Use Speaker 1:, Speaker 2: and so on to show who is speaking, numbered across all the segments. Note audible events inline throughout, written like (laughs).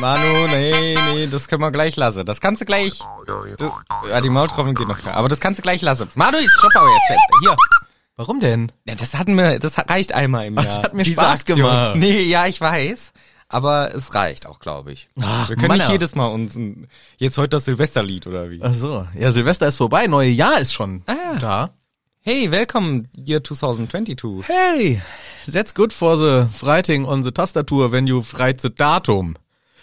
Speaker 1: Manu, nee, nee, das können wir gleich lassen. Das kannst du gleich. Das, ja, die Maultrommel geht noch klar, aber das kannst du gleich lassen. Manu, ich stopp aber jetzt. Hier.
Speaker 2: Warum denn?
Speaker 1: Ja, das hatten wir, das reicht einmal im Jahr.
Speaker 2: Das hat mir Spaß gemacht.
Speaker 1: Nee, ja, ich weiß. Aber es reicht auch, glaube ich.
Speaker 2: Ach,
Speaker 1: wir können nicht
Speaker 2: Manner.
Speaker 1: jedes Mal uns ein, jetzt heute das Silvesterlied oder wie.
Speaker 2: Ach so. Ja, Silvester ist vorbei, neue Jahr ist schon
Speaker 1: Ah.
Speaker 2: da.
Speaker 1: Hey, welcome year 2022.
Speaker 2: Hey, that's good for the Freiting on the Tastatur, wenn you freit the Datum.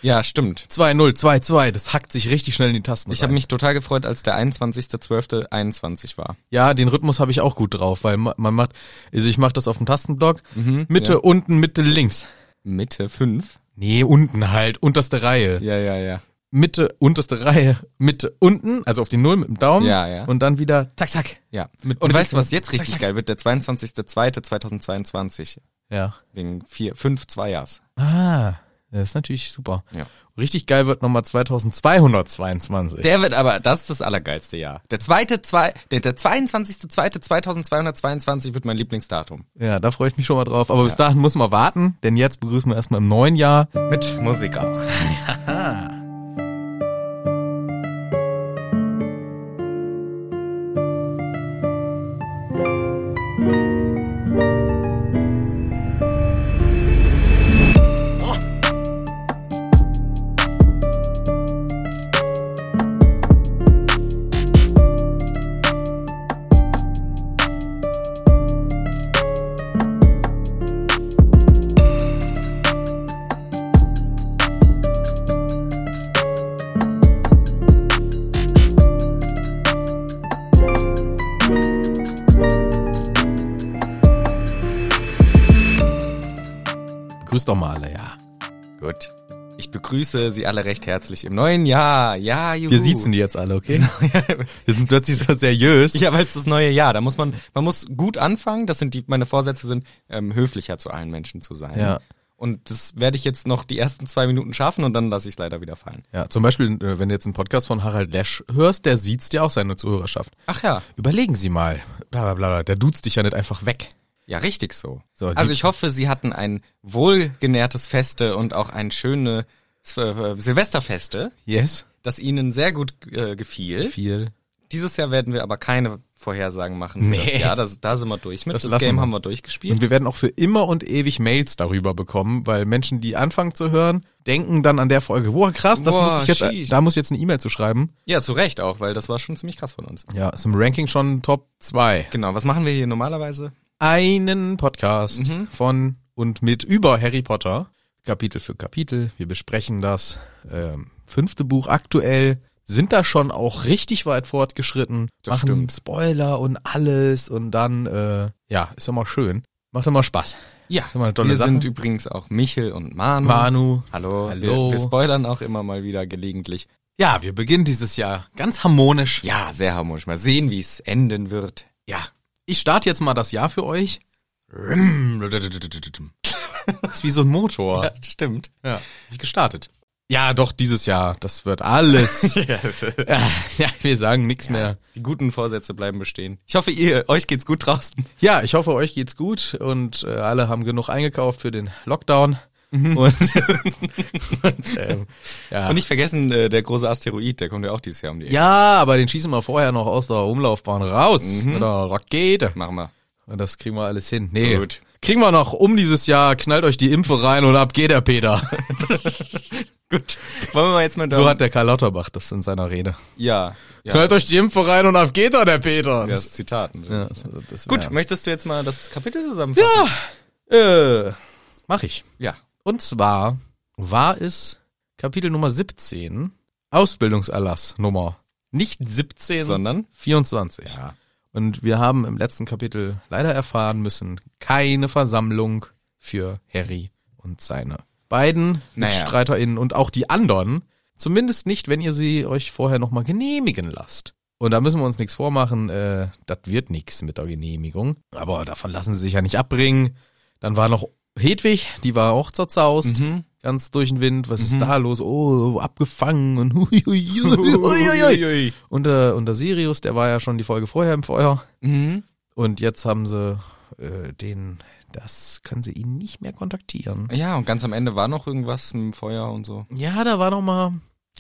Speaker 1: Ja, stimmt.
Speaker 2: 2022, das hackt sich richtig schnell in die Tasten.
Speaker 1: Ich
Speaker 2: rein.
Speaker 1: habe mich total gefreut, als der 21.12.21 war.
Speaker 2: Ja, den Rhythmus habe ich auch gut drauf, weil ma- man macht, also ich mache das auf dem Tastenblock,
Speaker 1: Mhm,
Speaker 2: Mitte unten, Mitte links.
Speaker 1: Mitte 5.
Speaker 2: Nee, unten halt, unterste Reihe.
Speaker 1: Ja, ja, ja.
Speaker 2: Mitte, unterste Reihe, Mitte unten, also auf die Null mit dem Daumen
Speaker 1: Ja, ja.
Speaker 2: und dann wieder zack, zack.
Speaker 1: Ja.
Speaker 2: Mit-
Speaker 1: und
Speaker 2: mit
Speaker 1: weißt du, was
Speaker 2: links-
Speaker 1: jetzt richtig
Speaker 2: zack, zack.
Speaker 1: geil wird? Der 22.02.2022.
Speaker 2: Ja.
Speaker 1: Wegen vier, fünf Zweijahrs.
Speaker 2: Ah, das ist natürlich super.
Speaker 1: Ja.
Speaker 2: Richtig geil wird nochmal 2222.
Speaker 1: Der wird aber, das ist das allergeilste Jahr. Der zweite, zwei, der, der 22.02.2222 wird mein Lieblingsdatum.
Speaker 2: ja, da freue ich mich schon mal drauf. Aber bis dahin muss man warten, denn jetzt begrüßen wir erstmal im neuen Jahr.
Speaker 1: Mit Musik auch.
Speaker 2: Begrüßt doch mal alle, ja.
Speaker 1: Gut. Ich begrüße Sie alle recht herzlich im neuen Jahr. Ja, juhu.
Speaker 2: Wir
Speaker 1: (laughs)
Speaker 2: siezen die jetzt alle, okay? Wir sind plötzlich so seriös.
Speaker 1: Ja, weil es das neue Jahr, da muss man, man muss gut anfangen. Das sind die, meine Vorsätze sind, ähm, höflicher zu allen Menschen zu sein.
Speaker 2: Ja.
Speaker 1: Und das werde ich jetzt noch die ersten zwei Minuten schaffen und dann lasse ich es leider wieder fallen.
Speaker 2: Ja, zum Beispiel, äh, wenn du jetzt einen Podcast von Harald Lesch hörst, der sieht's dir auch seine Zuhörerschaft.
Speaker 1: Ach ja.
Speaker 2: Überlegen Sie mal, bla bla bla, bla, der duzt dich ja nicht einfach weg.
Speaker 1: Ja, richtig so.
Speaker 2: So, die-
Speaker 1: also ich hoffe, Sie hatten ein wohlgenährtes Feste und auch ein schönes äh, Silvesterfeste,
Speaker 2: Yes.
Speaker 1: das Ihnen sehr gut äh, gefiel.
Speaker 2: Viel.
Speaker 1: Dieses Jahr werden wir aber keine Vorhersagen machen für
Speaker 2: Nee.
Speaker 1: das Jahr. Das, da sind wir durch mit.
Speaker 2: Das
Speaker 1: Das,
Speaker 2: lassen
Speaker 1: Game
Speaker 2: wir.
Speaker 1: haben wir durchgespielt.
Speaker 2: Und wir werden auch für immer und ewig Mails darüber bekommen, weil Menschen, die anfangen zu hören, denken dann an der Folge, wow, krass, das
Speaker 1: Boah,
Speaker 2: muss ich jetzt, äh,
Speaker 1: sheesh.
Speaker 2: da muss ich jetzt eine E-Mail zu schreiben.
Speaker 1: ja, zu Recht auch, weil das war schon ziemlich krass von uns.
Speaker 2: Ja, ist im Ranking schon Top 2.
Speaker 1: Genau, was machen wir hier normalerweise?
Speaker 2: Einen Podcast
Speaker 1: Mhm.
Speaker 2: von und mit über Harry Potter, Kapitel für Kapitel. Wir besprechen das ähm, fünfte Buch aktuell, sind da schon auch richtig weit fortgeschritten,
Speaker 1: Das
Speaker 2: machen
Speaker 1: stimmt.
Speaker 2: Spoiler und alles und dann, äh, ja, ist immer schön. Macht immer Spaß.
Speaker 1: Ja,
Speaker 2: ist immer eine tolle
Speaker 1: wir
Speaker 2: Sache.
Speaker 1: sind übrigens auch Michel und Manu.
Speaker 2: Manu.
Speaker 1: Hallo.
Speaker 2: Hallo.
Speaker 1: Wir, wir spoilern auch immer mal wieder gelegentlich.
Speaker 2: Ja, wir beginnen dieses Jahr ganz harmonisch.
Speaker 1: Ja, sehr harmonisch. Mal sehen, wie es enden wird.
Speaker 2: Ja, ich starte jetzt mal das Jahr für euch. Das ist wie so ein Motor.
Speaker 1: (laughs) stimmt.
Speaker 2: Ja, wie gestartet. Ja, doch, dieses Jahr, das wird alles. (laughs) ja, wir sagen nichts mehr.
Speaker 1: Die guten Vorsätze bleiben bestehen. Ich hoffe, ihr, euch geht's gut draußen.
Speaker 2: Ja, ich hoffe, euch geht's gut und äh, alle haben genug eingekauft für den Lockdown. Und, Mhm. (laughs) und, ähm, ja.
Speaker 1: Und nicht vergessen, äh, der große Asteroid, der kommt ja auch dieses Jahr um die Ecke.
Speaker 2: ja, aber den schießen wir vorher noch aus der Umlaufbahn raus mit der Rakete.
Speaker 1: Machen wir.
Speaker 2: Und das kriegen wir alles hin. Nee.
Speaker 1: Gut.
Speaker 2: Kriegen wir noch um dieses Jahr, knallt euch die Impfe rein und ab geht der Peter.
Speaker 1: Gut. Wollen wir mal jetzt mal
Speaker 2: So hat der Karl Lauterbach das in seiner Rede.
Speaker 1: Ja. ja.
Speaker 2: Knallt euch die Impfe rein und ab geht er, der Peter.
Speaker 1: Das Zitat.
Speaker 2: ja, also das
Speaker 1: Gut,
Speaker 2: wär-
Speaker 1: möchtest du jetzt mal das Kapitel zusammenfassen?
Speaker 2: Äh, mach ich.
Speaker 1: Ja.
Speaker 2: Und zwar war es Kapitel Nummer 17, Ausbildungserlass Nummer. Nicht 17,
Speaker 1: Sondern?
Speaker 2: 24.
Speaker 1: Ja.
Speaker 2: Und wir haben im letzten Kapitel leider erfahren müssen, keine Versammlung für Harry und seine beiden
Speaker 1: Naja.
Speaker 2: MitstreiterInnen und auch die anderen. Zumindest nicht, wenn ihr sie euch vorher nochmal genehmigen lasst. Und da müssen wir uns nichts vormachen, äh, das wird nichts mit der Genehmigung. Aber davon lassen sie sich ja nicht abbringen. Dann war noch Hedwig, die war auch zerzaust,
Speaker 1: Mhm. (laughs)
Speaker 2: ganz durch den Wind. Was ist da los? Oh, abgefangen und hui, hui, hui, hui,
Speaker 1: (laughs)
Speaker 2: hui, hui. Und, äh, und der Sirius, der war ja schon die Folge vorher im Feuer.
Speaker 1: Mhm.
Speaker 2: Und jetzt haben sie äh, den, Das können sie ihn nicht mehr kontaktieren.
Speaker 1: Ja, und ganz am Ende war noch irgendwas im Feuer und so.
Speaker 2: Ja, da war noch mal,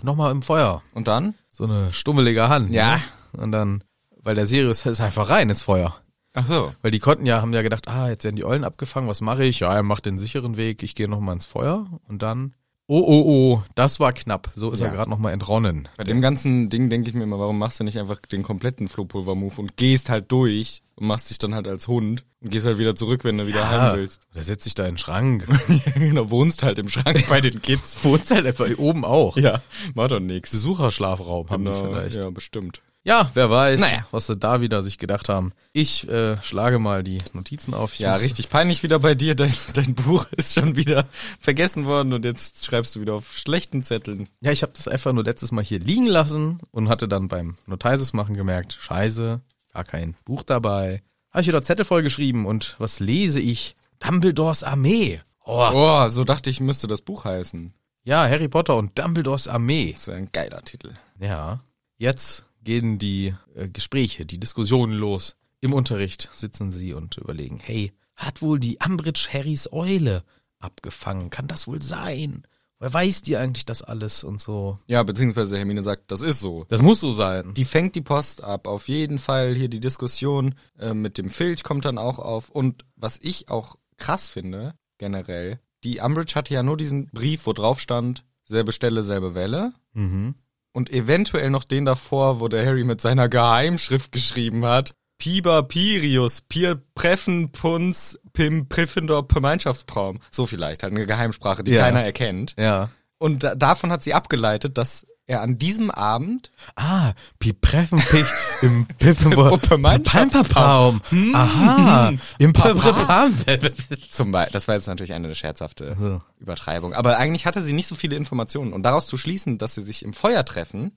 Speaker 2: noch mal im Feuer.
Speaker 1: Und dann?
Speaker 2: So eine stummelige Hand.
Speaker 1: Ja.
Speaker 2: Ne? Und dann, weil der Sirius ist einfach rein ins Feuer.
Speaker 1: Ach so.
Speaker 2: Weil die konnten ja, haben ja gedacht, ah, jetzt werden die Eulen abgefangen, was mache ich? Ja, er macht den sicheren Weg, ich gehe nochmal ins Feuer und dann, oh, oh, oh, das war knapp. So ist
Speaker 1: Ja.
Speaker 2: er gerade nochmal entronnen.
Speaker 1: Bei dem ganzen Ding denke ich mir immer, warum machst du nicht einfach den kompletten Flohpulver-Move und gehst halt durch und machst dich dann halt als Hund und gehst halt wieder zurück, wenn du wieder heim willst.
Speaker 2: Ah, Der setzt sich da in den (laughs) Schrank.
Speaker 1: (laughs) genau, wohnst halt im Schrank bei den Kids.
Speaker 2: Wohnt halt einfach oben
Speaker 1: (laughs)
Speaker 2: auch.
Speaker 1: Ja, war doch nix.
Speaker 2: Besucherschlafraum haben die vielleicht. Ja.
Speaker 1: Genau, Ja, bestimmt.
Speaker 2: wer weiß,
Speaker 1: Naja.
Speaker 2: was sie da wieder sich gedacht haben. Ich äh, schlage mal die Notizen auf. Ich
Speaker 1: Ja,
Speaker 2: muss-
Speaker 1: richtig peinlich wieder bei dir. Dein, dein Buch (laughs) ist schon wieder vergessen worden und jetzt schreibst du wieder auf schlechten Zetteln.
Speaker 2: Ja, ich habe das einfach nur letztes Mal hier liegen lassen und hatte dann beim Notizes machen gemerkt, scheiße, gar kein Buch dabei. Habe ich wieder Zettel vollgeschrieben und was lese ich? Dumbledores Armee. Oh.
Speaker 1: Oh, so dachte ich, müsste das Buch heißen.
Speaker 2: Ja, Harry Potter und Dumbledores Armee.
Speaker 1: Das wäre ein geiler Titel.
Speaker 2: Ja, jetzt gehen die äh, Gespräche, die Diskussionen los. Im Unterricht sitzen sie und überlegen, hey, hat wohl die Umbridge Harrys Eule abgefangen? Kann das wohl sein? Wer weiß die eigentlich das alles und so?
Speaker 1: Ja, beziehungsweise Hermine sagt, das ist so.
Speaker 2: Das muss so sein.
Speaker 1: Die fängt die Post ab. Auf jeden Fall hier die Diskussion äh, mit dem Filch kommt dann auch auf. Und was ich auch krass finde, generell, die Umbridge hatte ja nur diesen Brief, wo drauf stand, selbe Stelle, selbe Welle.
Speaker 2: Mhm.
Speaker 1: und eventuell noch den davor, wo der Harry mit seiner Geheimschrift geschrieben hat. Piber Pirius, Pir Preffen Punz, Pim Priffendor Gemeinschaftspraum. So vielleicht, halt eine Geheimsprache, die
Speaker 2: Ja.
Speaker 1: keiner erkennt.
Speaker 2: Ja.
Speaker 1: Und da, davon hat sie abgeleitet, dass er an diesem Abend
Speaker 2: Ah, Pipreffenpich (laughs) im Pippenbo-
Speaker 1: Pippenmannschaftsraum.
Speaker 2: Pamperpaum. Aha, im Pamperpam.
Speaker 1: (laughs) zum Beispiel, das war jetzt natürlich eine scherzhafte
Speaker 2: So.
Speaker 1: Übertreibung, aber eigentlich hatte sie nicht so viele Informationen. Und daraus zu schließen, dass sie sich im Feuer treffen,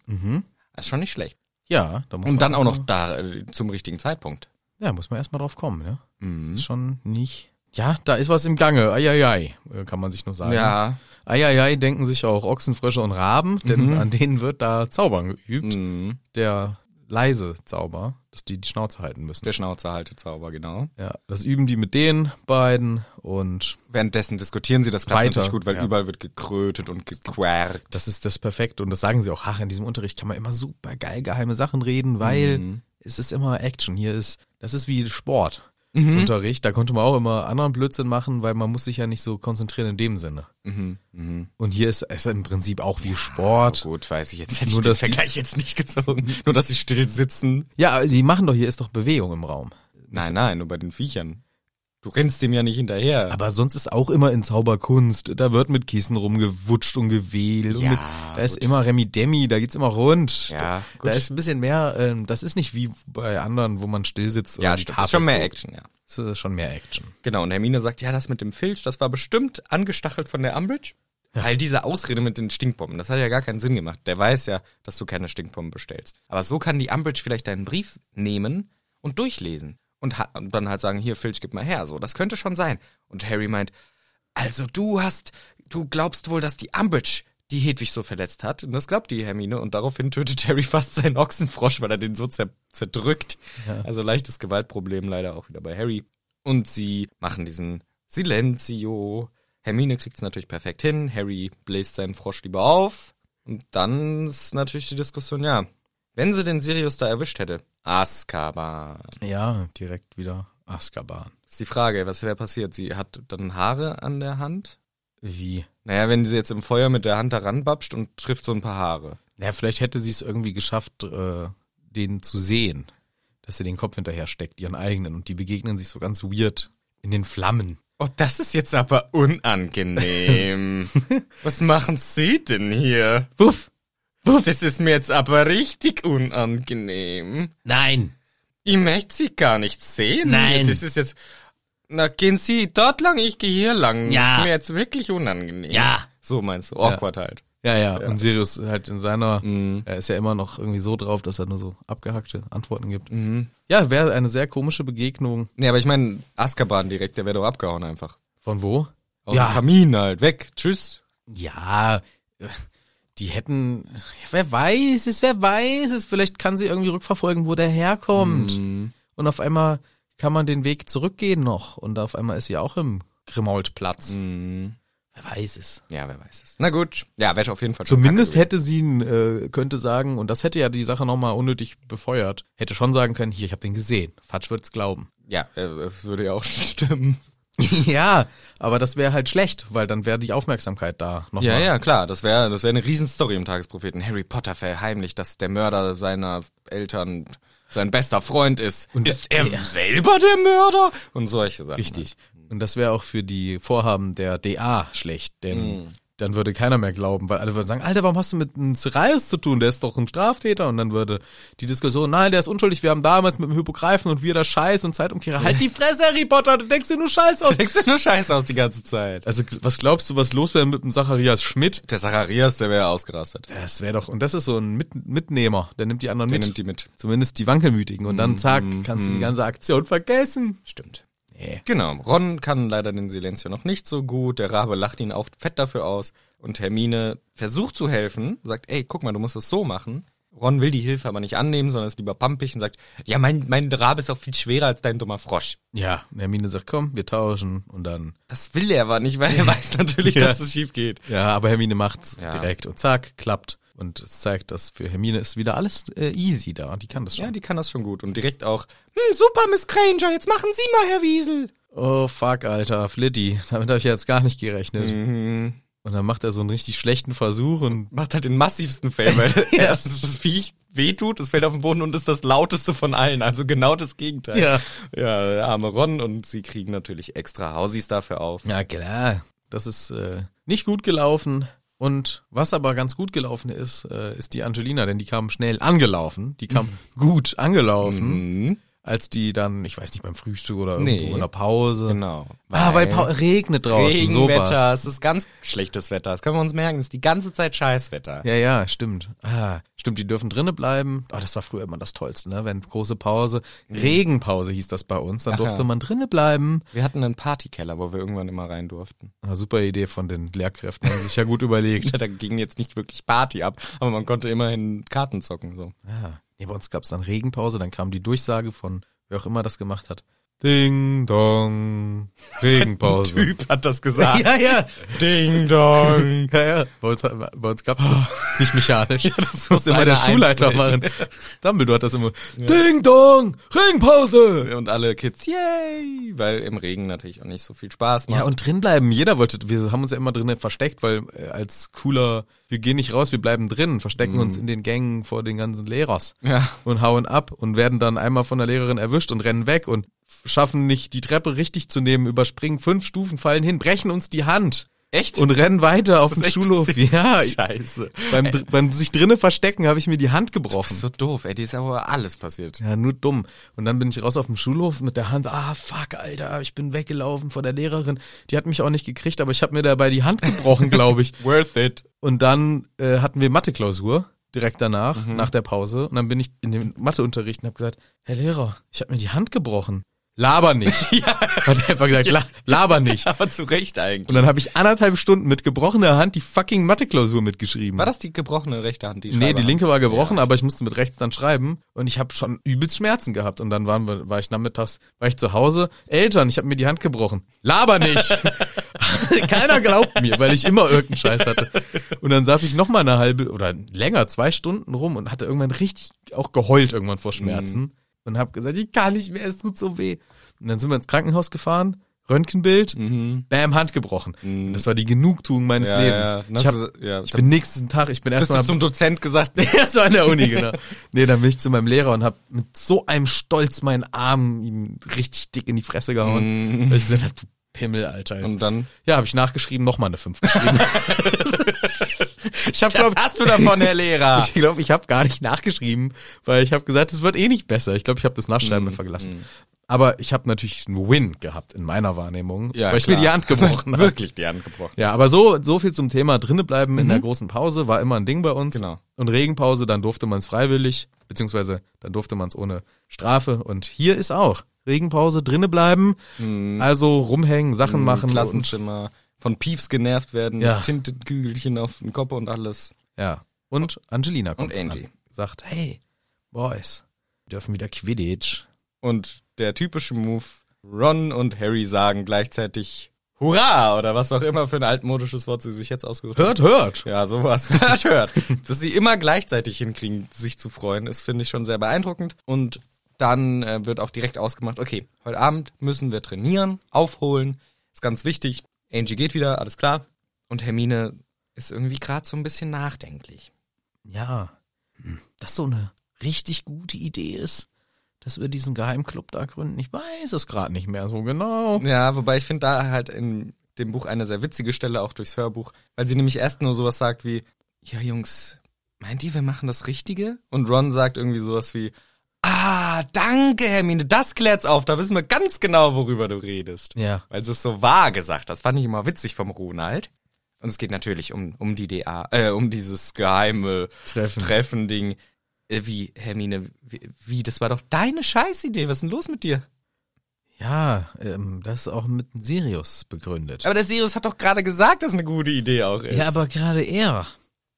Speaker 1: ist schon nicht schlecht.
Speaker 2: Ja, da muss
Speaker 1: Und
Speaker 2: man
Speaker 1: dann Mhm. auch noch da äh, zum richtigen Zeitpunkt.
Speaker 2: Ja, muss man erstmal drauf kommen, ne?
Speaker 1: Mhm.
Speaker 2: Ist schon nicht. Ja, da ist was im Gange. Eieiei, äh, kann man sich nur sagen.
Speaker 1: Ja.
Speaker 2: Eieiei denken sich auch Ochsenfrösche und Raben, denn an denen wird da Zaubern geübt.
Speaker 1: Mhm.
Speaker 2: Der leise Zauber, dass die die Schnauze halten müssen.
Speaker 1: Der Schnauze halte Zauber, genau.
Speaker 2: ja, das üben die mit den beiden und
Speaker 1: Währenddessen diskutieren sie das klappt
Speaker 2: Weiter,
Speaker 1: natürlich gut, weil
Speaker 2: ja.
Speaker 1: überall wird gekrötet und gequert.
Speaker 2: das ist das perfekt und das sagen sie auch, ach, in diesem Unterricht kann man immer super geil geheime Sachen reden, weil
Speaker 1: Mhm.
Speaker 2: es ist immer Action. Hier ist, das ist wie Sportunterricht,
Speaker 1: Mhm.
Speaker 2: da konnte man auch immer anderen Blödsinn machen, weil man muss sich ja nicht so konzentrieren in dem Sinne.
Speaker 1: Mhm.
Speaker 2: Und hier ist es im Prinzip auch wie Sport.
Speaker 1: Gut, weiß ich jetzt hätte
Speaker 2: Nur,
Speaker 1: ich den
Speaker 2: dass die-
Speaker 1: Vergleich jetzt nicht gezogen. (laughs) Nur, dass sie still sitzen.
Speaker 2: Ja, sie machen doch, hier ist doch Bewegung im Raum.
Speaker 1: Nein, nein, nur bei den Viechern. Du rennst dem ja nicht hinterher.
Speaker 2: Aber sonst ist auch immer in Zauberkunst, da wird mit Kissen rumgewutscht und gewählt. und
Speaker 1: Ja,
Speaker 2: mit, da ist immer Remi-Demi, da geht's immer rund.
Speaker 1: Ja,
Speaker 2: da,
Speaker 1: gut.
Speaker 2: da ist ein bisschen mehr, ähm, das ist nicht wie bei anderen, wo man still sitzt.
Speaker 1: ja,
Speaker 2: und
Speaker 1: stimmt.
Speaker 2: Tafel
Speaker 1: Ist schon mehr
Speaker 2: guckt.
Speaker 1: Action, ja.
Speaker 2: Das ist schon mehr Action.
Speaker 1: Genau, und Hermine sagt, ja, das mit dem Filch, das war bestimmt angestachelt von der Umbridge. Weil diese Ausrede mit den Stinkbomben, das hat ja gar keinen Sinn gemacht. Der weiß ja, dass du keine Stinkbomben bestellst. Aber so kann die Umbridge vielleicht deinen Brief nehmen und durchlesen. Und, ha- und dann halt sagen, hier, Filch, gib mal her. So, das könnte schon sein. Und Harry meint, also du hast, du glaubst wohl, dass die Umbridge die Hedwig so verletzt hat. Und das glaubt die Hermine. Und daraufhin tötet Harry fast seinen Ochsenfrosch, weil er den so zer zerdrückt. Also leichtes Gewaltproblem leider auch wieder bei Harry. Und sie machen diesen Silenzio. Hermine kriegt es natürlich perfekt hin. Harry bläst seinen Frosch lieber auf. Und dann ist natürlich die Diskussion, ja. Wenn sie den Sirius da erwischt hätte. Azkaban.
Speaker 2: Ja, direkt wieder Azkaban.
Speaker 1: Ist die Frage, was wäre passiert? Sie hat dann Haare an der Hand?
Speaker 2: Wie?
Speaker 1: Naja, wenn sie jetzt im Feuer mit der Hand da ranbapscht und trifft so ein paar Haare.
Speaker 2: Na, vielleicht hätte sie es irgendwie geschafft, äh, den zu sehen, dass sie den Kopf hinterher steckt, ihren eigenen, und die begegnen sich so ganz weird in den Flammen.
Speaker 1: Oh, das ist jetzt aber (laughs) unangenehm. Was machen Sie denn hier?
Speaker 2: Wuff!
Speaker 1: Das ist mir jetzt aber richtig unangenehm.
Speaker 2: Nein!
Speaker 1: Ich möchte Sie gar nicht sehen.
Speaker 2: Nein.
Speaker 1: Das ist jetzt... Na, gehen Sie dort lang, ich gehe hier lang.
Speaker 2: Ja.
Speaker 1: Das ist mir jetzt wirklich unangenehm.
Speaker 2: Ja.
Speaker 1: So meinst du, awkward halt.
Speaker 2: Ja, ja, und Sirius halt in seiner, er ist ja immer noch irgendwie so drauf, dass er nur so abgehackte Antworten gibt. Ja, wäre eine sehr komische Begegnung.
Speaker 1: Nee, aber ich meine, Azkaban direkt, der wäre doch abgehauen einfach.
Speaker 2: Von wo?
Speaker 1: Aus dem Kamin halt, weg, tschüss.
Speaker 2: Ja, die hätten, wer weiß
Speaker 1: Mhm.
Speaker 2: Mhm. es, wer weiß es, vielleicht kann sie irgendwie rückverfolgen, wo der herkommt. Und auf einmal kann man den Weg zurückgehen noch. Und auf einmal ist sie auch im Grimaultplatz.
Speaker 1: Mhm.
Speaker 2: Wer weiß es.
Speaker 1: Ja, wer weiß es. Na gut. Ja, wäre auf jeden Fall schon
Speaker 2: Zumindest
Speaker 1: kacke
Speaker 2: hätte sie, ihn, äh, könnte sagen, und das hätte ja die Sache nochmal unnötig befeuert, hätte schon sagen können, hier, ich habe den gesehen. Fatsch wird's glauben. (laughs)
Speaker 1: gewesen. Ja, äh, das würde ja auch (laughs) stimmen.
Speaker 2: ja, aber das wäre halt schlecht, weil dann wäre die Aufmerksamkeit da nochmal.
Speaker 1: Ja, ja, klar. Das wäre das wär eine Riesenstory im Tagespropheten. Harry Potter verheimlicht, dass der Mörder seiner Eltern sein bester Freund ist.
Speaker 2: Und
Speaker 1: ist er selber der Mörder? Und solche Sachen.
Speaker 2: Richtig. Und das wäre auch für die Vorhaben der DA schlecht, denn
Speaker 1: Mhm.
Speaker 2: dann würde keiner mehr glauben, weil alle würden sagen, Alter, warum hast du mit einem Sirius zu tun? Der ist doch ein Straftäter. Und dann würde die Diskussion, nein, der ist unschuldig, wir haben damals mit dem Hypogreifen und wir das Scheiß und
Speaker 1: (laughs)
Speaker 2: Zeitumkehrer. Halt die Fresse, Harry Potter, du denkst dir nur Scheiß aus.
Speaker 1: Du denkst dir nur Scheiße aus die ganze Zeit.
Speaker 2: Also, was glaubst du, was los wäre mit dem Zacharias Schmidt?
Speaker 1: Der Zacharias, der wäre ausgerastet.
Speaker 2: Das wäre doch, und das ist so ein mit Mitnehmer, der nimmt die anderen
Speaker 1: Der
Speaker 2: mit.
Speaker 1: nimmt die Mhm, mit.
Speaker 2: Zumindest die Wankelmütigen. Und dann, zack, kannst du die ganze Aktion vergessen.
Speaker 1: Stimmt.
Speaker 2: Nee.
Speaker 1: Genau. Ron kann leider den Silencio noch nicht so gut. Der Rabe lacht ihn auch fett dafür aus. Und Hermine versucht zu helfen, sagt, ey, guck mal, du musst das so machen. Ron will die Hilfe aber nicht annehmen, sondern ist lieber pampig und sagt, ja, mein, mein Rabe ist auch viel schwerer als dein dummer Frosch.
Speaker 2: Ja, und Hermine sagt, komm, wir tauschen. Und dann
Speaker 1: Das will er aber nicht, weil
Speaker 2: (laughs)
Speaker 1: er weiß natürlich,
Speaker 2: Ja.
Speaker 1: dass es schief geht.
Speaker 2: Ja, aber Hermine macht's
Speaker 1: Ja.
Speaker 2: direkt und zack, klappt. Und es zeigt, dass für Hermine ist wieder alles äh, easy da. Die kann das
Speaker 1: Ja,
Speaker 2: schon.
Speaker 1: die kann das schon gut. Und direkt auch, hm, super, Miss Granger, jetzt machen Sie mal, Herr Wiesel.
Speaker 2: oh fuck, Alter, Flitty. Damit habe ich jetzt gar nicht gerechnet.
Speaker 1: Mhm.
Speaker 2: Und dann macht er so einen richtig schlechten Versuch und
Speaker 1: Macht halt den massivsten Fail, (laughs) weil erstens das Viech wehtut, es fällt auf den Boden und ist das lauteste von allen. Also genau das Gegenteil.
Speaker 2: Ja.
Speaker 1: Ja, der arme Ron und sie kriegen natürlich extra Hausies dafür auf.
Speaker 2: na klar, das ist äh, nicht gut gelaufen. Und was aber ganz gut gelaufen ist, äh, ist die Angelina, denn die kam schnell angelaufen. Die kam gut angelaufen,
Speaker 1: Mhm.
Speaker 2: als die dann, ich weiß nicht, beim Frühstück oder irgendwo
Speaker 1: Nee.
Speaker 2: in der Pause.
Speaker 1: Genau.
Speaker 2: Ah, weil Pau- regnet draußen, sowas.
Speaker 1: Regenwetter, es ist ganz (laughs) schlechtes Wetter. Das können wir uns merken, es ist die ganze Zeit Scheißwetter.
Speaker 2: Ja, ja, stimmt. Ah, stimmt, die dürfen drinnen bleiben. Oh, das war früher immer das Tollste, ne? Wenn große Pause, Regenpause hieß das bei uns,
Speaker 1: Mhm.
Speaker 2: dann
Speaker 1: Aha.
Speaker 2: durfte man drinnen bleiben.
Speaker 1: Wir hatten einen Partykeller, wo wir irgendwann immer rein (laughs) durften.
Speaker 2: Ah, super Idee von den Lehrkräften, haben sie sich ja gut überlegt.
Speaker 1: Da ging jetzt nicht wirklich Party ab, aber man konnte immerhin Karten zocken. So.
Speaker 2: Ja. Ah. Nee, bei uns gab's dann Regenpause, dann kam die Durchsage von, wer auch immer das gemacht hat. Ding dong, Regenpause.
Speaker 1: Typ hat das (laughs) gesagt.
Speaker 2: (laughs) ja.
Speaker 1: Ding dong.
Speaker 2: Ja, ja. Bei uns, bei uns gab's das nicht mechanisch. das musste immer
Speaker 1: einer
Speaker 2: der Schulleiter
Speaker 1: einsprechen.
Speaker 2: machen. Dumbledore hat das immer. Ding dong, Regenpause.
Speaker 1: Und alle Kids, yay! Weil im Regen natürlich auch nicht so viel Spaß macht.
Speaker 2: Ja, und drin bleiben. Jeder wollte, wir haben uns ja immer drinnen versteckt, weil äh, als cooler, wir gehen nicht raus, wir bleiben drin, verstecken uns in den Gängen vor den ganzen Lehrers
Speaker 1: Mhm. Ja.
Speaker 2: und hauen ab und werden dann einmal von der Lehrerin erwischt und rennen weg und f- schaffen nicht, die Treppe richtig zu nehmen, überspringen fünf Stufen, fallen hin, brechen uns die Hand
Speaker 1: echt?
Speaker 2: und rennen weiter auf
Speaker 1: ist
Speaker 2: den
Speaker 1: echt (laughs)
Speaker 2: Schulhof.
Speaker 1: passiert?
Speaker 2: Ja, ich-
Speaker 1: Scheiße.
Speaker 2: beim, dr- beim sich drinnen verstecken habe ich mir die Hand
Speaker 1: Das
Speaker 2: gebrochen.
Speaker 1: ist so doof, ey, dir ist aber alles passiert.
Speaker 2: Ja, nur dumm. Und dann bin ich raus auf dem Schulhof mit der Hand, ah fuck, Alter, ich bin weggelaufen vor der Lehrerin. Die hat mich auch nicht gekriegt, aber ich habe mir dabei die Hand gebrochen, glaube ich.
Speaker 1: Worth it.
Speaker 2: Und dann äh, hatten wir Mathe-Klausur direkt danach, nach der Pause. Und dann bin ich in den Matheunterricht und habe gesagt, Herr Lehrer, ich habe mir die Hand gebrochen. Laber nicht. (laughs) Hat er einfach gesagt, la laber nicht.
Speaker 1: Aber zu Recht
Speaker 2: Und
Speaker 1: eigentlich.
Speaker 2: dann habe ich anderthalb Stunden mit gebrochener Hand die fucking Mathe-Klausur mitgeschrieben.
Speaker 1: War das die gebrochene rechte Hand? Die
Speaker 2: Nee, die
Speaker 1: Schreiberhand?
Speaker 2: linke war gebrochen, aber ich musste mit rechts dann schreiben und ich habe schon übelst Schmerzen gehabt und dann waren wir, war ich nachmittags, war ich zu Hause, Eltern, ich habe mir die Hand gebrochen. Laber nicht. (laughs) Keiner glaubt mir, weil ich immer irgendeinen Scheiß hatte. Und dann saß ich noch mal eine halbe oder länger, zwei Stunden rum und hatte irgendwann richtig auch geheult irgendwann vor Schmerzen
Speaker 1: Mhm.
Speaker 2: und habe gesagt, ich kann nicht mehr, es tut so weh. Und dann sind wir ins Krankenhaus gefahren, Röntgenbild, bam, Hand gebrochen. Und Das war die Genugtuung meines
Speaker 1: Mhm. Ja,
Speaker 2: Lebens.
Speaker 1: ja,
Speaker 2: Ich,
Speaker 1: das
Speaker 2: hab,
Speaker 1: ist- ja,
Speaker 2: ich bin nächsten Tag, ich bin
Speaker 1: Bist
Speaker 2: erstmal
Speaker 1: du zum Dozent gesagt?
Speaker 2: Erst war an (laughs) der Uni, genau. Nee, dann bin ich zu meinem Lehrer und hab mit so einem Stolz meinen Arm ihm richtig dick in die Fresse gehauen. Weil ich gesagt hab, du Pimmel, Alter.
Speaker 1: Mm. Und dann?
Speaker 2: ja, habe ich nachgeschrieben, nochmal eine
Speaker 1: (laughs)
Speaker 2: 5 geschrieben. ich
Speaker 1: Was
Speaker 2: habe, glaube
Speaker 1: hast du davon, Herr Lehrer?
Speaker 2: (laughs) ich, glaub, ich habe gar nicht nachgeschrieben, weil ich habe gesagt, es wird eh nicht besser. Ich glaube, ich habe das Nachschreiben
Speaker 1: Mm,
Speaker 2: einfach gelassen. Aber ich habe natürlich einen Win gehabt in meiner Wahrnehmung, weil (laughs) ich mir
Speaker 1: klar.
Speaker 2: die
Speaker 1: (laughs)
Speaker 2: Hand gebrochen habe.
Speaker 1: Wirklich die Hand gebrochen.
Speaker 2: Ja, aber so, so viel zum Thema drinnen bleiben in der großen Pause war immer ein Ding bei uns.
Speaker 1: Genau.
Speaker 2: Und Regenpause, dann durfte man es freiwillig, beziehungsweise dann durfte man es ohne Strafe. Und hier ist auch Regenpause, drinnen bleiben, also rumhängen, Sachen machen.
Speaker 1: machen. Klassenzimmer, von Piefs genervt werden,
Speaker 2: Ja.
Speaker 1: Tintenkügelchen auf den Kopf und alles.
Speaker 2: Und, ja. Und Angelina kommt
Speaker 1: Und Angie.
Speaker 2: an, sagt, hey, Boys, wir dürfen wieder Quidditch.
Speaker 1: Und der typische Move, Ron und Harry sagen gleichzeitig Hurra oder was auch immer für ein altmodisches Wort sie sich jetzt ausgesucht haben.
Speaker 2: Hört, hört.
Speaker 1: Ja, sowas. (laughs) hört, hört. Dass sie immer gleichzeitig hinkriegen, sich zu freuen, ist, finde ich, schon sehr beeindruckend. Und dann äh, wird auch direkt ausgemacht, okay, heute Abend müssen wir trainieren, aufholen. Ist ganz wichtig. Angie geht wieder, alles klar. Und Hermine ist irgendwie gerade so ein bisschen nachdenklich.
Speaker 2: Ja. Dass so eine richtig gute Idee ist, dass wir diesen Geheimclub da gründen. Ich weiß es gerade nicht mehr so genau.
Speaker 1: Ja, wobei ich finde da halt in dem Buch eine sehr witzige Stelle, auch durchs Hörbuch, weil sie nämlich erst nur sowas sagt wie, ja Jungs, meint ihr, wir machen das Richtige? Und Ron sagt irgendwie sowas wie, ah, danke Hermine, das klärt's auf, da wissen wir ganz genau, worüber du redest.
Speaker 2: Ja.
Speaker 1: Weil sie es so wahr gesagt hat, das fand ich immer witzig vom Ronald. Und es geht natürlich um, um die DA, äh, um dieses geheime
Speaker 2: Treffen.
Speaker 1: Treffen-Ding. Äh, Wie, Hermine, wie, wie, das war doch deine Scheißidee, was ist denn los mit dir?
Speaker 2: Ja, ähm, das ist auch mit Sirius begründet.
Speaker 1: Aber der Sirius hat doch gerade gesagt, dass eine gute Idee auch ist.
Speaker 2: ja, aber gerade er.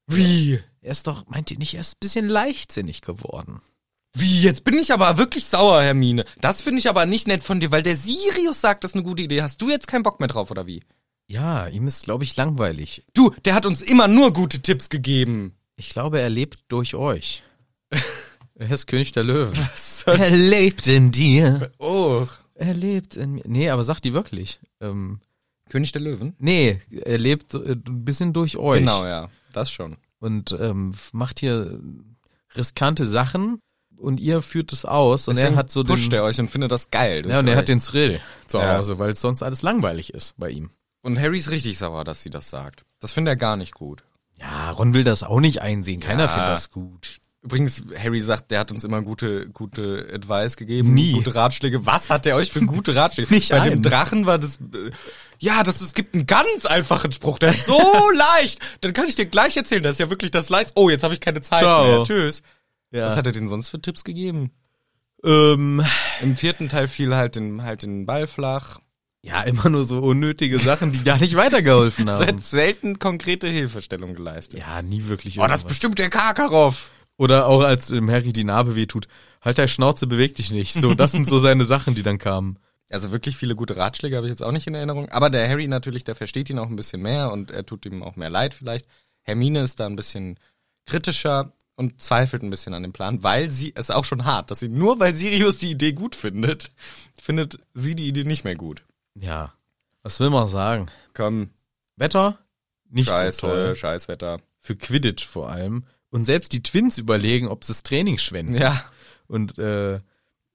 Speaker 1: wie?
Speaker 2: Er ist doch, meint ihr nicht, er ist ein bisschen leichtsinnig geworden.
Speaker 1: Wie? Jetzt bin ich aber wirklich sauer, Hermine. Das finde ich aber nicht nett von dir, weil der Sirius sagt, das ist eine gute Idee. Hast du jetzt keinen Bock mehr drauf oder wie?
Speaker 2: Ja, ihm ist, glaube ich, langweilig.
Speaker 1: Du, der hat uns immer nur gute Tipps gegeben.
Speaker 2: Ich glaube, er lebt
Speaker 1: (laughs)
Speaker 2: durch euch. er ist König der Löwen.
Speaker 1: soll-
Speaker 2: Er lebt in dir.
Speaker 1: Oh,
Speaker 2: Er lebt in mir. Nee, aber sagt die wirklich. Ähm,
Speaker 1: König der Löwen?
Speaker 2: nee, er lebt äh, ein bisschen durch euch.
Speaker 1: Genau, ja. Das schon.
Speaker 2: und ähm, macht hier riskante Sachen und ihr führt es aus und er
Speaker 1: Deswegen
Speaker 2: hat so den
Speaker 1: pusht er euch und findet das geil.
Speaker 2: ja, und er hat den Thrill zu
Speaker 1: Ja.
Speaker 2: Hause, weil es sonst alles langweilig ist bei ihm.
Speaker 1: und Harry ist richtig sauer, dass sie das sagt. Das findet er gar nicht gut.
Speaker 2: Ja, Ron will das auch nicht einsehen. Keiner
Speaker 1: Ja.
Speaker 2: findet das gut.
Speaker 1: Übrigens, Harry sagt, der hat uns immer gute, gute Advice gegeben.
Speaker 2: Nie.
Speaker 1: Gute Ratschläge. Was hat er euch für gute Ratschläge?
Speaker 2: (laughs) Nicht
Speaker 1: Bei
Speaker 2: einen.
Speaker 1: dem Drachen war das, äh, ja, das, es gibt einen ganz einfachen Spruch, der ist
Speaker 2: (laughs)
Speaker 1: so leicht. Dann kann ich dir gleich erzählen, das ist ja wirklich das leicht. Oh, jetzt habe ich keine Zeit
Speaker 2: Ciao.
Speaker 1: mehr. Tschüss.
Speaker 2: Ja.
Speaker 1: Was hat er denn sonst für Tipps gegeben?
Speaker 2: ähm,
Speaker 1: Im vierten Teil fiel halt den, halt den Ball flach.
Speaker 2: ja, immer nur so unnötige Sachen, die gar nicht (laughs) weitergeholfen
Speaker 1: Er
Speaker 2: haben.
Speaker 1: hat selten konkrete Hilfestellung geleistet.
Speaker 2: Ähm. Ja, nie wirklich.
Speaker 1: Oh, das
Speaker 2: irgendwas.
Speaker 1: bestimmt der Karkaroff.
Speaker 2: Oder auch als ähm, Harry die Narbe wehtut. Halt deine Schnauze, beweg dich nicht. So, das (laughs) sind so seine Sachen, die dann kamen.
Speaker 1: Also wirklich viele gute Ratschläge habe ich jetzt auch nicht in Erinnerung. Aber der Harry natürlich, der versteht ihn auch ein bisschen mehr und er tut ihm auch mehr leid vielleicht. Hermine ist da ein bisschen kritischer und zweifelt ein bisschen an dem Plan, weil sie, es ist auch schon hart, dass sie nur weil Sirius die Idee gut findet, findet sie die Idee nicht mehr gut.
Speaker 2: Ja, was will man sagen?
Speaker 1: Komm,
Speaker 2: Wetter? Nicht so toll.
Speaker 1: scheiße, Scheißwetter.
Speaker 2: für Quidditch vor allem. Und selbst die Twins überlegen, ob sie das Training schwänzen.
Speaker 1: Ja, (laughs)
Speaker 2: Und äh,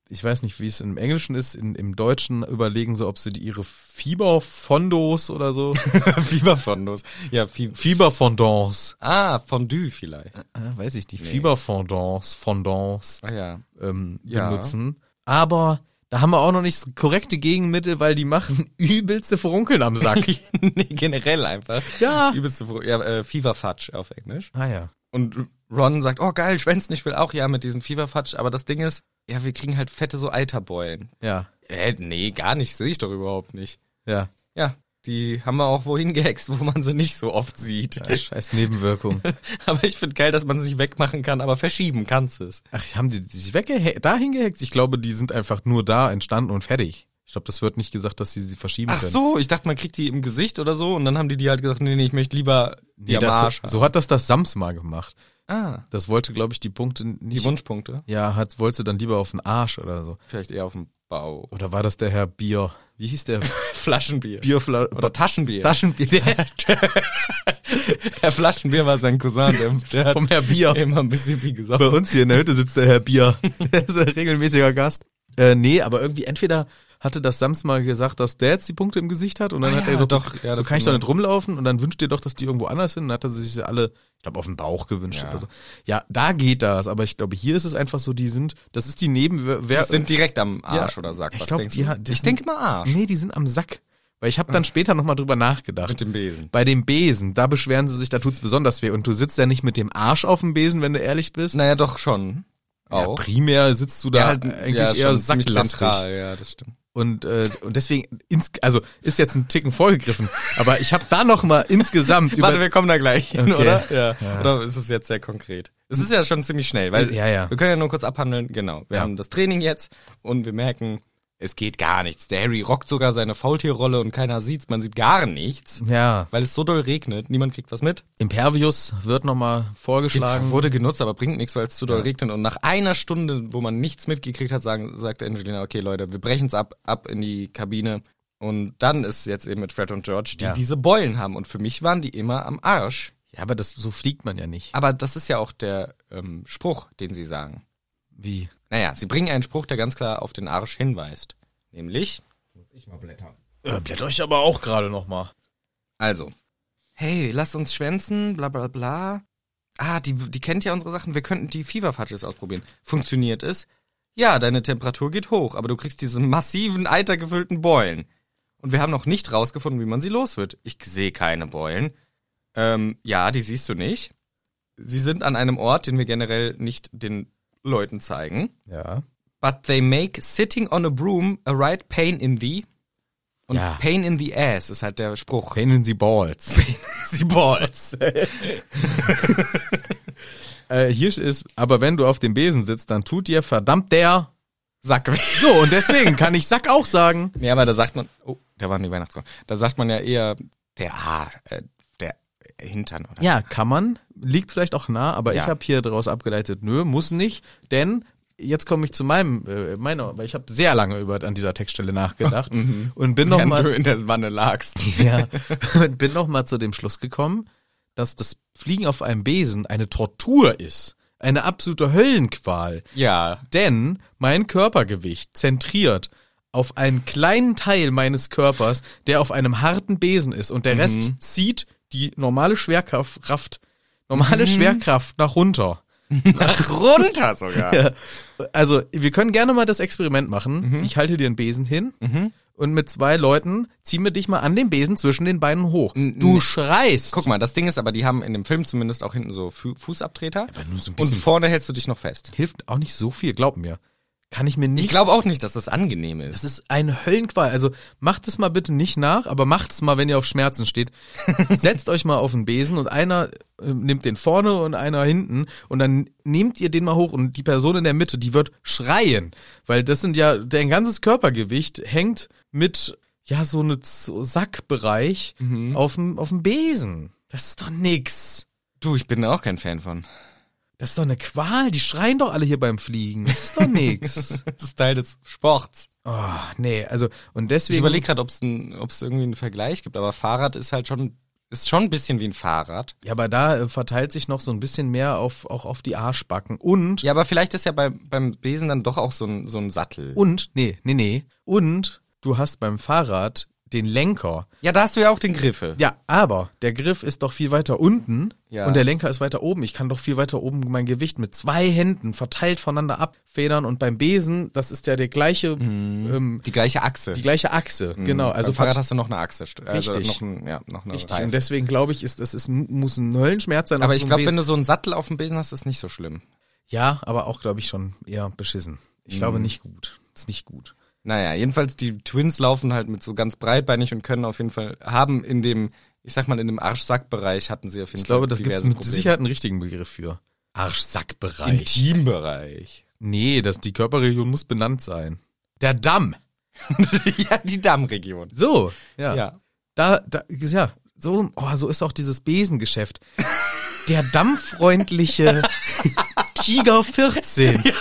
Speaker 2: ich weiß nicht, wie es im Englischen ist. In, Im Deutschen überlegen sie, ob sie die, ihre Fieberfondos
Speaker 1: (laughs)
Speaker 2: oder so.
Speaker 1: Fieberfondos. Ja, Fie
Speaker 2: Fieberfondants.
Speaker 1: Ah, Fondue vielleicht.
Speaker 2: Äh, weiß ich nicht.
Speaker 1: Nee.
Speaker 2: Fieberfondants, Fondants
Speaker 1: Ah ja. (laughs)
Speaker 2: ähm,
Speaker 1: Ja.
Speaker 2: benutzen. Aber da haben wir auch noch nicht das korrekte Gegenmittel, weil die machen (laughs) übelste Verunkeln
Speaker 1: (laughs)
Speaker 2: am Sack.
Speaker 1: nee, generell einfach.
Speaker 2: Ja.
Speaker 1: Übelste, Fro- ja, äh, Fever Fudge auf Englisch.
Speaker 2: ah ja.
Speaker 1: Und Ron sagt, oh geil, Schwänzen, ich will auch ja mit diesen Fieberfatsch, aber das Ding ist, ja, wir kriegen halt fette so Eiterbeulen.
Speaker 2: Ja.
Speaker 1: Äh, nee, gar nicht, sehe ich doch überhaupt nicht.
Speaker 2: Ja.
Speaker 1: Ja, die haben wir auch wohin gehext, wo man sie nicht so oft sieht.
Speaker 2: Scheiß Nebenwirkung.
Speaker 1: (laughs) aber ich finde geil, dass man sie nicht wegmachen kann, aber verschieben kannst es.
Speaker 2: Ach, haben die sich weggehe da hingehackt? Ich glaube, die sind einfach nur da entstanden und fertig. Ich glaube, das wird nicht gesagt, dass sie sie verschieben
Speaker 1: Ach
Speaker 2: können.
Speaker 1: so, ich dachte, man kriegt die im Gesicht oder so und dann haben die die halt gesagt, nee, nee, ich möchte lieber die
Speaker 2: Nee,
Speaker 1: am
Speaker 2: das,
Speaker 1: Arsch.
Speaker 2: so hat das das Sams mal gemacht.
Speaker 1: haben. Ah,
Speaker 2: Das wollte, glaube ich, die Punkte
Speaker 1: die
Speaker 2: nicht.
Speaker 1: Wunschpunkte.
Speaker 2: ja, hat, wollte dann lieber auf den Arsch oder so.
Speaker 1: Vielleicht eher auf dem Bau.
Speaker 2: Oder war das der Herr Bier? Wie hieß der?
Speaker 1: (laughs) Flaschenbier.
Speaker 2: Bierfla
Speaker 1: Oder Taschenbier. (laughs)
Speaker 2: Taschenbier.
Speaker 1: Herr Flaschenbier war sein Cousin, der, (laughs) der hat
Speaker 2: vom Herr Bier.
Speaker 1: immer ein bisschen viel gesagt.
Speaker 2: Bei uns hier in der Hütte sitzt der
Speaker 1: (laughs)
Speaker 2: Herr Bier. der ist ein regelmäßiger Gast. Äh, nee, aber irgendwie entweder hatte das Sams mal gesagt, dass der jetzt die Punkte im Gesicht hat und dann
Speaker 1: Ah
Speaker 2: hat
Speaker 1: ja,
Speaker 2: er gesagt,
Speaker 1: doch,
Speaker 2: doch,
Speaker 1: ja,
Speaker 2: so
Speaker 1: das
Speaker 2: kann ich doch
Speaker 1: kann
Speaker 2: nicht rumlaufen und dann wünscht ihr doch, dass die irgendwo anders sind. Und dann hat er sich sie alle, ich glaube, auf den Bauch gewünscht.
Speaker 1: Ja.
Speaker 2: Ja. Oder so. ja, da geht das, aber ich glaube, hier ist es einfach so, die sind, das ist die
Speaker 1: Die
Speaker 2: Nebenwirkung.
Speaker 1: sind direkt am Arsch
Speaker 2: Ja,
Speaker 1: oder Sack.
Speaker 2: ich
Speaker 1: Was
Speaker 2: glaub,
Speaker 1: denkst
Speaker 2: die
Speaker 1: du?
Speaker 2: hat- die
Speaker 1: ich
Speaker 2: sind-
Speaker 1: denke mal Arsch.
Speaker 2: Nee, die sind am Sack. Weil ich habe dann später nochmal drüber nachgedacht.
Speaker 1: Mit dem Besen.
Speaker 2: Bei Ah. dem Besen, da beschweren sie sich, da tut's besonders weh. Und du sitzt ja nicht mit dem Arsch auf dem Besen, wenn du ehrlich bist.
Speaker 1: Naja, doch schon.
Speaker 2: Ja, primär sitzt du da halt eigentlich eher sacklastig.
Speaker 1: Ja, das stimmt.
Speaker 2: Und, äh, und deswegen, ins, also ist jetzt ein Ticken vorgegriffen, aber ich habe da noch mal insgesamt über... (laughs)
Speaker 1: Warte, wir kommen da gleich hin,
Speaker 2: Okay.
Speaker 1: oder? Ja.
Speaker 2: Ja.
Speaker 1: Oder ist es jetzt sehr konkret? Es ist ja schon ziemlich schnell, weil
Speaker 2: Ja, ja.
Speaker 1: wir können ja nur kurz abhandeln. Genau, wir
Speaker 2: Ja.
Speaker 1: haben das Training jetzt und wir merken, es geht gar nichts. Der Harry rockt sogar seine Faultierrolle und keiner sieht's, man sieht gar nichts,
Speaker 2: Ja.
Speaker 1: weil es so doll regnet, niemand kriegt was mit.
Speaker 2: Impervious wird nochmal vorgeschlagen.
Speaker 1: Wurde genutzt, aber bringt nichts, weil es zu doll regnet. Und nach einer Stunde, wo man nichts mitgekriegt hat, sagen, sagt Angelina, okay Leute, wir brechen's ab, ab in die Kabine. Und dann ist es jetzt eben mit Fred und George, die
Speaker 2: Ja.
Speaker 1: diese Beulen haben. Und für mich waren die immer am Arsch.
Speaker 2: Ja, aber das, so fliegt man ja nicht.
Speaker 1: Aber das ist ja auch der ähm, Spruch, den sie sagen.
Speaker 2: Wie?
Speaker 1: Naja, sie bringen einen Spruch, der ganz klar auf den Arsch hinweist. Nämlich,
Speaker 2: Äh, blätter ich aber auch gerade nochmal.
Speaker 1: also, hey, lass uns schwänzen, bla bla bla. Ah, die, die kennt ja unsere Sachen, wir könnten die Fever Fudges ausprobieren. Funktioniert es? Ja, deine Temperatur geht hoch, aber du kriegst diese massiven, eitergefüllten Beulen. Und wir haben noch nicht rausgefunden, wie man sie los wird. Ich sehe keine Beulen. Ähm, ja, die siehst du nicht. Sie sind an einem Ort, den wir generell nicht den Leuten zeigen.
Speaker 2: Ja.
Speaker 1: But they make sitting on a broom a right pain in the. Und
Speaker 2: Ja.
Speaker 1: pain in the ass ist halt der Spruch.
Speaker 2: Pain in the balls.
Speaker 1: Sie balls.
Speaker 2: äh, hier ist, aber wenn du auf dem Besen sitzt, dann tut dir verdammt der
Speaker 1: Sack.
Speaker 2: So, und deswegen kann ich Sack auch sagen.
Speaker 1: (laughs) Ja, aber da sagt man, oh, da waren die Weihnachtskorn. Da sagt man ja eher der Haar, äh, der Hintern oder
Speaker 2: Ja, kann man. Liegt vielleicht auch nah, aber
Speaker 1: Ja.
Speaker 2: ich habe hier daraus abgeleitet, nö, muss nicht, denn jetzt komme ich zu meinem, äh, meiner, weil ich habe sehr lange über an dieser Textstelle
Speaker 1: (laughs)
Speaker 2: nachgedacht und bin
Speaker 1: wenn Mhm. du
Speaker 2: nochmal
Speaker 1: in der Wanne lagst.
Speaker 2: (laughs) ja, und bin noch mal zu dem Schluss gekommen, dass das Fliegen auf einem Besen eine Tortur ist. Eine absolute Höllenqual.
Speaker 1: Ja.
Speaker 2: Denn mein Körpergewicht zentriert auf einen kleinen Teil meines Körpers, der auf einem harten Besen ist und der Rest zieht die normale Schwerkraft, Kraft- normale Schwerkraft nach runter.
Speaker 1: Nach runter sogar.
Speaker 2: Also, wir können gerne mal das Experiment machen. Ich halte dir einen Besen hin und mit zwei Leuten ziehen wir dich mal an den Besen zwischen den Beinen hoch. Du schreist.
Speaker 1: Guck mal, das Ding ist aber, die haben in dem Film zumindest auch hinten so Fu Fußabtreter.
Speaker 2: Aber nur so ein
Speaker 1: Und
Speaker 2: bisschen.
Speaker 1: vorne hältst du dich noch fest.
Speaker 2: hilft auch nicht so viel, glaub mir. Kann ich mir nicht.
Speaker 1: Ich glaube auch nicht, dass das angenehm ist.
Speaker 2: das ist eine Höllenqual. Also macht es mal bitte nicht nach, aber macht es mal, wenn ihr auf Schmerzen steht. Setzt euch mal auf den Besen und einer äh, nimmt den vorne und einer hinten und dann nehmt ihr den mal hoch und die Person in der Mitte, die wird schreien, weil das sind ja dein ganzes Körpergewicht hängt mit ja so einem Sackbereich auf dem auf dem Besen. Das ist doch nix.
Speaker 1: Du, ich bin da auch kein Fan von.
Speaker 2: Das ist doch eine Qual, die schreien doch alle hier beim Fliegen. Das ist doch nix.
Speaker 1: Das ist Teil des Sports.
Speaker 2: Oh, nee, also und deswegen
Speaker 1: Ich überlege gerade, ob es irgendwie einen Vergleich gibt, aber Fahrrad ist halt schon, ist schon ein bisschen wie ein Fahrrad.
Speaker 2: Ja, aber da äh, verteilt sich noch so ein bisschen mehr auf, auch auf die Arschbacken. Und,
Speaker 1: Ja, aber vielleicht ist ja bei, beim Besen dann doch auch so ein, so ein Sattel.
Speaker 2: und, nee, nee, nee. Und du hast beim Fahrrad den Lenker.
Speaker 1: ja, da hast du ja auch den Griffel.
Speaker 2: Ja, aber der Griff ist doch viel weiter unten
Speaker 1: Ja.
Speaker 2: und der Lenker ist weiter oben. Ich kann doch viel weiter oben mein Gewicht mit zwei Händen verteilt voneinander abfedern und beim Besen, das ist ja der gleiche, ähm,
Speaker 1: Die gleiche Achse.
Speaker 2: die gleiche Achse. Genau, also
Speaker 1: Mhm. beim Fahrrad hast du noch eine Achse. st- Also
Speaker 2: Richtig.
Speaker 1: Noch ein, ja, noch eine
Speaker 2: richtig.
Speaker 1: Reifen.
Speaker 2: Und deswegen glaube ich, ist, das ist, ein- muss ein Höllenschmerz sein.
Speaker 1: aber
Speaker 2: auf
Speaker 1: ich
Speaker 2: so einem
Speaker 1: glaube,
Speaker 2: Besen.
Speaker 1: wenn du so einen Sattel auf dem Besen hast, ist nicht so schlimm.
Speaker 2: Ja, aber auch, glaube ich, schon eher beschissen. Ich
Speaker 1: Mhm.
Speaker 2: glaube, nicht gut. Ist nicht gut.
Speaker 1: Naja, jedenfalls die Twins laufen halt mit so ganz breitbeinig und können auf jeden Fall, haben in dem, ich sag mal, in dem Arschsackbereich hatten sie auf jeden
Speaker 2: Ich glaube,
Speaker 1: Fall
Speaker 2: das gibt
Speaker 1: diverse
Speaker 2: mit
Speaker 1: Probleme.
Speaker 2: Sicherheit einen richtigen Begriff für. Arschsackbereich.
Speaker 1: Intimbereich.
Speaker 2: (laughs) Nee, das, die Körperregion muss benannt sein. Der Damm.
Speaker 1: ja, die Dammregion.
Speaker 2: So. Ja.
Speaker 1: Ja.
Speaker 2: Da, da, ja. So, oh, so ist auch dieses Besengeschäft. Der
Speaker 1: (laughs)
Speaker 2: dammfreundliche Tiger 14.
Speaker 1: (laughs)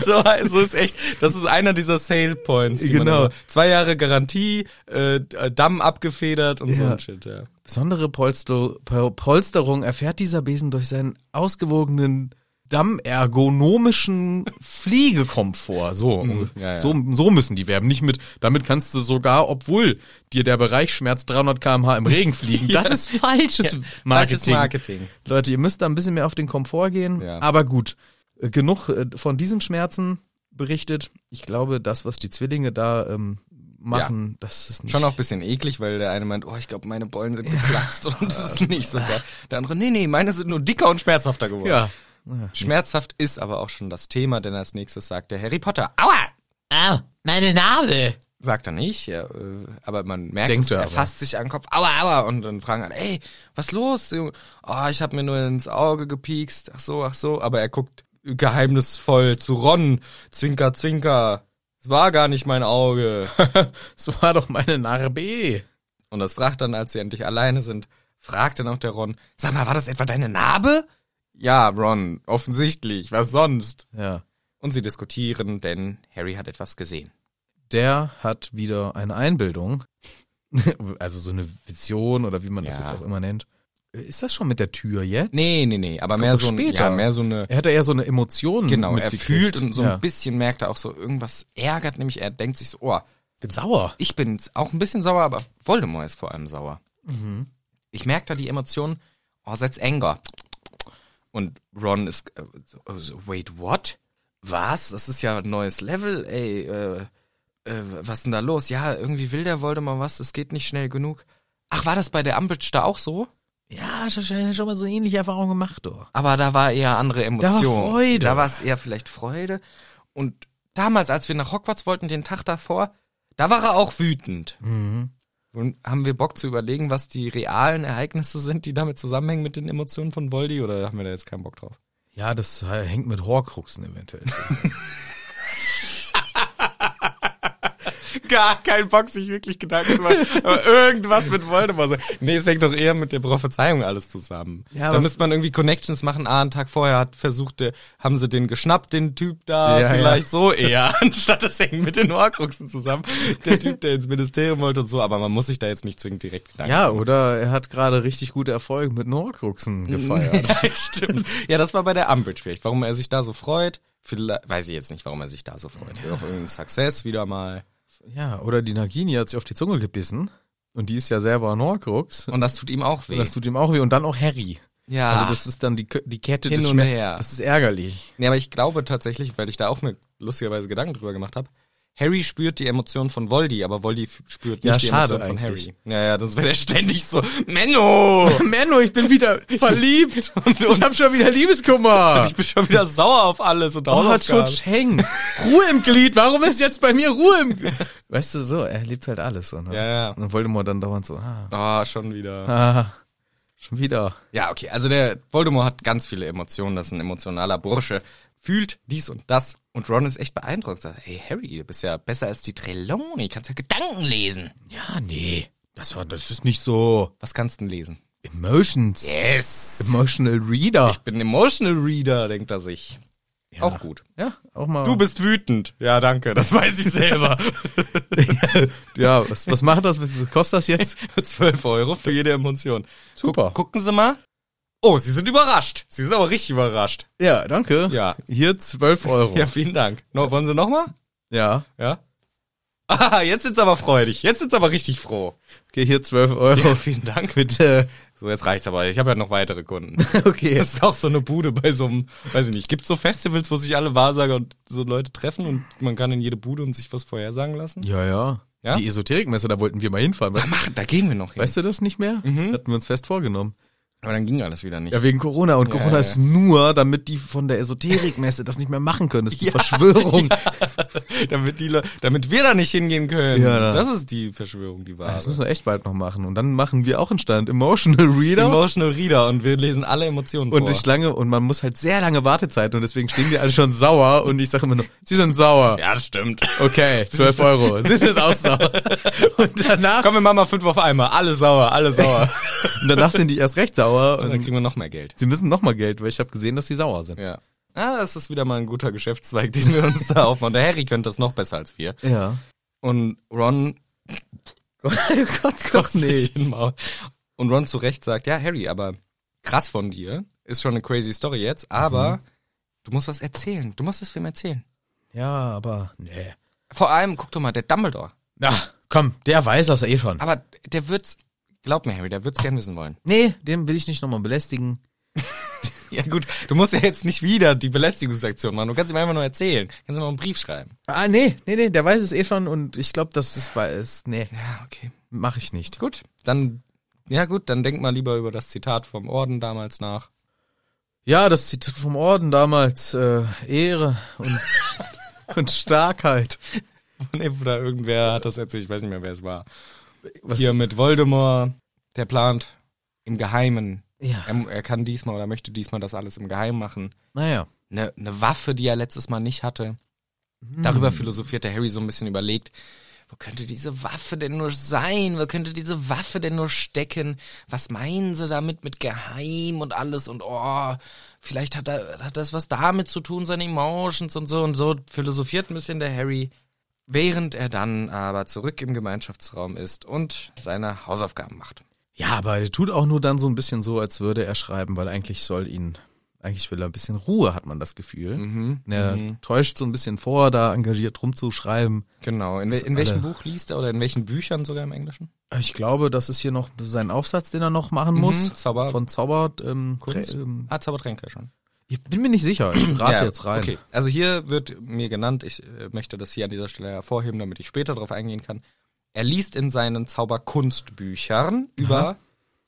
Speaker 1: So, so ist echt, das ist einer dieser Sale Points. die man
Speaker 2: Genau.
Speaker 1: immer- Zwei Jahre Garantie, äh, Damm abgefedert und so
Speaker 2: Ja.
Speaker 1: ein Shit, ja.
Speaker 2: Besondere Polster, Pol- Polsterung erfährt dieser Besen durch seinen ausgewogenen
Speaker 1: (laughs)
Speaker 2: dammergonomischen Fliegekomfort. So,
Speaker 1: Hm, ja, ja.
Speaker 2: so, so müssen die werben. Nicht mit, damit kannst du sogar, obwohl dir der Bereich schmerzt, 300 km/h im
Speaker 1: (laughs)
Speaker 2: Regen fliegen. Das ist falsches Marketing.
Speaker 1: Falsches Marketing.
Speaker 2: Leute, ihr müsst da ein bisschen mehr auf den Komfort gehen.
Speaker 1: Ja.
Speaker 2: Aber gut, äh, genug äh, von diesen Schmerzen berichtet. Ich glaube, das, was die Zwillinge da ähm, machen, das ist nicht
Speaker 1: Schon auch ein bisschen eklig, weil der eine meint, oh, ich glaube, meine Beulen sind geplatzt und das ist
Speaker 2: (laughs)
Speaker 1: nicht so geil. Der andere, nee, nee, meine sind nur dicker und schmerzhafter geworden.
Speaker 2: Ja.
Speaker 1: Schmerzhaft ist aber auch schon das Thema, denn als nächstes sagt der Harry Potter, aua!
Speaker 3: Au, meine Nase.
Speaker 1: sagt er nicht, ja, äh, aber man merkt,
Speaker 2: Denkt
Speaker 1: es,
Speaker 2: er
Speaker 1: er
Speaker 2: aber.
Speaker 1: fasst sich an den Kopf, aua, aua, und dann fragen alle, ey, was los, Junge? Oh, ich hab mir nur ins Auge gepiekst, ach so, ach so, aber er guckt geheimnisvoll zu Ron, zwinker, zwinker, es war gar nicht mein Auge.
Speaker 2: Das war doch meine Narbe.
Speaker 1: und das fragt dann, als sie endlich alleine sind, fragt dann auch der Ron, sag mal, war das etwa deine Narbe? Ja, Ron, offensichtlich, was sonst?
Speaker 2: Ja.
Speaker 1: Und sie diskutieren, denn Harry hat etwas gesehen.
Speaker 2: Der hat wieder eine Einbildung. (laughs) Also so eine Vision oder wie man das
Speaker 1: Ja.
Speaker 2: jetzt auch immer nennt. Ist das schon mit der Tür jetzt?
Speaker 1: Nee, nee, nee, aber
Speaker 2: kommt
Speaker 1: mehr
Speaker 2: doch
Speaker 1: so, ein,
Speaker 2: später.
Speaker 1: ja, mehr so eine
Speaker 2: Er hat da eher so eine Emotion.
Speaker 1: Genau, er
Speaker 2: mitgekriegt.
Speaker 1: fühlt und so
Speaker 2: ja.
Speaker 1: ein bisschen merkt er auch so, irgendwas ärgert nämlich, er denkt sich so, oh,
Speaker 2: bin sauer.
Speaker 1: ich bin auch ein bisschen sauer, aber Voldemort ist vor allem sauer.
Speaker 2: Mhm.
Speaker 1: Ich merke da die Emotion, oh, that's anger. Und Ron ist, äh, so, äh, so, wait, what? Was? Das ist ja ein neues Level, ey, äh, äh, was denn da los? Ja, irgendwie will der Voldemort was, es geht nicht schnell genug. Ach, war das bei der Umbridge da auch so?
Speaker 2: Ja, ich habe schon mal so ähnliche Erfahrungen gemacht, doch.
Speaker 1: Aber da war eher andere
Speaker 2: war
Speaker 1: Emotion.
Speaker 2: Freude.
Speaker 1: Da war es eher vielleicht Freude. Und damals, als wir nach Hogwarts wollten, den Tag davor, da war er auch wütend.
Speaker 2: Mhm.
Speaker 1: Und haben wir Bock zu überlegen, was die realen Ereignisse sind, die damit zusammenhängen mit den Emotionen von Voldy? Oder haben wir da jetzt keinen Bock drauf?
Speaker 2: Ja, das äh, hängt mit Horcruxen eventuell. zusammen.
Speaker 1: Gar keinen Bock, sich wirklich Gedanken zu machen. Aber irgendwas mit Voldemort. so. Nee, es hängt doch eher mit der Prophezeiung alles zusammen.
Speaker 2: Ja,
Speaker 1: da
Speaker 2: aber-
Speaker 1: müsste man irgendwie Connections machen. Ah, einen Tag vorher hat versucht, der- haben sie den geschnappt, den Typ da.
Speaker 2: Ja,
Speaker 1: vielleicht so eher, (laughs) anstatt das hängt mit den Horcruxen zusammen. Der Typ, der ins Ministerium wollte und so. Aber man muss sich da jetzt nicht zwingend direkt Gedanken
Speaker 2: (laughs) ja, oder er hat gerade richtig gute Erfolge mit den Horcruxen gefeiert.
Speaker 1: (laughs) Ja, stimmt. Ja, das war bei der Umbridge vielleicht. Warum er sich da so freut, vielleicht, weiß ich jetzt nicht, warum er sich da so freut. Ja. Auch irgendein Success wieder mal.
Speaker 2: (laughs) ja, oder die Nagini hat sich auf die Zunge gebissen. Und die ist ja selber ein Horcrux.
Speaker 1: Und das tut ihm auch weh.
Speaker 2: Und das tut ihm auch weh. Und dann auch Harry.
Speaker 1: ja.
Speaker 2: Also das ist dann die, Kö- die Kette
Speaker 1: Hin
Speaker 2: des
Speaker 1: und
Speaker 2: Schmer-
Speaker 1: her.
Speaker 2: Das ist ärgerlich. (laughs)
Speaker 1: nee, aber ich glaube tatsächlich, weil ich da auch mir lustigerweise Gedanken drüber gemacht habe, Harry spürt die Emotionen von Voldy, aber Voldy f- spürt nicht
Speaker 2: Ja,
Speaker 1: die
Speaker 2: schade
Speaker 1: Emotionen von
Speaker 2: eigentlich.
Speaker 1: Harry. Ja, ja, das wäre der ständig so, Menno!
Speaker 2: Menno, ich bin wieder (laughs) verliebt.
Speaker 1: Und, und
Speaker 2: Ich habe schon wieder (laughs) Liebeskummer.
Speaker 1: ich bin schon wieder sauer auf alles und
Speaker 2: Oh,
Speaker 1: Hausaufgaben.
Speaker 2: Tutsch, (laughs) häng. Ruhe im Glied. Warum ist jetzt bei mir Ruhe im Glied? (laughs) Weißt du, so, er lebt halt alles. So, ne?
Speaker 1: Ja, ja.
Speaker 2: Und Voldemort dann dauernd so, ah,
Speaker 1: Ah, schon wieder.
Speaker 2: ah, schon wieder.
Speaker 1: Ja, okay. Also der Voldemort hat ganz viele Emotionen. Das ist ein emotionaler Bursche. Fühlt dies und das. Und Ron ist echt beeindruckt. Sagt, hey Harry, du bist ja besser als die Trelawney. Kannst ja Gedanken lesen.
Speaker 2: Ja, nee. Das war, das ist nicht so.
Speaker 1: Was kannst du denn lesen?
Speaker 2: Emotions.
Speaker 1: Yes.
Speaker 2: Emotional Reader.
Speaker 1: Ich bin Emotional Reader, denkt er sich.
Speaker 2: Ja.
Speaker 1: Auch gut.
Speaker 2: Ja, auch mal.
Speaker 1: Du bist wütend. Ja, danke. Das weiß ich selber. (laughs)
Speaker 2: ja, was, was macht das? Was kostet das (laughs) jetzt?
Speaker 1: 12 Euro für jede Emotion.
Speaker 2: Super.
Speaker 1: Guck, gucken Sie mal. Oh, Sie sind überrascht. Sie sind aber richtig überrascht.
Speaker 2: Ja, danke.
Speaker 1: Ja.
Speaker 2: Hier 12 Euro.
Speaker 1: Ja, vielen Dank. No, wollen Sie nochmal?
Speaker 2: ja.
Speaker 1: Ja. (laughs) Ah, jetzt sind's aber freudig. Jetzt sind's aber richtig froh.
Speaker 2: Okay, hier 12 Euro.
Speaker 1: Oh, vielen Dank.
Speaker 2: Bitte.
Speaker 1: So, jetzt reicht's aber. Ich habe ja noch weitere (laughs) Kunden.
Speaker 2: Okay.
Speaker 1: Das ist auch so eine Bude bei so einem, weiß ich nicht, gibt's so Festivals, wo sich alle Wahrsager und so Leute treffen und man kann in jede Bude und sich was vorhersagen lassen?
Speaker 2: Ja, ja.
Speaker 1: Ja?
Speaker 2: Die Esoterikmesse, da wollten wir mal hinfahren. Weißt,
Speaker 1: machen, da gehen wir noch hin.
Speaker 2: weißt du das nicht mehr? Hatten wir uns fest vorgenommen.
Speaker 1: Aber dann ging alles wieder nicht.
Speaker 2: Mhm. Ja, wegen Corona. Und Corona
Speaker 1: ja,
Speaker 2: ist nur, damit die von der Esoterikmesse das nicht mehr machen können. (laughs) Das ist die Verschwörung.
Speaker 1: (laughs) damit die Leute, damit wir da nicht hingehen können.
Speaker 2: Ja, da-
Speaker 1: das ist die Verschwörung, die
Speaker 2: Das
Speaker 1: wahre.
Speaker 2: müssen wir echt bald noch machen. Und dann machen wir auch einen Stand. Emotional Reader.
Speaker 1: Emotional Reader und wir lesen alle Emotionen
Speaker 2: und
Speaker 1: vor.
Speaker 2: ich lange, und man muss halt sehr lange Wartezeiten und deswegen stehen die alle schon sauer und ich sage immer nur, sie sind sauer.
Speaker 1: ja, (laughs) das stimmt.
Speaker 2: Okay, 12 Euro. Sie sind auch sauer. (laughs) Und danach,
Speaker 1: Komm, wir machen mal fünf auf einmal. Alle sauer, alle
Speaker 2: (laughs)
Speaker 1: sauer.
Speaker 2: und danach sind die erst recht sauer
Speaker 1: und dann
Speaker 2: und
Speaker 1: kriegen wir noch mehr Geld.
Speaker 2: sie müssen nochmal Geld, weil ich habe gesehen, dass sie sauer sind.
Speaker 1: Ja. Ah, das ist wieder mal ein guter Geschäftszweig, den wir uns da aufmachen. Der Harry könnte das noch besser als wir.
Speaker 2: Ja.
Speaker 1: Und
Speaker 2: (laughs)
Speaker 1: Ron
Speaker 2: Gott, doch
Speaker 1: sich in den Maul. Und Ron zu Recht sagt, ja, Harry, aber krass von dir. Ist schon eine crazy Story jetzt, aber
Speaker 2: Mhm.
Speaker 1: du musst was erzählen. Du musst es ihm erzählen.
Speaker 2: Ja, aber, nee.
Speaker 1: Vor allem, guck doch mal, der Dumbledore.
Speaker 2: Na, komm, der weiß das eh schon.
Speaker 1: Aber der wird's, glaub mir, Harry, der wird's gern wissen wollen.
Speaker 2: Nee, den will ich nicht nochmal belästigen.
Speaker 1: (laughs) Ja gut, du musst ja jetzt nicht wieder die Belästigungsaktion machen. Du kannst ihm einfach nur erzählen. Du kannst ihm auch einen Brief schreiben.
Speaker 2: Ah, nee, nee, nee, der weiß es eh schon und ich glaube, das ist, weiß, nee,
Speaker 1: Ja, okay.
Speaker 2: mache ich nicht.
Speaker 1: Gut, dann, ja gut, dann denk mal lieber über das Zitat vom Orden damals nach. (laughs)
Speaker 2: Ja, das Zitat (laughs) vom Orden damals, äh, Ehre und, und Starkheit.
Speaker 1: oder irgendwer hat das erzählt, ich weiß nicht mehr, wer es war. Hier mit Voldemort, der plant im Geheimen.
Speaker 2: Ja.
Speaker 1: Er, er kann diesmal oder möchte diesmal das alles im Geheimen machen.
Speaker 2: Naja.
Speaker 1: Eine ne Waffe, die er letztes Mal nicht hatte. Darüber philosophiert der Harry so ein bisschen überlegt, wo könnte diese Waffe denn nur sein? Wo könnte diese Waffe denn nur stecken? Was meinen sie damit mit geheim und alles? Und oh, vielleicht hat, er, hat das was damit zu tun, seine Emotions und so und so. Philosophiert ein bisschen der Harry, während er dann aber zurück im Gemeinschaftsraum ist und seine Hausaufgaben macht.
Speaker 2: Ja, aber er tut auch nur dann so ein bisschen so, als würde er schreiben, weil eigentlich soll ihn, eigentlich will er ein bisschen Ruhe, hat man das Gefühl. Und er täuscht so ein bisschen vor, da engagiert rumzuschreiben.
Speaker 1: Genau. In,
Speaker 2: Das
Speaker 1: in welchem
Speaker 2: alle-
Speaker 1: Buch liest er oder in welchen Büchern sogar im Englischen?
Speaker 2: Ich glaube, das ist hier noch sein Aufsatz, den er noch machen muss.
Speaker 1: Zauber-
Speaker 2: Von Zauber. Ähm,
Speaker 1: Kunst?
Speaker 2: Trä- ähm,
Speaker 1: Ah, Zaubertränke schon.
Speaker 2: ich bin mir nicht sicher. (clears throat) Ich rate
Speaker 1: Ja,
Speaker 2: jetzt rein.
Speaker 1: Okay, also hier wird mir genannt, ich äh, möchte das hier an dieser Stelle hervorheben, damit ich später darauf eingehen kann. Er liest in seinen Zauberkunstbüchern über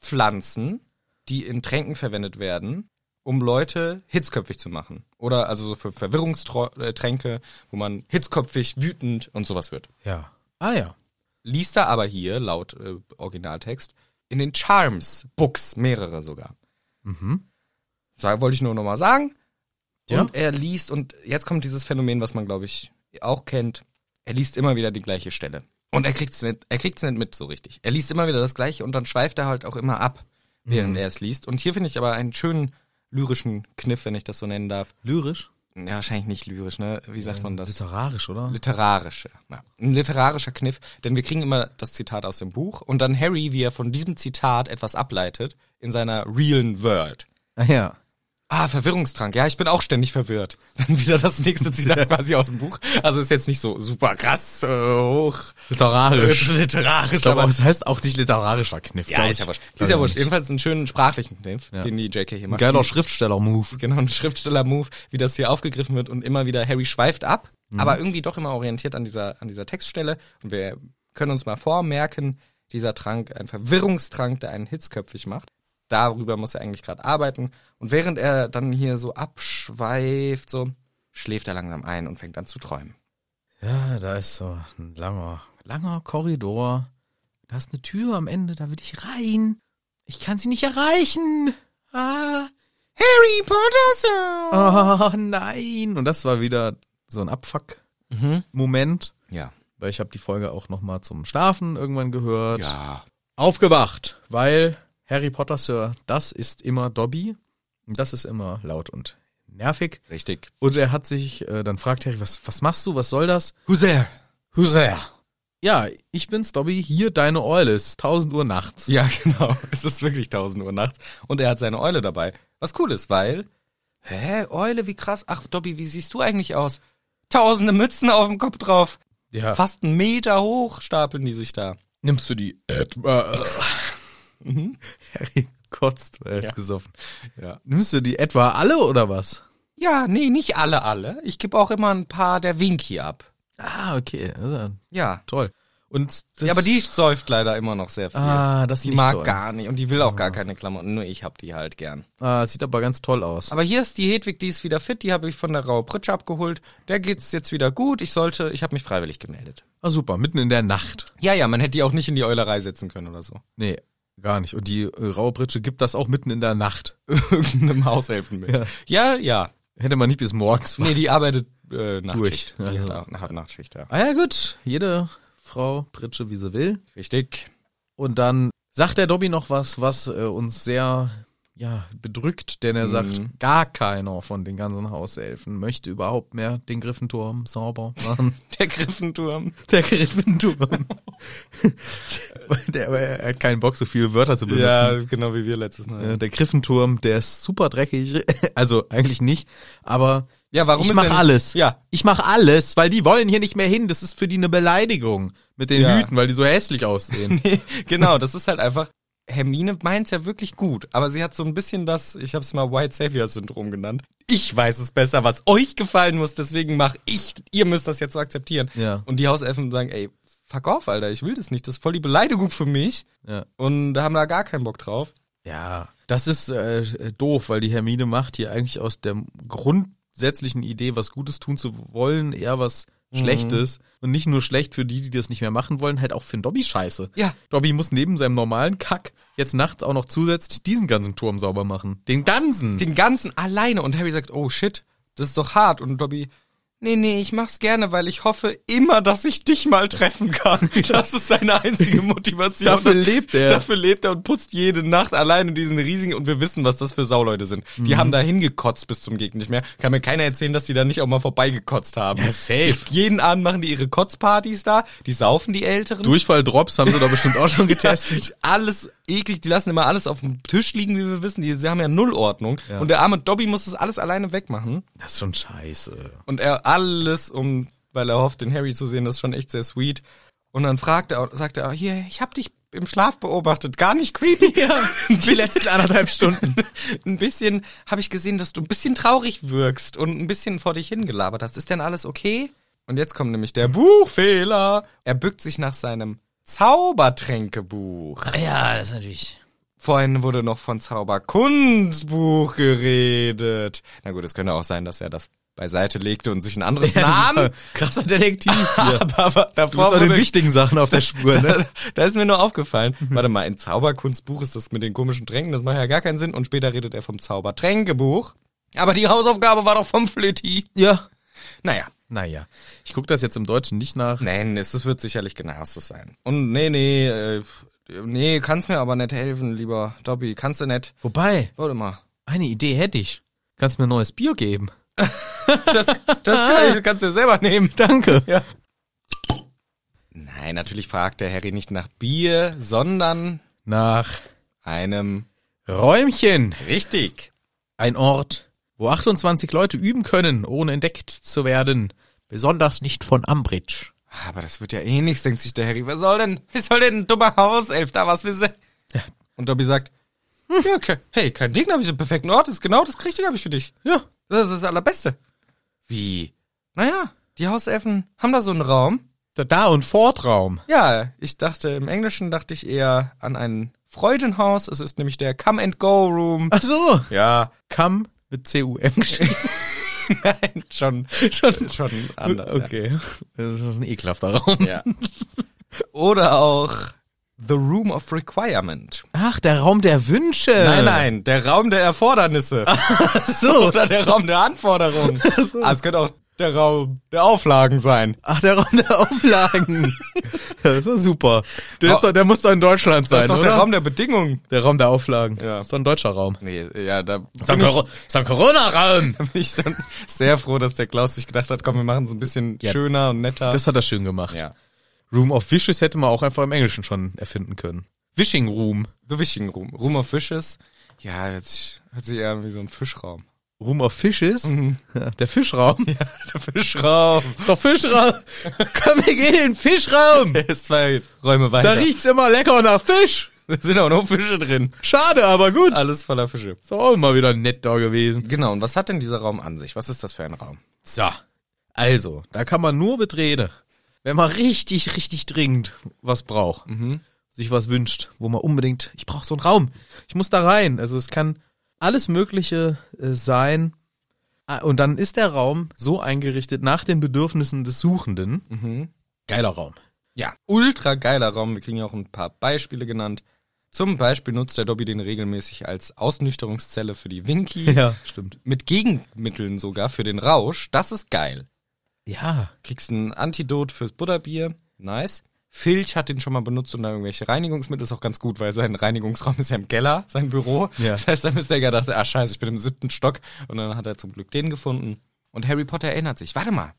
Speaker 1: Pflanzen, die in Tränken verwendet werden, um Leute hitzköpfig zu machen. Oder also so für Verwirrungstränke, wo man hitzköpfig, wütend und sowas wird.
Speaker 2: Ja. Ah ja.
Speaker 1: Liest er aber hier, laut äh, Originaltext, in den Charms, Books, mehrere sogar.
Speaker 2: Mhm.
Speaker 1: Sag, wollte ich nur nochmal sagen.
Speaker 2: Ja.
Speaker 1: Und er liest, und jetzt kommt dieses Phänomen, was man, glaube ich, auch kennt. Er liest immer wieder die gleiche Stelle. Und er kriegt's nicht, er kriegt's nicht mit so richtig. Er liest immer wieder das Gleiche und dann schweift er halt auch immer ab, während
Speaker 2: Mhm.
Speaker 1: er es liest. Und hier finde ich aber einen schönen lyrischen Kniff, wenn ich das so nennen darf.
Speaker 2: Lyrisch?
Speaker 1: Ja, wahrscheinlich nicht lyrisch, ne? Wie sagt man das?
Speaker 2: Literarisch, oder?
Speaker 1: literarische. Ja. Ein literarischer Kniff, denn wir kriegen immer das Zitat aus dem Buch und dann Harry, wie er von diesem Zitat etwas ableitet, in seiner realen World.
Speaker 2: Ah ja.
Speaker 1: Ah, Verwirrungstrank. Ja, ich bin auch ständig verwirrt. (laughs) Dann wieder das nächste Zitat quasi aus dem Buch. Also ist jetzt nicht so super krass äh, hoch
Speaker 2: Literarisch.
Speaker 1: (laughs) literarisch,
Speaker 2: (laughs) Ich glaube,
Speaker 1: aber
Speaker 2: es heißt auch nicht literarischer Kniff.
Speaker 1: ja,
Speaker 2: glaub
Speaker 1: ist
Speaker 2: ich.
Speaker 1: ja wurscht.
Speaker 2: Glaub
Speaker 1: Ist
Speaker 2: ich
Speaker 1: ja
Speaker 2: auch
Speaker 1: wurscht.
Speaker 2: nicht.
Speaker 1: Jedenfalls einen schönen sprachlichen Kniff, den die JK hier macht.
Speaker 2: Geiler Schriftsteller-Move.
Speaker 1: Genau, ein Schriftsteller-Move, wie das hier aufgegriffen wird und immer wieder Harry schweift ab, aber irgendwie doch immer orientiert an dieser, an dieser Textstelle. Und wir können uns mal vormerken, dieser Trank, ein Verwirrungstrank, der einen hitzköpfig macht. Darüber muss er eigentlich gerade arbeiten. Und während er dann hier so abschweift, so schläft er langsam ein und fängt an zu träumen.
Speaker 2: Ja, da ist so ein langer, langer Korridor. Da ist eine Tür am Ende, da will ich rein. Ich kann sie nicht erreichen. Ah,
Speaker 1: Harry Potter!
Speaker 2: oh nein. Und das war wieder so ein Abfuck-Moment,
Speaker 1: Mhm. Ja.
Speaker 2: weil ich habe die Folge auch nochmal zum Schlafen irgendwann gehört.
Speaker 1: Ja.
Speaker 2: Aufgewacht, weil Harry Potter Sir, das ist immer Dobby. Und Das ist immer laut und nervig.
Speaker 1: Richtig.
Speaker 2: Und er hat sich, äh, dann fragt Harry, was, was machst du, was soll das?
Speaker 1: Who's there?
Speaker 2: Who's there? Ja, ich bin's, Dobby, hier deine Eule. Es ist 1000 Uhr nachts.
Speaker 1: (laughs) Ja, genau. Es ist wirklich 1000 Uhr nachts. Und er hat seine Eule dabei. Was cool ist, weil. Hä? Eule, wie krass. Ach, Dobby, wie siehst du eigentlich aus? Tausende Mützen auf dem Kopf drauf.
Speaker 2: Ja.
Speaker 1: Fast einen Meter hoch stapeln die sich da.
Speaker 2: Nimmst du die etwa... Mhm. (laughs) Harry kotzt, weil er
Speaker 1: Ja.
Speaker 2: hat gesoffen.
Speaker 1: Ja.
Speaker 2: Nimmst du die etwa alle oder was?
Speaker 1: Ja, nee, nicht alle, alle. Ich gebe auch immer ein paar der Winky ab.
Speaker 2: Ah, okay. Das ist ja
Speaker 1: Ja.
Speaker 2: toll. Und das,
Speaker 1: ja, aber die säuft leider immer noch sehr viel.
Speaker 2: Ah, das ist
Speaker 1: die
Speaker 2: nicht Ah.
Speaker 1: mag
Speaker 2: toll.
Speaker 1: gar nicht und die will auch gar keine Klamotten. Nur ich hab die halt gern.
Speaker 2: Ah, sieht aber ganz toll aus.
Speaker 1: Aber hier ist die Hedwig, die ist wieder fit. Die habe ich von der Raue Pritsche abgeholt. Der geht's jetzt wieder gut. Ich sollte, ich habe mich freiwillig gemeldet.
Speaker 2: Ah, super, mitten in der Nacht.
Speaker 1: Ja, ja, man hätte die auch nicht in die Eulerei setzen können oder so. (laughs)
Speaker 2: Nee, gar nicht. Und die äh, raue Pritsche gibt das auch mitten in der Nacht.
Speaker 1: Irgendeinem Haushelfen mit.
Speaker 2: Ja.
Speaker 1: Ja, ja.
Speaker 2: Hätte man nicht bis morgens
Speaker 1: Nee, die arbeitet äh, Nachtschicht.
Speaker 2: Durch. Also. Ja,
Speaker 1: Die
Speaker 2: so.
Speaker 1: hat, hat Nachtschicht, ja.
Speaker 2: (laughs) Ah ja, gut. Jede Frau Pritsche, wie sie will.
Speaker 1: Richtig. (laughs)
Speaker 2: Und dann sagt der Dobby noch was, was äh, uns sehr ja, bedrückt, denn er sagt, gar keiner von den ganzen Hauselfen möchte überhaupt mehr den Griffenturm sauber machen. (laughs)
Speaker 1: Der Griffenturm.
Speaker 2: der Griffenturm. (laughs) Weil der, aber er hat keinen Bock, so viele Wörter zu benutzen.
Speaker 1: genau wie wir letztes Mal.
Speaker 2: Äh, Der Griffenturm, der ist super dreckig. (laughs) Also eigentlich nicht, aber
Speaker 1: Ja, warum
Speaker 2: ich
Speaker 1: ist
Speaker 2: mache
Speaker 1: denn-
Speaker 2: alles.
Speaker 1: Ja.
Speaker 2: Ich mache alles, weil die wollen hier nicht mehr hin. Das ist für die eine Beleidigung mit den
Speaker 1: Ja.
Speaker 2: Hüten, weil die so hässlich aussehen.
Speaker 1: (laughs) genau, das ist halt einfach. Hermine meint's ja wirklich gut, aber sie hat so ein bisschen das, ich habe es mal White Savior Syndrom genannt. Ich weiß es besser, was euch gefallen muss, deswegen mach ich, ihr müsst das jetzt so akzeptieren.
Speaker 2: Ja.
Speaker 1: Und die Hauselfen sagen, ey, fuck off, Alter, ich will das nicht, das ist voll die Beleidigung für mich.
Speaker 2: ja.
Speaker 1: Und da haben da gar keinen Bock drauf.
Speaker 2: (laughs) Ja, das ist äh, äh, doof, weil die Hermine macht hier eigentlich aus der grundsätzlichen Idee, was Gutes tun zu wollen, eher was Schlechtes. Und nicht nur schlecht für die, die das nicht mehr machen wollen, halt auch für den Dobby scheiße.
Speaker 1: Ja.
Speaker 2: Dobby muss neben seinem normalen Kack jetzt nachts auch noch zusätzlich diesen ganzen Turm sauber machen. Den ganzen!
Speaker 1: Den ganzen alleine. Und Harry sagt, oh shit, das ist doch hart. Und Dobby, nee, nee, ich mach's gerne, weil ich hoffe immer, dass ich dich mal treffen
Speaker 2: (laughs)
Speaker 1: kann. Das ist seine einzige Motivation.
Speaker 2: Dafür lebt er.
Speaker 1: Dafür lebt er und putzt jede Nacht alleine diesen riesigen, und wir wissen, was das für Sauleute sind.
Speaker 2: Mhm.
Speaker 1: Die haben da hingekotzt bis zum Gegend nicht mehr. Kann mir keiner erzählen, dass die da nicht auch mal vorbeigekotzt haben.
Speaker 2: Ja, safe.
Speaker 1: Jeden Abend machen die ihre Kotzpartys da, die saufen die Älteren.
Speaker 2: Durchfall-Drops haben sie da bestimmt auch (laughs) schon getestet.
Speaker 1: alles eklig, die lassen immer alles auf dem Tisch liegen, wie wir wissen. Die, sie haben ja Nullordnung.
Speaker 2: Ja.
Speaker 1: Und der arme Dobby muss das alles alleine wegmachen.
Speaker 2: Das ist schon scheiße.
Speaker 1: Und er alles um, weil er hofft, den Harry zu sehen, das ist schon echt sehr sweet. Und dann fragt er, sagt er, hier, ich hab dich im Schlaf beobachtet, gar nicht creepy. Ja,
Speaker 2: Die letzten anderthalb Stunden.
Speaker 1: (laughs) ein bisschen habe ich gesehen, dass du ein bisschen traurig wirkst und ein bisschen vor dich hingelabert hast. Ist denn alles okay? Und jetzt kommt nämlich der Buchfehler. Er bückt sich nach seinem Zaubertränkebuch.
Speaker 2: Ja, das ist natürlich.
Speaker 1: Vorhin wurde noch von Zauberkunstbuch geredet. Na gut, es könnte auch sein, dass er das beiseite legte und sich ein
Speaker 2: (laughs)
Speaker 1: anderes
Speaker 2: Namen?
Speaker 1: nahm.
Speaker 2: Krasser Detektiv (laughs) hier.
Speaker 1: Aber, aber
Speaker 2: Du bist
Speaker 1: davor
Speaker 2: auch den
Speaker 1: wurde-
Speaker 2: wichtigen Sachen auf der
Speaker 1: (laughs)
Speaker 2: Spur, (laughs) ne?
Speaker 1: da, da ist mir nur aufgefallen. Warte mal, ein Zauberkunstbuch ist das mit den komischen Tränken, das macht ja gar keinen Sinn. Und später redet er vom Zaubertränkebuch. Aber die Hausaufgabe war doch vom Flöti.
Speaker 2: Ja.
Speaker 1: Naja.
Speaker 2: Naja. Ich gucke das jetzt im Deutschen nicht nach.
Speaker 1: Nein, es es wird sicherlich genaueres sein. Und nee, nee, äh, nee, kannst mir aber nicht helfen, lieber Dobby. Kannst du nicht.
Speaker 2: Wobei,
Speaker 1: Warte mal.
Speaker 2: eine Idee hätte ich. Kannst mir ein neues Bier geben?
Speaker 1: Das, das kann ich, kannst du dir selber nehmen.
Speaker 2: (laughs) Danke. Ja.
Speaker 1: Nein, natürlich fragt der Harry nicht nach Bier, sondern
Speaker 2: Nach
Speaker 1: einem.
Speaker 2: Räumchen.
Speaker 1: Richtig.
Speaker 2: Ein Ort, wo 28 Leute üben können, ohne entdeckt zu werden. Besonders nicht von Ambridge.
Speaker 1: Aber das wird ja eh nichts, denkt sich der Harry. Wer soll denn, wie soll denn ein dummer Hauself da was wissen? Und Dobby sagt, hm, ja, okay. hey, kein Ding, habe ich den perfekten Ort, ist genau das Richtige habe ich für dich.
Speaker 2: Ja.
Speaker 1: Das ist das Allerbeste. Wie? Naja, die Hauselfen haben da so einen Raum.
Speaker 2: Da, da und Fortraum.
Speaker 1: Ja, ich dachte, im Englischen dachte ich eher an ein Freudenhaus. Es ist nämlich der Come-and-Go-Room.
Speaker 2: Ach so.
Speaker 1: Ja,
Speaker 2: Come mit C-U-M geschrieben.
Speaker 1: (laughs) nein, schon,
Speaker 2: (laughs)
Speaker 1: schon, schon anders. ja.
Speaker 2: Äh, Okay. Das ist ein ekelhafter Raum.
Speaker 1: Ja. Oder auch The Room of Requirement.
Speaker 2: Ach, der Raum der Wünsche.
Speaker 1: Nein, nein, der Raum der (laughs) Erfordernisse.
Speaker 2: So.
Speaker 1: Oder der Raum der (laughs) Anforderungen.
Speaker 2: so.
Speaker 1: Ah, es könnte auch der Raum der Auflagen sein.
Speaker 2: Ach, der Raum der Auflagen. das ist doch super. Der,
Speaker 1: Ra-
Speaker 2: ist doch, der muss doch in Deutschland sein,
Speaker 1: Das ist doch
Speaker 2: oder?
Speaker 1: der Raum der Bedingungen.
Speaker 2: der Raum der Auflagen.
Speaker 1: Ja.
Speaker 2: Ist doch ein deutscher Raum.
Speaker 1: Nee, ja, da bin ich,
Speaker 2: ist ein Corona-Raum.
Speaker 1: (laughs) bin ich schon sehr froh, dass der Klaus sich gedacht hat, komm, wir machen es ein bisschen
Speaker 2: Ja.
Speaker 1: schöner und netter.
Speaker 2: Das hat er schön gemacht.
Speaker 1: ja.
Speaker 2: Room of Wishes hätte man auch einfach im Englischen schon erfinden können. Wishing Room.
Speaker 1: The Wishing Room. Room of Fishes. Ja, jetzt hört sich eher wie so ein Fischraum.
Speaker 2: Room of Fishes. Ja, Der Fischraum.
Speaker 1: (laughs) Ja, der Fischraum.
Speaker 2: Mhm. (laughs) Doch Fischraum. Komm, wir gehen in den
Speaker 1: (laughs)
Speaker 2: Fischraum.
Speaker 1: Der ist zwei Räume
Speaker 2: Da
Speaker 1: weiter.
Speaker 2: riecht's immer lecker nach Fisch.
Speaker 1: Da sind auch noch Fische drin.
Speaker 2: Schade, aber gut.
Speaker 1: Alles voller Fische.
Speaker 2: Also, Ist auch mal wieder nett da gewesen.
Speaker 1: Genau, und was hat denn dieser Raum an sich? Was ist das für ein Raum?
Speaker 2: So, also, da kann man nur betreten, wenn man richtig, richtig dringend was braucht, sich was wünscht, wo man unbedingt, ich brauche so einen Raum, ich muss da rein. Also es kann alles Mögliche äh, sein. Ah, Und dann ist der Raum so eingerichtet nach den Bedürfnissen des Suchenden. Geiler Raum.
Speaker 1: Ja, ultra geiler Raum. Wir kriegen ja auch ein paar Beispiele genannt. Zum Beispiel nutzt der Dobby den regelmäßig als Ausnüchterungszelle für die Winky.
Speaker 2: Ja, stimmt.
Speaker 1: Mit Gegenmitteln sogar für den Rausch. Das ist geil.
Speaker 2: Ja.
Speaker 1: Kriegst ein Antidot fürs Butterbier. Nice. Filch hat den schon mal benutzt und da irgendwelche Reinigungsmittel. Ist auch ganz gut, weil sein Reinigungsraum ist ja im Keller, sein Büro.
Speaker 2: Ja.
Speaker 1: Das heißt, da müsste er ja dachte, ah scheiße, ich bin im siebten Stock. Und dann hat er zum Glück den gefunden. Und Harry Potter erinnert sich. Warte mal,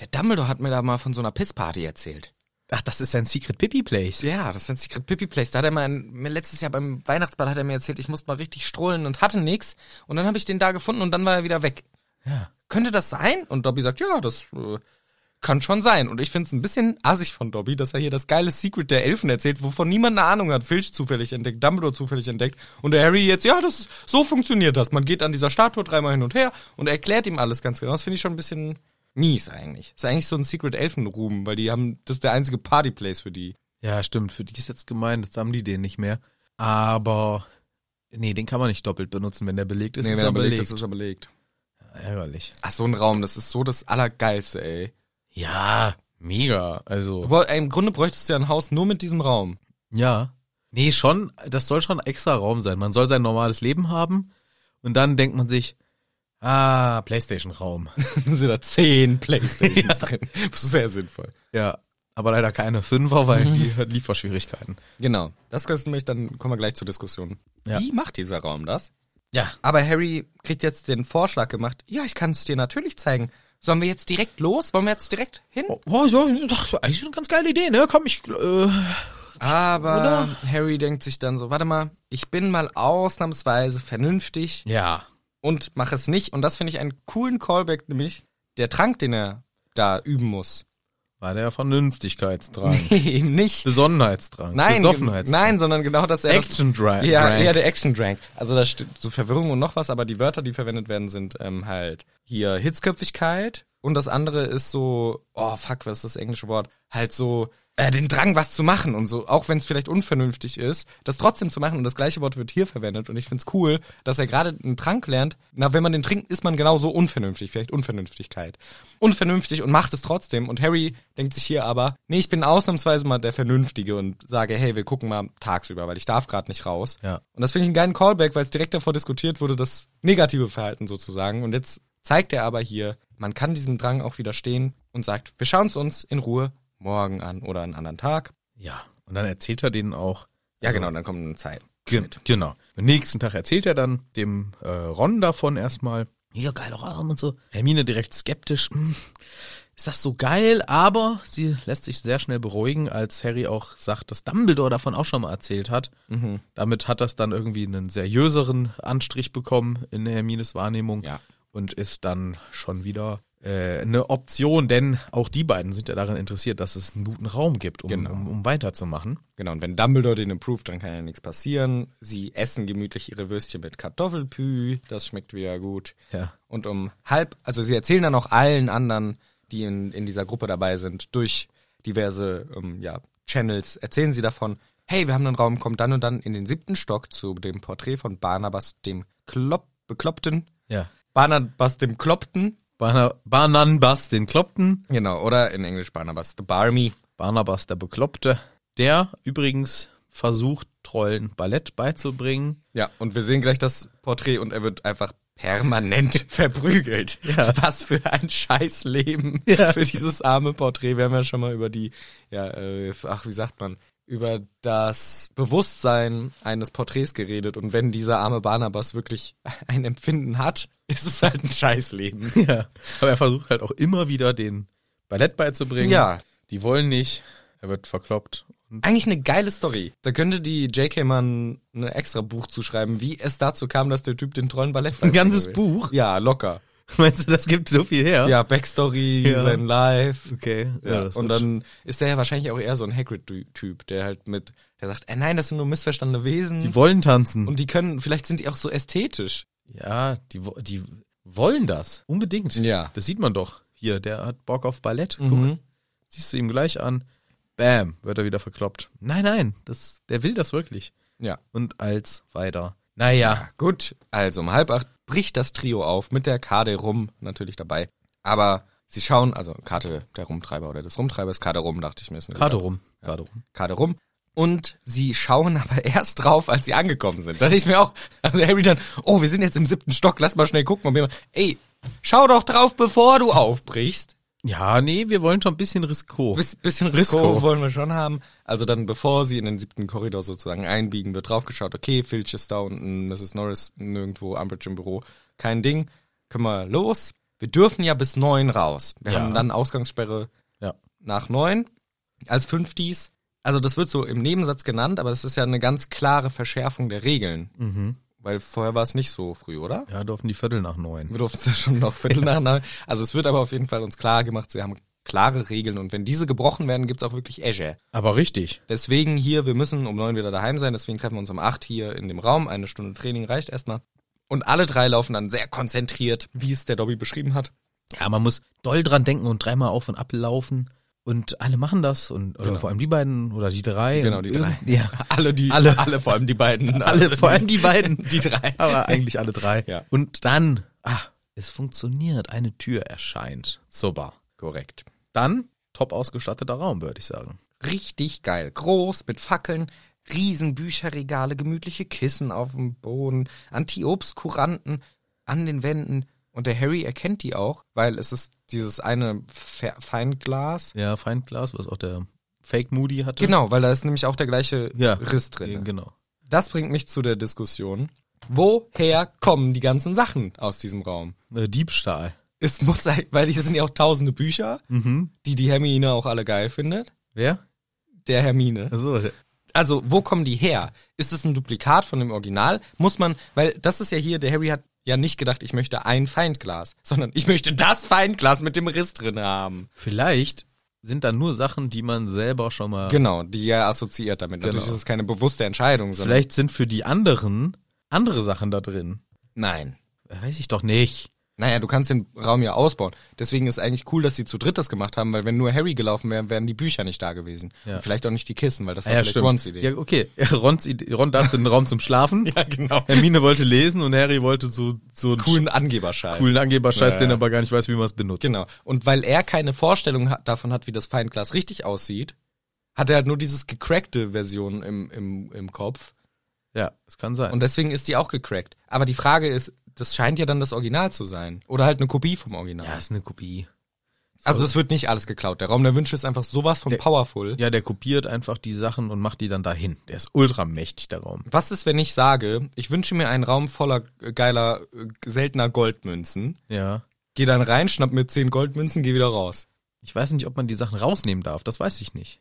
Speaker 1: der Dumbledore hat mir da mal von so einer Pissparty erzählt.
Speaker 2: Ach, das ist ein Secret Pippi Place.
Speaker 1: Ja, das ist ein Secret Pippi Place. Da hat er mal ein- mir letztes Jahr beim Weihnachtsball hat er mir erzählt, ich musste mal richtig strohlen und hatte nix. Und dann habe ich den da gefunden und dann war er wieder weg.
Speaker 2: Ja.
Speaker 1: Könnte das sein? Und Dobby sagt, ja, das äh, kann schon sein. Und ich finde es ein bisschen assig von Dobby, dass er hier das geile Secret der Elfen erzählt, wovon niemand eine Ahnung hat. Filch zufällig entdeckt, Dumbledore zufällig entdeckt. Und der Harry jetzt, ja, das ist, so funktioniert das. Man geht an dieser Statue dreimal hin und her und er erklärt ihm alles ganz genau. Das finde ich schon ein bisschen mies eigentlich. ist eigentlich so ein Secret Elfen-Ruhm, weil die haben, das ist der einzige Party-Place für die.
Speaker 2: Ja, stimmt. Für die ist jetzt gemein, jetzt haben die den nicht mehr. Aber nee, den kann man nicht doppelt benutzen, wenn der belegt ist.
Speaker 1: Nee,
Speaker 2: ist
Speaker 1: wenn er belegt,
Speaker 2: belegt.
Speaker 1: ist, ist er belegt.
Speaker 2: Ärgerlich.
Speaker 1: Ach, so ein Raum, das ist so das Allergeilste, ey.
Speaker 2: Ja, mega. Also,
Speaker 1: Aber Im Grunde bräuchtest du ja ein Haus nur mit diesem Raum.
Speaker 2: ja. Nee, schon, das soll schon ein extra Raum sein. Man soll sein normales Leben haben und dann denkt man sich, ah, (laughs) Playstation-Raum.
Speaker 1: (laughs) Dann sind da zehn (laughs) Playstations drin. Sehr sinnvoll.
Speaker 2: Ja, aber leider keine Fünfer, weil (laughs) die hat Lieferschwierigkeiten.
Speaker 1: Genau. Das kannst du nämlich, dann kommen wir gleich zur Diskussion.
Speaker 2: Ja.
Speaker 1: Wie macht dieser Raum das?
Speaker 2: Ja.
Speaker 1: Aber Harry kriegt jetzt den Vorschlag gemacht. Ja, ich kann es dir natürlich zeigen. Sollen wir jetzt direkt los? Wollen wir jetzt direkt hin?
Speaker 2: Oh, ja, das ist eigentlich eine ganz geile Idee, ne? Komm, ich, äh,
Speaker 1: Aber
Speaker 2: Oder?
Speaker 1: Harry denkt sich dann so, warte mal, ich bin mal ausnahmsweise vernünftig
Speaker 2: Ja.
Speaker 1: und mache es nicht. Und das finde ich einen coolen Callback, nämlich der Trank, den er da üben muss. (laughs)
Speaker 2: War der Vernünftigkeitsdrang.
Speaker 1: Nee, eben nicht.
Speaker 2: Besonnenheitsdrang.
Speaker 1: Nein, ge-
Speaker 2: Besoffenheitsdrang.
Speaker 1: nein, sondern genau, dass er das
Speaker 2: Action Drag.
Speaker 1: Ja,
Speaker 2: Drag.
Speaker 1: eher der Action Drank. Also da steht so Verwirrung und noch was, aber die Wörter, die verwendet werden, sind ähm, halt hier Hitzköpfigkeit und das andere ist so, oh fuck, was ist das englische Wort? Halt so äh, den Drang, was zu machen und so, auch wenn es vielleicht unvernünftig ist, das trotzdem zu machen und das gleiche Wort wird hier verwendet und ich find's cool, dass er gerade einen Trank lernt. Na, wenn man den trinkt, ist man genauso unvernünftig, vielleicht Unvernünftigkeit. Unvernünftig und macht es trotzdem und Harry denkt sich hier aber, nee, ich bin ausnahmsweise mal der Vernünftige und sage, hey, wir gucken mal tagsüber, weil ich darf gerade nicht raus.
Speaker 2: Ja.
Speaker 1: Und das finde ich einen geilen Callback, weil es direkt davor diskutiert wurde, das negative Verhalten sozusagen. Und jetzt zeigt er aber hier, man kann diesem Drang auch widerstehen und sagt, wir schauen es uns in Ruhe morgen an oder einen anderen Tag.
Speaker 2: ja. Und dann erzählt er denen auch.
Speaker 1: Ja,
Speaker 2: also,
Speaker 1: genau, dann kommt eine Zeit.
Speaker 2: Gen genau. Am nächsten Tag erzählt er dann dem äh, Ron davon erstmal. Ja, geiler Raum und so. Hermine direkt skeptisch. Hm, ist das so geil? Aber sie lässt sich sehr schnell beruhigen, als Harry auch sagt, dass Dumbledore davon auch schon mal erzählt hat.
Speaker 1: Mhm.
Speaker 2: Damit hat das dann irgendwie einen seriöseren Anstrich bekommen in Hermines Wahrnehmung.
Speaker 1: Ja.
Speaker 2: Und ist dann schon wieder äh, eine Option, denn auch die beiden sind ja daran interessiert, dass es einen guten Raum gibt, um,
Speaker 1: Genau.
Speaker 2: um, um weiterzumachen.
Speaker 1: Genau, und wenn Dumbledore den approved, dann kann ja nichts passieren. Sie essen gemütlich ihre Würstchen mit Kartoffelpü, das schmeckt wieder gut.
Speaker 2: Ja.
Speaker 1: Und um halb, also sie erzählen dann auch allen anderen, die in, in dieser Gruppe dabei sind, durch diverse ähm, ja, Channels, erzählen sie davon, hey, wir haben einen Raum, kommt dann und dann in den siebten Stock zu dem Porträt von Barnabas dem Klopp, Bekloppten.
Speaker 2: Ja.
Speaker 1: Barnabas dem Kloppten.
Speaker 2: Barna- Barnabas den Kloppten,
Speaker 1: Genau, oder in Englisch Barnabas the Barmy.
Speaker 2: Barnabas der Bekloppte, der übrigens versucht, Trollen
Speaker 1: (laughs)
Speaker 2: Ballett beizubringen.
Speaker 1: Ja, und wir sehen gleich das Porträt und er wird einfach
Speaker 2: (laughs)
Speaker 1: permanent verprügelt. Was für ein Scheißleben
Speaker 2: Ja.
Speaker 1: für dieses arme Porträt. Wir haben ja schon mal über die, ja, äh, ach, wie sagt man, über das Bewusstsein eines Porträts geredet. Und wenn dieser arme Barnabas wirklich ein Empfinden hat, ist es halt ein Scheißleben.
Speaker 2: Ja. Aber er versucht halt auch immer wieder, den Ballett beizubringen.
Speaker 1: Ja.
Speaker 2: Die wollen nicht, er wird verkloppt. Und
Speaker 1: Eigentlich eine geile Story. Da könnte die J.K. Mann ein extra Buch zuschreiben, wie es dazu kam, dass der Typ den Trollen Ballett
Speaker 2: ein ganzes
Speaker 1: beibringen will.
Speaker 2: Buch.
Speaker 1: Ja, locker.
Speaker 2: Meinst du, das gibt so viel her?
Speaker 1: Ja, Backstory,
Speaker 2: Ja.
Speaker 1: sein Life.
Speaker 2: Okay.
Speaker 1: Ja,
Speaker 2: das
Speaker 1: und
Speaker 2: wird-
Speaker 1: dann ist der ja wahrscheinlich auch eher so ein Hagrid-Typ, der halt mit, der sagt, äh, nein, das sind nur missverstandene Wesen.
Speaker 2: Die wollen tanzen.
Speaker 1: und die können, vielleicht sind die auch so ästhetisch.
Speaker 2: ja, die, wo- die wollen das. Unbedingt.
Speaker 1: Ja.
Speaker 2: Das sieht man doch. Hier, der hat Bock auf Ballett. Guck,
Speaker 1: Mhm.
Speaker 2: siehst du ihm gleich an. Bam, wird er wieder verkloppt. Nein, nein, das, der will das wirklich.
Speaker 1: Ja.
Speaker 2: Und als weiter.
Speaker 1: genau.
Speaker 2: Naja,
Speaker 1: Ah, Gut, also um halb acht bricht das Trio auf, mit der Kade rum natürlich dabei. Aber sie schauen, also Karte der Rumtreiber oder des Rumtreibers, Kade rum, dachte ich mir. ist eine
Speaker 2: gerade
Speaker 1: gute-
Speaker 2: rum, gerade rum.
Speaker 1: Kade rum. Und sie schauen (laughs) aber erst drauf, als sie angekommen sind. Da dachte ich mir auch, also Harry dann, oh, wir sind jetzt im siebten Stock, lass mal schnell gucken. ob jemand, ey, schau doch drauf, bevor du aufbrichst.
Speaker 2: Ja, nee, wir wollen schon ein bisschen Risiko.
Speaker 1: Bis, bisschen
Speaker 2: Risiko.
Speaker 1: Risiko, wollen wir schon haben. Also dann, bevor sie in den siebten Korridor sozusagen einbiegen, wird draufgeschaut, okay, Filch ist da unten, Mrs. Norris nirgendwo, Umbridge im Büro, kein Ding, können wir los. Wir dürfen ja bis neun raus. Wir
Speaker 2: Ja.
Speaker 1: haben dann Ausgangssperre
Speaker 2: Ja.
Speaker 1: nach neun als fünftis. Also das wird so im Nebensatz genannt, aber es ist ja eine ganz klare Verschärfung der Regeln.
Speaker 2: Mhm.
Speaker 1: Weil vorher war es nicht so früh, oder?
Speaker 2: Ja, durften die Viertel nach neun.
Speaker 1: Wir durften es (laughs) ja schon noch Viertel nach neun. Also es wird aber auf jeden Fall uns klar gemacht, sie haben klare Regeln und wenn diese gebrochen werden, gibt's auch wirklich Äsche.
Speaker 2: Aber richtig.
Speaker 1: Deswegen hier, wir müssen um neun wieder daheim sein, deswegen treffen wir uns um acht hier in dem Raum. Eine Stunde Training reicht erstmal. Und alle drei laufen dann sehr konzentriert, wie es der Dobby beschrieben hat.
Speaker 2: Ja, man muss doll dran denken und dreimal auf und ablaufen. Und alle machen das. Und, oder vor allem die beiden oder die drei.
Speaker 1: Genau,
Speaker 2: Und
Speaker 1: die drei.
Speaker 2: irgend- Ja.
Speaker 1: Alle, die,
Speaker 2: Alle.
Speaker 1: alle vor allem die beiden.
Speaker 2: Alle, vor allem die beiden.
Speaker 1: (laughs) die drei.
Speaker 2: Aber eigentlich alle drei.
Speaker 1: Ja.
Speaker 2: Und dann, ah, es funktioniert. Eine Tür erscheint. Super.
Speaker 1: Korrekt.
Speaker 2: Dann top ausgestatteter Raum, würde ich sagen.
Speaker 1: Richtig geil. Groß, mit Fackeln, riesen Bücherregale, gemütliche Kissen auf dem Boden, Antiobskuranten an den Wänden. Und der Harry erkennt die auch, weil es ist dieses eine Fe Feinglas.
Speaker 2: Ja, Feindglas, was auch der Fake Moody hatte.
Speaker 1: Genau, weil da ist nämlich auch der gleiche
Speaker 2: Ja.
Speaker 1: Riss drin.
Speaker 2: Genau.
Speaker 1: Das bringt mich zu der Diskussion. Woher kommen die ganzen Sachen aus diesem Raum?
Speaker 2: Äh, Diebstahl.
Speaker 1: Es muss sein, weil hier sind ja auch tausende Bücher,
Speaker 2: Mhm.
Speaker 1: die die Hermine auch alle geil findet.
Speaker 2: Wer?
Speaker 1: Der Hermine.
Speaker 2: Achso.
Speaker 1: Also, wo kommen die her? Ist es ein Duplikat von dem Original? Muss man, weil das ist ja hier, der Harry hat ja nicht gedacht, ich möchte ein Feindglas, sondern ich möchte das Feindglas mit dem Riss drin haben.
Speaker 2: Vielleicht sind da nur Sachen, die man selber schon mal.
Speaker 1: Genau, die er assoziiert damit. Natürlich
Speaker 2: Genau.
Speaker 1: ist es keine bewusste Entscheidung, sondern.
Speaker 2: Vielleicht sind für die anderen andere Sachen da drin.
Speaker 1: Nein.
Speaker 2: Weiß ich doch nicht.
Speaker 1: Naja, du kannst den Raum ja ausbauen. Deswegen ist eigentlich cool, dass sie zu dritt das gemacht haben, weil wenn nur Harry gelaufen wäre, wären die Bücher nicht da gewesen.
Speaker 2: Ja.
Speaker 1: Und vielleicht auch nicht die Kissen, weil das war
Speaker 2: Ah, ja,
Speaker 1: vielleicht
Speaker 2: stimmt.
Speaker 1: Rons Idee.
Speaker 2: Ja, okay. Rons Idee, Ron dachte, einen Raum
Speaker 1: (laughs)
Speaker 2: zum Schlafen.
Speaker 1: genau.
Speaker 2: Hermine wollte lesen und Harry wollte so, so einen
Speaker 1: Coolen Angeberscheiß.
Speaker 2: coolen Angeberscheiß,
Speaker 1: Ja,
Speaker 2: den
Speaker 1: ja.
Speaker 2: er aber gar nicht weiß, wie man es benutzt.
Speaker 1: Genau. Und weil er keine Vorstellung hat, davon hat, wie das Feinglas richtig aussieht, hat er halt nur dieses gecrackte Version im, im, im Kopf.
Speaker 2: Ja, es kann sein.
Speaker 1: Und deswegen ist die auch gecrackt. Aber die Frage ist, das scheint ja dann das Original zu sein. Oder halt eine Kopie vom Original.
Speaker 2: ja, ist eine Kopie.
Speaker 1: also es wird nicht alles geklaut. Der Raum der Wünsche ist einfach sowas von powerful.
Speaker 2: Ja, der kopiert einfach die Sachen und macht die dann dahin. Der ist ultra mächtig, der Raum.
Speaker 1: Was ist, wenn ich sage, ich wünsche mir einen Raum voller äh, geiler, äh, seltener Goldmünzen,
Speaker 2: Ja.
Speaker 1: geh dann rein, schnapp mir zehn Goldmünzen, geh wieder raus.
Speaker 2: Ich weiß nicht, ob man die Sachen rausnehmen darf, das weiß ich nicht.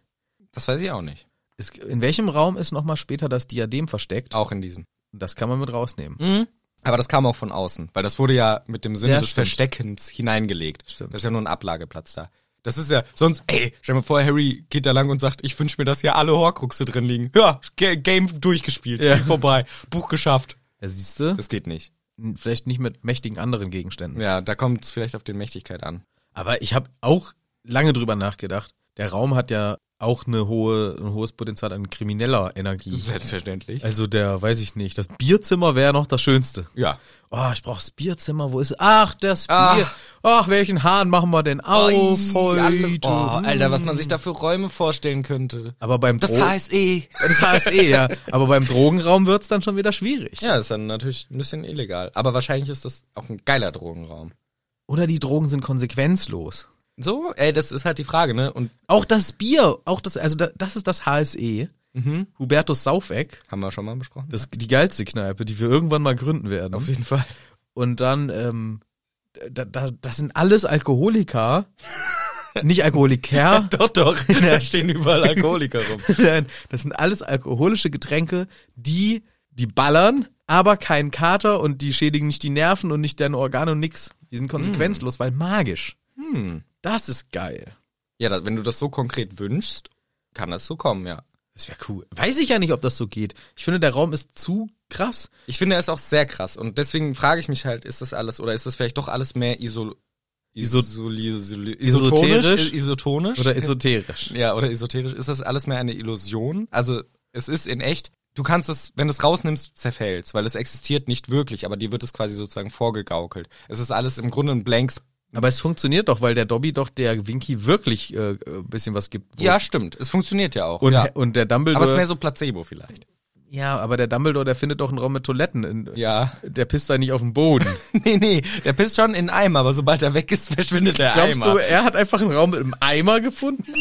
Speaker 1: Das weiß ich auch nicht.
Speaker 2: Es, in welchem Raum ist nochmal später das Diadem versteckt?
Speaker 1: Auch in diesem.
Speaker 2: Das kann man mit rausnehmen.
Speaker 1: Mhm. Aber das kam auch von außen, weil das wurde ja mit dem Sinne
Speaker 2: Ja,
Speaker 1: des
Speaker 2: stimmt.
Speaker 1: Versteckens hineingelegt.
Speaker 2: Stimmt.
Speaker 1: Das ist ja nur ein Ablageplatz da. Das ist ja sonst, ey, stell dir mal vor, Harry geht da lang und sagt, ich wünsche mir, dass hier alle Horcruxe drin liegen. Ja, Ga- Game durchgespielt,
Speaker 2: Ja.
Speaker 1: Spiel vorbei, Buch geschafft.
Speaker 2: Ja, siehst du?
Speaker 1: Das geht nicht.
Speaker 2: Vielleicht nicht mit mächtigen anderen Gegenständen.
Speaker 1: Ja, da kommt es vielleicht auf den Mächtigkeit an.
Speaker 2: Aber ich habe auch lange drüber nachgedacht. Der Raum hat ja auch eine hohe, ein hohes Potenzial an krimineller Energie.
Speaker 1: Selbstverständlich.
Speaker 2: Also der, weiß ich nicht, das Bierzimmer wäre noch das Schönste.
Speaker 1: Ja.
Speaker 2: Oh, ich brauche das Bierzimmer. Wo ist Ach, das
Speaker 1: Ah.
Speaker 2: Bier. Ach, welchen Hahn machen wir denn auf
Speaker 1: Oi,
Speaker 2: heute?
Speaker 1: alles- Oh, Alter, was
Speaker 2: Mm.
Speaker 1: man sich da für Räume vorstellen könnte.
Speaker 2: Aber beim
Speaker 1: Oh.
Speaker 2: Dro-
Speaker 1: HSE.
Speaker 2: das HSE, ja. Aber beim Drogenraum wird's dann schon wieder schwierig.
Speaker 1: Ja, ist dann natürlich ein bisschen illegal. Aber wahrscheinlich ist das auch ein geiler Drogenraum.
Speaker 2: Oder die Drogen sind konsequenzlos.
Speaker 1: So, ey, das ist halt die Frage, ne? Und
Speaker 2: Auch das Bier, auch das, also da, das ist das HSE.
Speaker 1: Mhm.
Speaker 2: Hubertus Saufeck,
Speaker 1: haben wir schon mal besprochen? (laughs)
Speaker 2: das die geilste Kneipe, die wir irgendwann mal gründen werden.
Speaker 1: jeden Fall. (laughs)
Speaker 2: Und dann, ähm, da, da, das sind
Speaker 1: (laughs)
Speaker 2: alles Alkoholiker. Nicht Alkoholiker,
Speaker 1: Doch, doch. (laughs) da stehen überall Alkoholiker rum.
Speaker 2: (laughs) Nein, das sind alles alkoholische Getränke, die, die ballern, aber keinen Kater und die schädigen nicht die Nerven und nicht deine Organe und nix. Die sind konsequenzlos, weil magisch.
Speaker 1: Hm.
Speaker 2: Das ist geil.
Speaker 1: Ja, da, wenn du das so konkret wünschst, kann das so kommen, ja.
Speaker 2: Das wäre cool. Weiß ich ja nicht, ob das so geht. Ich finde, der Raum ist zu krass.
Speaker 1: Ich finde er ist auch sehr krass. Und deswegen frage ich mich halt, ist das alles, oder ist das vielleicht doch alles mehr isol
Speaker 2: Iso-
Speaker 1: isoli- isoli- isotonisch?
Speaker 2: Esoterisch?
Speaker 1: Isotonisch?
Speaker 2: Oder esoterisch.
Speaker 1: ja, oder esoterisch, ist das alles mehr eine Illusion? Also, es ist in echt, du kannst es, wenn du es rausnimmst, zerfällst, weil es existiert nicht wirklich, aber dir wird es quasi sozusagen vorgegaukelt. Es ist alles im Grunde ein Blanks.
Speaker 2: (laughs) Aber es funktioniert doch, weil der Dobby doch der Winky wirklich äh, ein bisschen was gibt. wo-
Speaker 1: Ja, stimmt, es funktioniert ja auch.
Speaker 2: Und,
Speaker 1: ja.
Speaker 2: und der Dumbledore.
Speaker 1: Aber es ist mehr so Placebo vielleicht.
Speaker 2: ja, aber der Dumbledore, der findet doch einen Raum mit Toiletten. In,
Speaker 1: Ja. (laughs)
Speaker 2: Der pisst da nicht auf den Boden.
Speaker 1: Nee, nee, der pisst schon in den Eimer, aber sobald er weg ist, (laughs) verschwindet der
Speaker 2: Glaubst
Speaker 1: Eimer.
Speaker 2: du, er hat einfach einen Raum mit einem Eimer gefunden?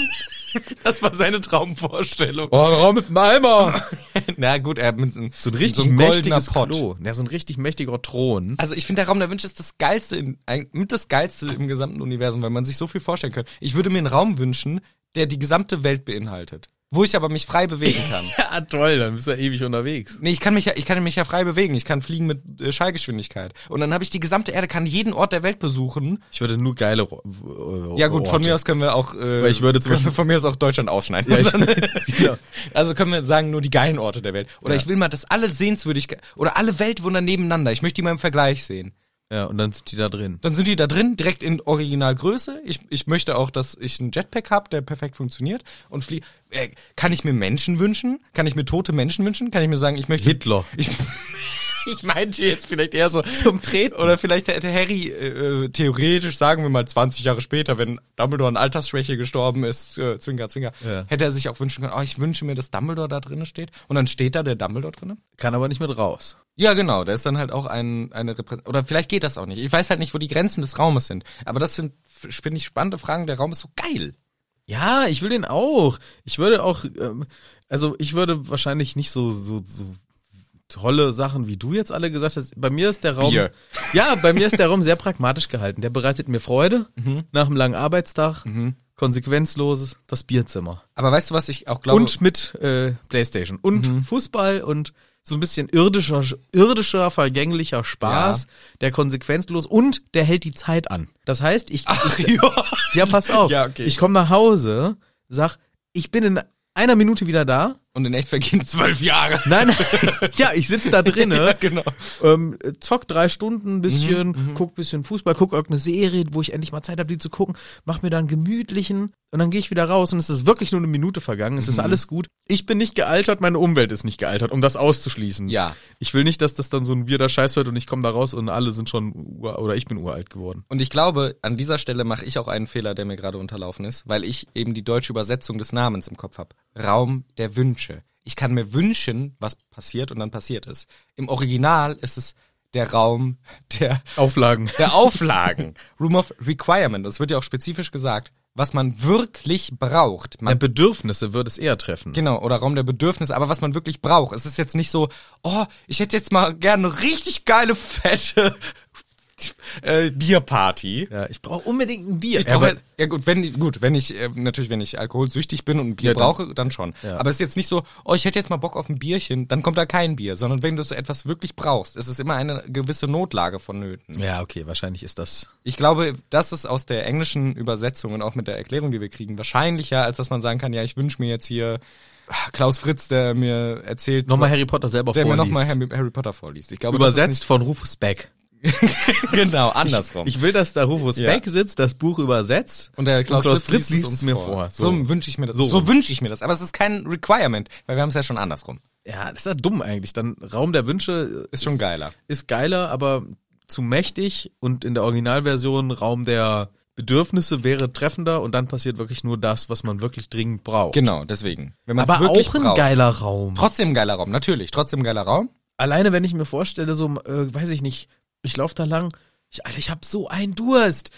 Speaker 1: das war seine Traumvorstellung.
Speaker 2: Oh, ein Raum mit einem Eimer.
Speaker 1: (laughs) Na gut, er mit so einem
Speaker 2: So ein richtig
Speaker 1: so einem goldener
Speaker 2: mächtiges
Speaker 1: Pott.
Speaker 2: Klo. Ja, so ein richtig mächtiger Thron.
Speaker 1: Also ich finde, der Raum der Wünsche ist das geilste, in, ein, mit das geilste im gesamten Universum, weil man sich so viel vorstellen kann. Ich würde mir einen Raum wünschen, der die gesamte Welt beinhaltet, wo ich aber mich frei bewegen kann.
Speaker 2: (laughs) Ja, toll, dann bist du ja ewig unterwegs.
Speaker 1: Nee, ich kann mich ja, ich kann mich ja frei bewegen. Ich kann fliegen mit äh, Schallgeschwindigkeit. Und dann habe ich die gesamte Erde, kann jeden Ort der Welt besuchen.
Speaker 2: Ich würde nur geile Ro- w- äh,
Speaker 1: Ja gut, von
Speaker 2: Orte.
Speaker 1: mir aus können wir auch. Äh,
Speaker 2: Weil ich würde zum
Speaker 1: können wir
Speaker 2: Beispiel-
Speaker 1: von mir aus auch Deutschland ausschneiden.
Speaker 2: Ja, ich-
Speaker 1: Und dann- (laughs)
Speaker 2: Ja.
Speaker 1: Also können wir sagen nur die geilen Orte der Welt. Oder
Speaker 2: Ja.
Speaker 1: ich will mal, dass alle Sehenswürdigkeiten oder alle Weltwunder nebeneinander. Ich möchte die mal im Vergleich sehen.
Speaker 2: Ja, und dann sind die da drin.
Speaker 1: Dann sind die da drin, direkt in Originalgröße. Ich, ich möchte auch, dass ich einen Jetpack habe, der perfekt funktioniert und flie äh, Kann ich (laughs) mir Menschen wünschen? Kann ich mir tote Menschen wünschen? Kann ich mir sagen, ich möchte
Speaker 2: Hitler.
Speaker 1: Ich, ich meinte jetzt vielleicht eher so
Speaker 2: Zum Treten.
Speaker 1: Oder vielleicht hätte Harry äh, äh, theoretisch, sagen wir mal 20 Jahre später, wenn Dumbledore an Altersschwäche gestorben ist, äh, Zwinker, Zwinker,
Speaker 2: Ja.
Speaker 1: hätte er sich auch wünschen können, oh, ich wünsche mir, dass Dumbledore da drin steht. Und dann steht da der Dumbledore drin.
Speaker 2: Kann aber nicht mit raus.
Speaker 1: Ja, genau, da ist dann halt auch ein, eine Repräsentation. Oder vielleicht geht das auch nicht. Ich weiß halt nicht, wo die Grenzen des Raumes sind. Aber das sind, finde ich, spannende Fragen. Der Raum ist so geil.
Speaker 2: Ja, ich will den auch. Ich würde auch, ähm, also ich würde wahrscheinlich nicht so, so, so tolle Sachen, wie du jetzt alle gesagt hast. Bei mir ist der Raum,
Speaker 1: Bier.
Speaker 2: ja, bei mir ist der Raum sehr pragmatisch gehalten. Der bereitet mir Freude nach einem langen Arbeitstag, konsequenzloses, das Bierzimmer
Speaker 1: Aber weißt du, was ich auch glaube?
Speaker 2: und mit äh, Playstation und
Speaker 1: Mhm.
Speaker 2: Fußball und so ein bisschen irdischer, irdischer vergänglicher Spaß, der konsequenzlos und der hält die Zeit an. Das heißt, ich, ich
Speaker 1: ja.
Speaker 2: ja, pass auf.
Speaker 1: Ja, okay.
Speaker 2: Ich komme nach Hause, sag, ich bin in einer Minute wieder da.
Speaker 1: Und in echt vergehen zwölf (laughs) Jahre.
Speaker 2: Nein, (laughs) ja, ich sitz da
Speaker 1: Ja,
Speaker 2: drinnen,
Speaker 1: genau.
Speaker 2: ähm, zock drei Stunden ein bisschen,
Speaker 1: Mhm,
Speaker 2: guck bisschen Fußball, guck irgendeine Serie, wo ich endlich mal Zeit habe, die zu gucken, mach mir dann gemütlichen und dann gehe ich wieder raus und es ist wirklich nur eine Minute vergangen, es
Speaker 1: Mhm.
Speaker 2: ist alles gut. Ich bin nicht gealtert, meine Umwelt ist nicht gealtert, um das auszuschließen.
Speaker 1: Ja.
Speaker 2: Ich will nicht, dass das dann so ein weirder Scheiß wird und ich komme da raus und alle sind schon, ur- oder ich bin uralt geworden.
Speaker 1: Und ich glaube, an dieser Stelle mache ich auch einen Fehler, der mir gerade unterlaufen ist, weil ich eben die deutsche Übersetzung des Namens im Kopf habe. Raum der Wünsche. Ich kann mir wünschen, was passiert und dann passiert es. Im Original ist es der Raum der,
Speaker 2: Auflagen.
Speaker 1: der Auflagen. Room of Requirement. Es wird ja auch spezifisch gesagt, was man wirklich braucht. (laughs) Man
Speaker 2: Ja, Bedürfnisse würde es eher treffen.
Speaker 1: Genau, oder Raum der Bedürfnisse, aber was man wirklich braucht. Es ist jetzt nicht so, oh, ich hätte jetzt mal gerne eine richtig geile, fette (laughs) äh, Bierparty.
Speaker 2: Ja, ich brauche unbedingt ein Bier.
Speaker 1: Ich
Speaker 2: ja,
Speaker 1: brauche,
Speaker 2: aber-
Speaker 1: ja gut, wenn gut, wenn ich äh, natürlich, wenn ich alkoholsüchtig bin und ein Bier
Speaker 2: Ja, dann-
Speaker 1: brauche, dann schon. Aber es ist jetzt nicht so, oh, ich hätte jetzt mal Bock auf ein Bierchen, dann kommt da kein Bier, sondern wenn du so etwas wirklich brauchst, es ist immer eine gewisse Notlage vonnöten.
Speaker 2: ja, okay, wahrscheinlich ist das.
Speaker 1: Ich glaube, das ist aus der englischen Übersetzung und auch mit der Erklärung, die wir kriegen, wahrscheinlicher, als dass man sagen kann, ja, ich wünsche mir jetzt hier ah, Klaus Fritz, der mir erzählt,
Speaker 2: Nochmal Harry Potter selber
Speaker 1: der mir
Speaker 2: vorliest.
Speaker 1: nochmal Harry, Harry Potter vorliest. Ich glaube,
Speaker 2: Übersetzt von Rufus Beck.
Speaker 1: das ist nicht, (laughs) genau andersrum.
Speaker 2: Ich will, dass da Rufus
Speaker 1: Ja.
Speaker 2: Beck sitzt, das Buch übersetzt
Speaker 1: und der Klaus,
Speaker 2: Klaus
Speaker 1: Fritz,
Speaker 2: Fritz
Speaker 1: liest
Speaker 2: liest's
Speaker 1: es uns
Speaker 2: mir
Speaker 1: mir
Speaker 2: vor.
Speaker 1: vor.
Speaker 2: So.
Speaker 1: So, wünsche ich mir das.
Speaker 2: So
Speaker 1: So,
Speaker 2: rum.
Speaker 1: wünsche ich mir das. Aber es ist kein Requirement, weil wir haben es ja schon andersrum.
Speaker 2: Ja, das ist ja dumm eigentlich. Dann Raum der Wünsche äh,
Speaker 1: Ist schon geiler.
Speaker 2: Ist geiler, aber zu mächtig und in der Originalversion Raum der Bedürfnisse wäre treffender und dann passiert wirklich nur das, was man wirklich dringend braucht.
Speaker 1: Genau, deswegen. Wenn man's
Speaker 2: Aber
Speaker 1: wirklich
Speaker 2: auch ein
Speaker 1: braucht.
Speaker 2: geiler Raum.
Speaker 1: Trotzdem ein geiler Raum, natürlich. Trotzdem ein geiler Raum. (laughs)
Speaker 2: alleine wenn ich mir vorstelle, so, äh, weiß ich nicht, ich laufe da lang, ich, Alter, ich hab so einen Durst.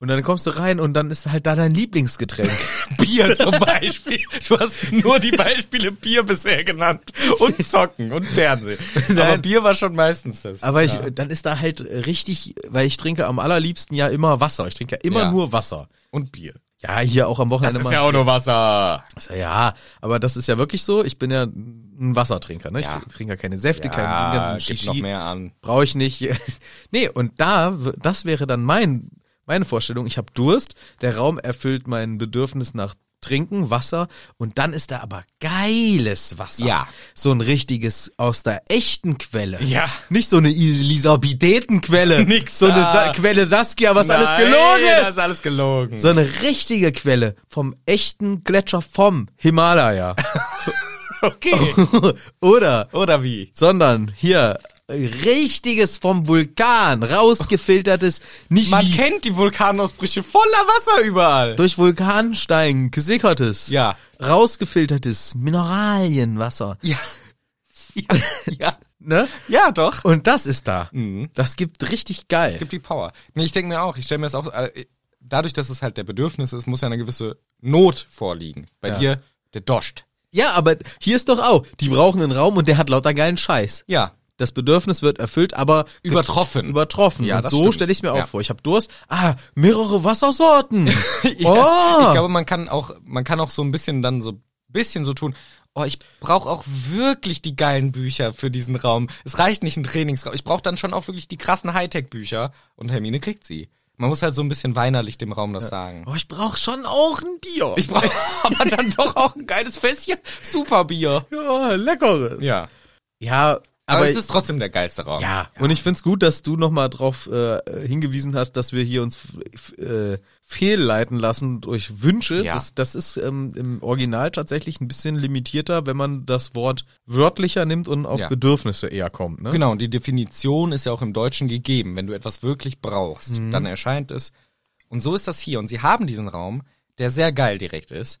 Speaker 2: Und dann kommst du rein und dann ist halt da dein Lieblingsgetränk.
Speaker 1: Bier zum Beispiel. Du hast nur die Beispiele Bier bisher genannt. Und Zocken und Fernsehen. Aber
Speaker 2: (laughs) Nein.
Speaker 1: Bier war schon meistens das.
Speaker 2: Aber ich,
Speaker 1: Ja.
Speaker 2: dann ist da halt richtig, weil ich trinke am allerliebsten ja immer Wasser. Ich trinke ja immer
Speaker 1: Ja.
Speaker 2: nur Wasser.
Speaker 1: Und Bier.
Speaker 2: Ja, hier auch am Wochenende mal.
Speaker 1: auch nur Wasser.
Speaker 2: Ist ja, ja, aber das ist ja wirklich so. Ich bin ja ein Wassertrinker. Ne? Ich
Speaker 1: Ja.
Speaker 2: trinke ja keine Säfte, keinen diesen
Speaker 1: Ja,
Speaker 2: ganzen
Speaker 1: gibt
Speaker 2: Shishi.
Speaker 1: noch mehr an.
Speaker 2: brauche ich nicht. (laughs) nee, und da, w- das wäre dann mein, meine Vorstellung. Ich habe Durst, der Raum erfüllt mein Bedürfnis nach Trinken, Wasser und dann ist da aber geiles Wasser.
Speaker 1: Ja.
Speaker 2: So ein richtiges aus der echten Quelle.
Speaker 1: Ja.
Speaker 2: Nicht so eine Elisabethenquelle.
Speaker 1: (laughs) Nix
Speaker 2: So eine
Speaker 1: da.
Speaker 2: Sa Quelle Saskia, was alles
Speaker 1: Das
Speaker 2: gelogen
Speaker 1: ist
Speaker 2: ist.
Speaker 1: alles gelogen.
Speaker 2: So eine richtige Quelle vom echten Gletscher vom
Speaker 1: (laughs)
Speaker 2: Himalaya.
Speaker 1: okay.
Speaker 2: (laughs) Oder
Speaker 1: Oder wie?
Speaker 2: sondern hier richtiges vom Vulkan rausgefiltertes, nicht
Speaker 1: Man
Speaker 2: wie
Speaker 1: kennt die Vulkanausbrüche voller Wasser überall.
Speaker 2: durch Vulkanstein gesickertes,
Speaker 1: Ja.
Speaker 2: rausgefiltertes Mineralienwasser,
Speaker 1: Ja. (laughs) Ja, ja.
Speaker 2: ne?
Speaker 1: ja doch.
Speaker 2: Und das ist da. Das gibt richtig geil.
Speaker 1: Es Mhm. gibt die Power. Nee, ich denke mir auch, ich stelle mir das auch, äh, dadurch, dass es halt der Bedürfnis ist, muss ja eine gewisse Not vorliegen. Bei
Speaker 2: Ja.
Speaker 1: dir, der Doscht.
Speaker 2: ja, aber hier ist doch auch, die brauchen einen Raum und der hat lauter geilen Scheiß.
Speaker 1: Ja.
Speaker 2: Das Bedürfnis wird erfüllt, aber ge-
Speaker 1: Übertroffen.
Speaker 2: Übertroffen.
Speaker 1: Ja,
Speaker 2: und
Speaker 1: das
Speaker 2: so
Speaker 1: stimmt.
Speaker 2: stelle ich mir auch
Speaker 1: Ja.
Speaker 2: vor. Ich habe Durst. Ah, mehrere
Speaker 1: (laughs)
Speaker 2: Wassersorten.
Speaker 1: Ja,
Speaker 2: Oh.
Speaker 1: Ich glaube, man kann auch, man kann auch so ein bisschen dann so bisschen so tun. Oh, ich brauche auch wirklich die geilen Bücher für diesen Raum. Es reicht nicht ein Trainingsraum. Ich brauche dann schon auch wirklich die krassen Hightech-Bücher. Und Hermine kriegt sie. Man muss halt so ein bisschen weinerlich dem Raum das sagen.
Speaker 2: oh, ich brauche schon auch ein Bier.
Speaker 1: Ich brauche aber dann doch auch ein geiles Fässchen Superbier.
Speaker 2: ja, leckeres.
Speaker 1: Ja.
Speaker 2: Ja,
Speaker 1: Aber,
Speaker 2: Aber
Speaker 1: es ist trotzdem der geilste Raum.
Speaker 2: Ja, und ich find's gut, dass du nochmal drauf äh, hingewiesen hast, dass wir hier uns f- äh, fehlleiten lassen durch Wünsche.
Speaker 1: Ja.
Speaker 2: Das, das ist ähm, im Original tatsächlich ein bisschen limitierter, wenn man das Wort wörtlicher nimmt und auf
Speaker 1: Ja.
Speaker 2: Bedürfnisse eher kommt. Ne?
Speaker 1: Genau, und die Definition ist ja auch im Deutschen gegeben. Wenn du etwas wirklich brauchst, dann erscheint es. Und so ist das hier. Und sie haben diesen Raum, der sehr geil direkt ist.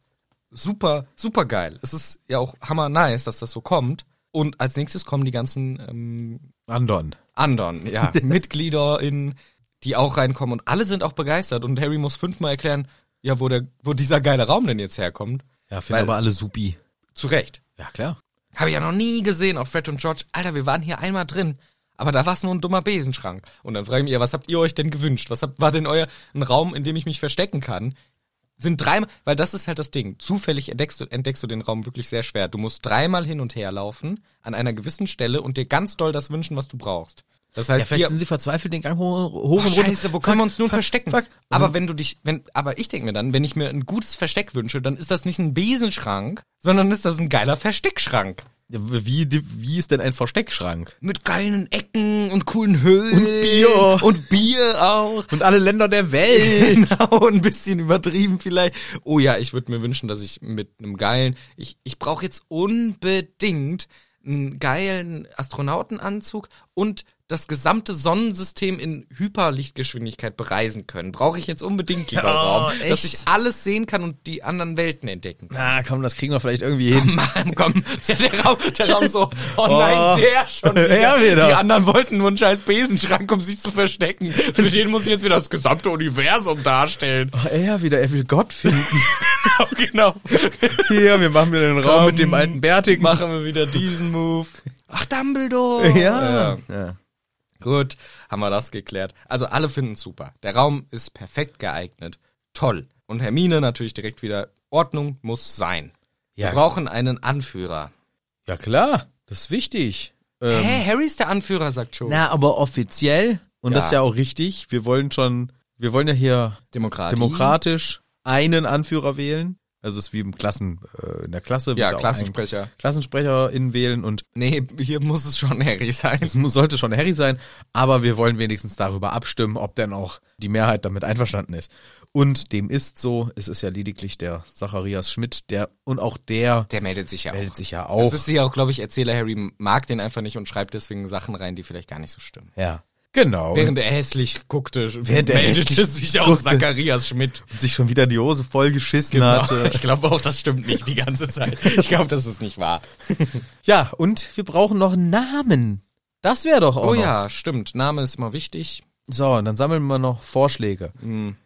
Speaker 1: Super, super geil. Es ist ja auch hammer nice, dass das so kommt. Und als nächstes kommen die ganzen ähm,
Speaker 2: Andon.
Speaker 1: anderen, (laughs) ja, Mitglieder in, die auch reinkommen und alle sind auch begeistert und Harry muss fünfmal erklären, ja, wo der, wo dieser geile Raum denn jetzt herkommt.
Speaker 2: Ja,
Speaker 1: Weil-
Speaker 2: finde aber alle supi.
Speaker 1: Zu Recht.
Speaker 2: Ja, klar.
Speaker 1: Habe ich ja noch nie gesehen auf Fred und George. Alter, wir waren hier einmal drin. Aber da war es nur ein dummer Besenschrank. Und dann frage ich mich, ja, was habt ihr euch denn gewünscht? Was habt, war denn euer ein Raum, in dem ich mich verstecken kann? Sind dreimal, weil das ist halt das Ding. Zufällig entdeckst du, entdeckst du den Raum wirklich sehr schwer. Du musst dreimal hin und her laufen, an einer gewissen Stelle und dir ganz doll das wünschen, was du brauchst. Das heißt, hier,
Speaker 2: sie verzweifelt den Gang hoch, hoch
Speaker 1: Oh, scheiße, wo können wir uns nun verstecken?
Speaker 2: fuck.
Speaker 1: Aber wenn du dich, wenn, aber ich denke mir dann, wenn ich mir ein gutes Versteck wünsche, dann ist das nicht ein Besenschrank, sondern ist das ein geiler Versteckschrank.
Speaker 2: Ja, wie, wie ist denn ein Versteckschrank?
Speaker 1: Mit geilen Ecken und coolen Höhlen. Und
Speaker 2: Bier.
Speaker 1: Und Bier auch.
Speaker 2: Und alle Länder der
Speaker 1: (laughs)
Speaker 2: Welt.
Speaker 1: Genau, ein bisschen übertrieben vielleicht. Oh ja, ich würde mir wünschen, dass ich mit einem geilen, ich, ich brauche jetzt unbedingt einen geilen Astronautenanzug und das gesamte Sonnensystem in Hyperlichtgeschwindigkeit bereisen können. Brauche ich jetzt unbedingt, lieber
Speaker 2: Oh,
Speaker 1: Raum, dass
Speaker 2: echt?
Speaker 1: ich alles sehen kann und die anderen Welten entdecken.
Speaker 2: Na komm, das kriegen wir vielleicht irgendwie hin.
Speaker 1: Mann, komm, der Raum, der Raum so, oh nein,
Speaker 2: Oh,
Speaker 1: der schon
Speaker 2: er wieder.
Speaker 1: Die anderen wollten nur einen scheiß Besenschrank, um sich zu verstecken. Für den muss ich jetzt wieder das gesamte Universum
Speaker 2: (laughs)
Speaker 1: darstellen.
Speaker 2: Oh, er wieder, er will Gott finden.
Speaker 1: genau.
Speaker 2: Hier, wir machen wieder den Raum
Speaker 1: Komm,
Speaker 2: mit dem alten Bärtigen.
Speaker 1: Machen wir wieder diesen Move. Ach, Dumbledore.
Speaker 2: Ja.
Speaker 1: Gut, haben wir das geklärt. Also alle finden super. Der Raum ist perfekt geeignet. Toll. Und Hermine natürlich direkt wieder, Ordnung muss sein.
Speaker 2: Ja.
Speaker 1: Wir brauchen einen Anführer.
Speaker 2: Ja, klar, das ist wichtig. Ähm,
Speaker 1: Hä, Harry ist der Anführer, sagt Joe.
Speaker 2: na, aber offiziell, und das ist
Speaker 1: Ja.
Speaker 2: ja auch richtig, wir wollen schon, wir wollen ja hier
Speaker 1: Demokratie.
Speaker 2: demokratisch einen Anführer wählen. Also es ist wie im Klassen, äh, in der Klasse.
Speaker 1: Ja,
Speaker 2: wird's auch
Speaker 1: Klassensprecher.
Speaker 2: einen KlassensprecherInnen wählen und
Speaker 1: Nee, hier muss es schon Harry sein.
Speaker 2: es muss, sollte schon Harry sein, aber wir wollen wenigstens darüber abstimmen, ob denn auch die Mehrheit damit einverstanden ist. Und dem ist so, es ist ja lediglich der Zacharias Schmidt, der und auch der
Speaker 1: Der meldet sich ja auch.
Speaker 2: meldet sich ja
Speaker 1: Das
Speaker 2: auch.
Speaker 1: ist ja auch, glaube ich, Erzähler Harry mag den einfach nicht und schreibt deswegen Sachen rein, die vielleicht gar nicht so stimmen.
Speaker 2: ja. Genau.
Speaker 1: Während er hässlich guckte,
Speaker 2: Während er
Speaker 1: meldete
Speaker 2: hässlich
Speaker 1: sich auch
Speaker 2: guckte.
Speaker 1: Zacharias Schmidt.
Speaker 2: sich schon wieder die Hose vollgeschissen hatte.
Speaker 1: Ich glaube auch, das stimmt nicht die ganze Zeit. Ich glaube, das ist nicht wahr.
Speaker 2: Ja, und wir brauchen noch einen Namen. Das wäre doch auch
Speaker 1: Oh
Speaker 2: noch.
Speaker 1: ja, stimmt. Name ist immer wichtig.
Speaker 2: So, und dann sammeln wir noch Vorschläge.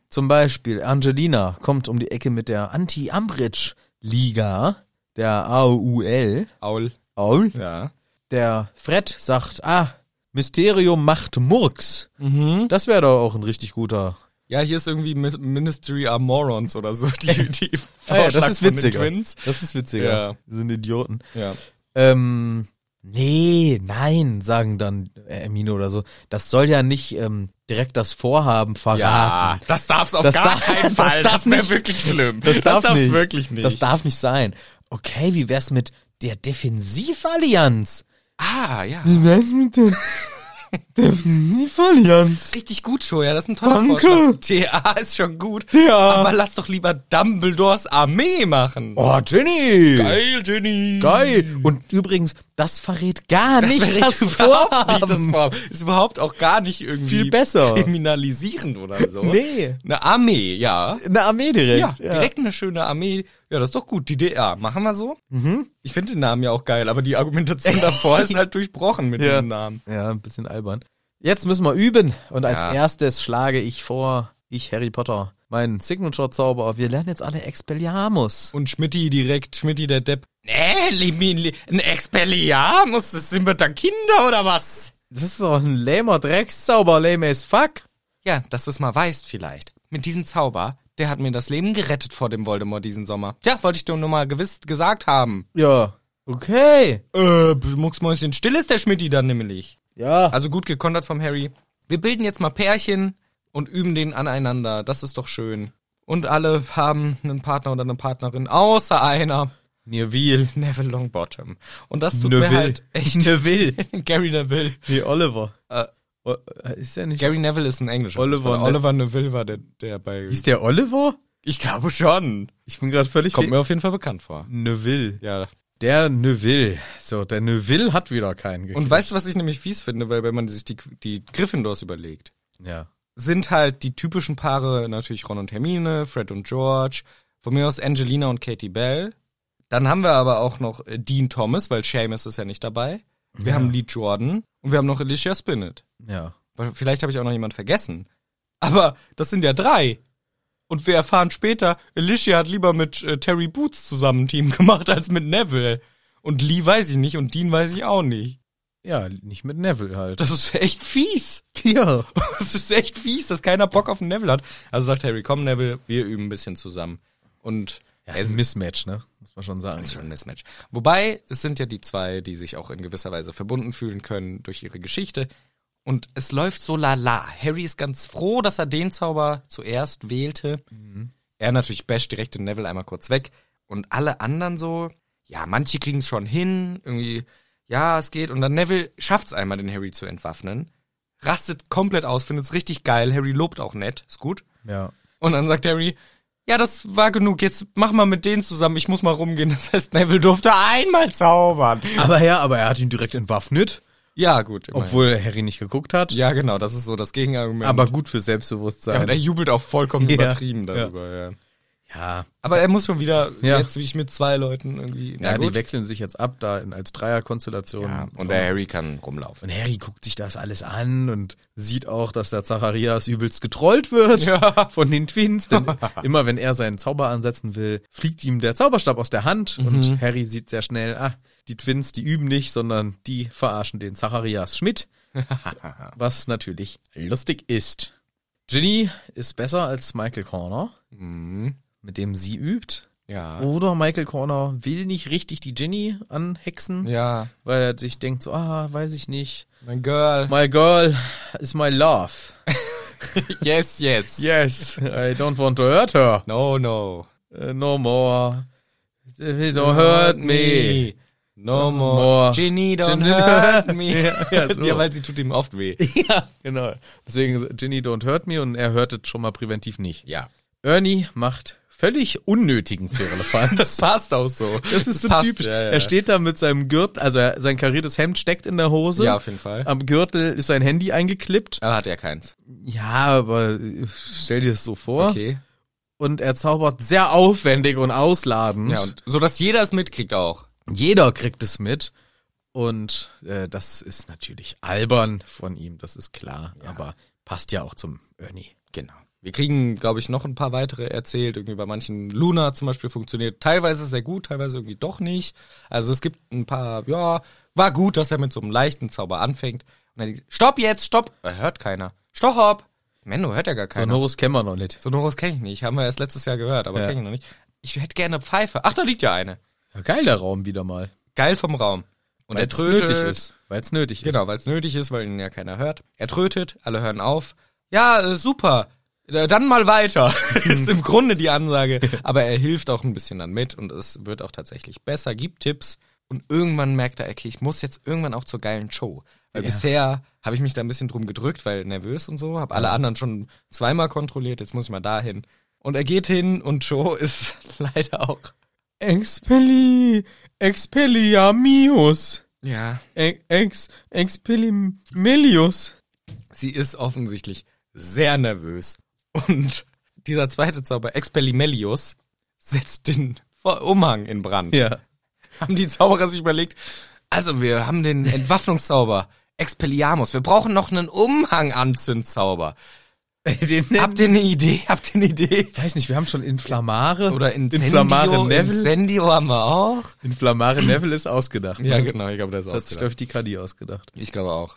Speaker 2: Zum Beispiel Angelina kommt um die Ecke mit der Anti-Ambridge-Liga, der AUL.
Speaker 1: Aul.
Speaker 2: Aul.
Speaker 1: Ja.
Speaker 2: Der Fred sagt, ah, Mysterium macht Murks. Das wäre doch auch ein richtig guter.
Speaker 1: Ja, hier ist irgendwie Mi- Ministry of Morons oder so. Die, die
Speaker 2: Ey,
Speaker 1: Vorschlag von den Twins.
Speaker 2: Das ist witziger.
Speaker 1: Ja.
Speaker 2: Das sind Idioten.
Speaker 1: Ja.
Speaker 2: Ähm, nee, nein, sagen dann äh, Hermine oder so. Das soll ja nicht ähm, direkt das Vorhaben verraten.
Speaker 1: das darf's auf
Speaker 2: Das
Speaker 1: gar
Speaker 2: darf-
Speaker 1: keinen
Speaker 2: (laughs) das
Speaker 1: Fall.
Speaker 2: darf
Speaker 1: Das, wäre
Speaker 2: nicht.
Speaker 1: wirklich schlimm.
Speaker 2: Das darf
Speaker 1: darf's
Speaker 2: nicht.
Speaker 1: wirklich nicht.
Speaker 2: Das darf nicht sein. Okay, wie wär's mit der Defensivallianz?
Speaker 1: ah, ja.
Speaker 2: Wie wär's mit der Defensivallianz?
Speaker 1: Richtig gut, Joe, ja, das ist ein toller
Speaker 2: Danke.
Speaker 1: Vorschlag. TA ist schon gut.
Speaker 2: Ja.
Speaker 1: Aber lass doch lieber Dumbledores Armee machen.
Speaker 2: Oh, Jenny!
Speaker 1: Geil, Jenny.
Speaker 2: Geil! Und übrigens, das verrät gar
Speaker 1: Das
Speaker 2: nicht
Speaker 1: wäre (laughs)
Speaker 2: das
Speaker 1: überhaupt nicht das
Speaker 2: Vorhaben.
Speaker 1: Vorhaben. Ist überhaupt auch gar nicht irgendwie
Speaker 2: Viel besser.
Speaker 1: kriminalisierend oder so.
Speaker 2: Nee.
Speaker 1: Eine Armee, ja.
Speaker 2: Eine Armee
Speaker 1: Ja,
Speaker 2: direkt.
Speaker 1: direkt eine schöne Armee. Ja, das ist doch gut. Die DR. Machen wir so? Ich finde den Namen ja auch geil, aber die (laughs) Argumentation davor ist halt durchbrochen mit
Speaker 2: Ja.
Speaker 1: diesem Namen.
Speaker 2: Ja, ein bisschen albern. Jetzt müssen wir üben. Und als
Speaker 1: Ja.
Speaker 2: erstes schlage ich vor, ich Harry Potter, meinen Signature-Zauber. Wir lernen jetzt alle Expelliarmus.
Speaker 1: Und Schmidti direkt, Schmidti der Depp. Nee, Limin, li- ein Expelliarmus, das sind wir da Kinder oder was?
Speaker 2: Das ist doch ein lähmer Dreckszauber, lame as fuck.
Speaker 1: Ja, dass du es mal weißt vielleicht. Mit diesem Zauber, der hat mir das Leben gerettet vor dem Voldemort diesen Sommer. Ja, wollte ich dir nur mal gewiss gesagt haben.
Speaker 2: Ja, okay.
Speaker 1: Äh, Mucksmäuschen, still ist der Schmidti dann nämlich.
Speaker 2: Ja.
Speaker 1: Also gut gekontert vom Harry. Wir bilden jetzt mal Pärchen und üben den aneinander. Das ist doch schön. Und alle haben einen Partner oder eine Partnerin, außer einer. (laughs)
Speaker 2: Neville.
Speaker 1: Neville Longbottom. Und das tut mir
Speaker 2: Neville.
Speaker 1: halt (laughs) echt
Speaker 2: Neville.
Speaker 1: Gary Neville.
Speaker 2: (laughs) Nee, Oliver.
Speaker 1: Äh,
Speaker 2: O- Ist der nicht.
Speaker 1: Gary Neville ist ein englischer.
Speaker 2: Oliver
Speaker 1: Fußballer.
Speaker 2: Ne-
Speaker 1: Oliver Neville war der, der bei.
Speaker 2: Hieß der Oliver?
Speaker 1: ich glaube schon.
Speaker 2: Ich bin gerade völlig.
Speaker 1: Kommt mir auf jeden Fall bekannt vor.
Speaker 2: Neville.
Speaker 1: Ja.
Speaker 2: Der Neville. So, der Neville hat wieder keinen gekriegt.
Speaker 1: Und weißt du, was ich nämlich fies finde, weil wenn man sich die, die Gryffindors überlegt,
Speaker 2: Ja.
Speaker 1: sind halt die typischen Paare natürlich Ron und Hermine, Fred und George, von mir aus Angelina und Katie Bell. Dann haben wir aber auch noch äh, Dean Thomas, weil Seamus ist ja nicht dabei. Wir
Speaker 2: Ja.
Speaker 1: haben Lee Jordan und wir haben noch Alicia Spinnet.
Speaker 2: Ja.
Speaker 1: Weil Vielleicht habe ich auch noch jemand vergessen. Aber das sind ja drei. Und wir erfahren später, Alicia hat lieber mit äh, Terry Boots zusammen ein Team (laughs) gemacht als mit Neville. Und Lee weiß ich nicht und Dean weiß ich auch nicht.
Speaker 2: Ja, nicht mit Neville halt.
Speaker 1: Das ist echt fies.
Speaker 2: Ja.
Speaker 1: (laughs) Das ist echt fies, dass keiner Bock auf den Neville hat. Also sagt Harry, komm Neville, wir üben ein bisschen zusammen. Und
Speaker 2: ja ist ein Mismatch, ne? Muss man schon sagen.
Speaker 1: das ist schon ein Mismatch. Wobei, es sind ja die zwei, die sich auch in gewisser Weise verbunden fühlen können durch ihre Geschichte. Und es läuft so lala. Harry ist ganz froh, dass er den Zauber zuerst wählte. Er natürlich basht direkt den Neville einmal kurz weg. Und alle anderen so, ja, manche kriegen es schon hin, irgendwie, ja, es geht. Und dann Neville schafft es einmal, den Harry zu entwaffnen. Rastet komplett aus, findet es richtig geil. Harry lobt auch nett, ist gut.
Speaker 2: Ja.
Speaker 1: Und dann sagt Harry, ja, das war genug, jetzt mach mal mit denen zusammen, ich muss mal rumgehen. (laughs) Das heißt, Neville durfte einmal zaubern.
Speaker 2: Aber ja, aber er hat ihn direkt entwaffnet,
Speaker 1: Ja, gut. immerhin.
Speaker 2: obwohl Harry nicht geguckt hat.
Speaker 1: Ja, genau, das ist so das Gegenargument.
Speaker 2: Aber gut
Speaker 1: ja,
Speaker 2: für
Speaker 1: und er
Speaker 2: Selbstbewusstsein.
Speaker 1: jubelt auch vollkommen
Speaker 2: Ja,
Speaker 1: übertrieben darüber, ja.
Speaker 2: Ja,
Speaker 1: Aber er muss schon wieder,
Speaker 2: Ja.
Speaker 1: jetzt wie ich mit zwei Leuten irgendwie.
Speaker 2: ja,
Speaker 1: gut.
Speaker 2: die wechseln sich jetzt ab da in, als Dreierkonstellation.
Speaker 1: Ja, und der Harry kann rumlaufen.
Speaker 2: Und Harry guckt sich das alles an und sieht auch, dass der Zacharias übelst getrollt wird
Speaker 1: Ja.
Speaker 2: (laughs) von den
Speaker 1: (laughs)
Speaker 2: Twins. Denn immer wenn er seinen Zauber ansetzen will, fliegt ihm der Zauberstab aus der Hand
Speaker 1: Mhm.
Speaker 2: und Harry sieht sehr schnell, ah, die Twins, die üben nicht, sondern die verarschen den
Speaker 1: (laughs)
Speaker 2: Zacharias Schmidt. was natürlich lustig ist. Ginny ist besser als Michael Corner,
Speaker 1: Mhm.
Speaker 2: mit dem sie übt.
Speaker 1: Ja.
Speaker 2: Oder Michael Corner will nicht richtig die Ginny anhexen,
Speaker 1: Ja.
Speaker 2: weil er sich denkt so, ah, weiß ich nicht.
Speaker 1: Mein Girl.
Speaker 2: My girl is my love.
Speaker 1: Yes, yes.
Speaker 2: Yes, I don't want to hurt her.
Speaker 1: No, no.
Speaker 2: Uh, no more. They don't hurt me. (laughs)
Speaker 1: No more.
Speaker 2: more.
Speaker 1: Ginny, don't
Speaker 2: Ginny-
Speaker 1: hurt
Speaker 2: (laughs)
Speaker 1: me.
Speaker 2: Ja, ja, so.
Speaker 1: weil sie tut ihm oft weh.
Speaker 2: Ja, genau. Deswegen Ginny don't hurt me und er hört es schon mal präventiv nicht.
Speaker 1: Ja.
Speaker 2: Ernie macht völlig unnötigen Firlefanz.
Speaker 1: Das passt auch so.
Speaker 2: (laughs) Das ist so
Speaker 1: passt,
Speaker 2: typisch.
Speaker 1: Ja, ja.
Speaker 2: Er steht da mit seinem Gürtel, also er, sein kariertes Hemd steckt in der Hose.
Speaker 1: Ja, auf jeden Fall.
Speaker 2: Am Gürtel ist sein Handy eingeklippt.
Speaker 1: Aber hat er keins.
Speaker 2: Ja, aber äh, stell dir das so vor.
Speaker 1: Okay.
Speaker 2: Und er zaubert sehr aufwendig und ausladend.
Speaker 1: Ja, und so dass jeder es mitkriegt auch.
Speaker 2: jeder kriegt es mit. Und äh, das ist natürlich albern von ihm, das ist klar. Aber passt ja auch zum Ernie.
Speaker 1: Genau. Wir kriegen, glaube ich, noch ein paar weitere erzählt. Irgendwie bei manchen Luna zum Beispiel funktioniert teilweise sehr gut, teilweise irgendwie doch nicht. Also es gibt ein paar, ja, war gut, dass er mit so einem leichten Zauber anfängt. Und dann stopp jetzt, stopp. Er hört keiner. Stopp. Menno hört ja genau. gar keiner.
Speaker 2: Sonorus kennen wir noch nicht.
Speaker 1: Sonoros kenne ich nicht. Haben wir erst letztes Jahr gehört, aber
Speaker 2: Ja.
Speaker 1: kenne ich noch nicht. Ich hätte gerne Pfeife. Ach, da liegt ja eine.
Speaker 2: Ja, geil, der Raum wieder mal.
Speaker 1: Geil vom Raum. Und er
Speaker 2: Weil's
Speaker 1: trötet.
Speaker 2: nötig ist. Weil es nötig
Speaker 1: Genau, weil es nötig ist, weil ihn ja keiner hört. Er trötet, alle hören auf. Ja, äh, super. Äh, Dann mal weiter. (laughs) ist im Grunde die Ansage. Aber er hilft auch ein bisschen dann mit und es wird auch tatsächlich besser, gibt Tipps. Und irgendwann merkt er, okay, ich muss jetzt irgendwann auch zur geilen Show. Weil bisher habe ich mich da ein bisschen drum gedrückt, weil nervös und so, habe alle anderen schon zweimal kontrolliert, jetzt muss ich mal dahin. Und er geht hin und Joe (laughs) ist leider auch.
Speaker 2: ist. Expelli, Expelliarmius,
Speaker 1: Ja.
Speaker 2: E- Ex, Expellimelius.
Speaker 1: sie ist offensichtlich sehr nervös. Und dieser zweite Zauber, Expellimelius, setzt den Vor- Umhang in Brand.
Speaker 2: Ja.
Speaker 1: Haben die Zauberer sich überlegt, also wir haben den Entwaffnungszauber, Expelliarmus, wir brauchen noch einen Umhang-Anzündzauber.
Speaker 2: (laughs) Den
Speaker 1: Habt ihr eine Idee? (laughs) Habt ihr eine Idee?
Speaker 2: weiß nicht, wir haben schon Inflammare.
Speaker 1: Oder Incendio,
Speaker 2: Inflammare Neville.
Speaker 1: Incendio haben wir auch.
Speaker 2: Inflammare Neville ist ausgedacht.
Speaker 1: Ja,
Speaker 2: ne?
Speaker 1: genau, ich glaube, das ist
Speaker 2: Das hat
Speaker 1: ausgedacht.
Speaker 2: sich, glaube ich, die Kadi ausgedacht.
Speaker 1: Ich glaube auch.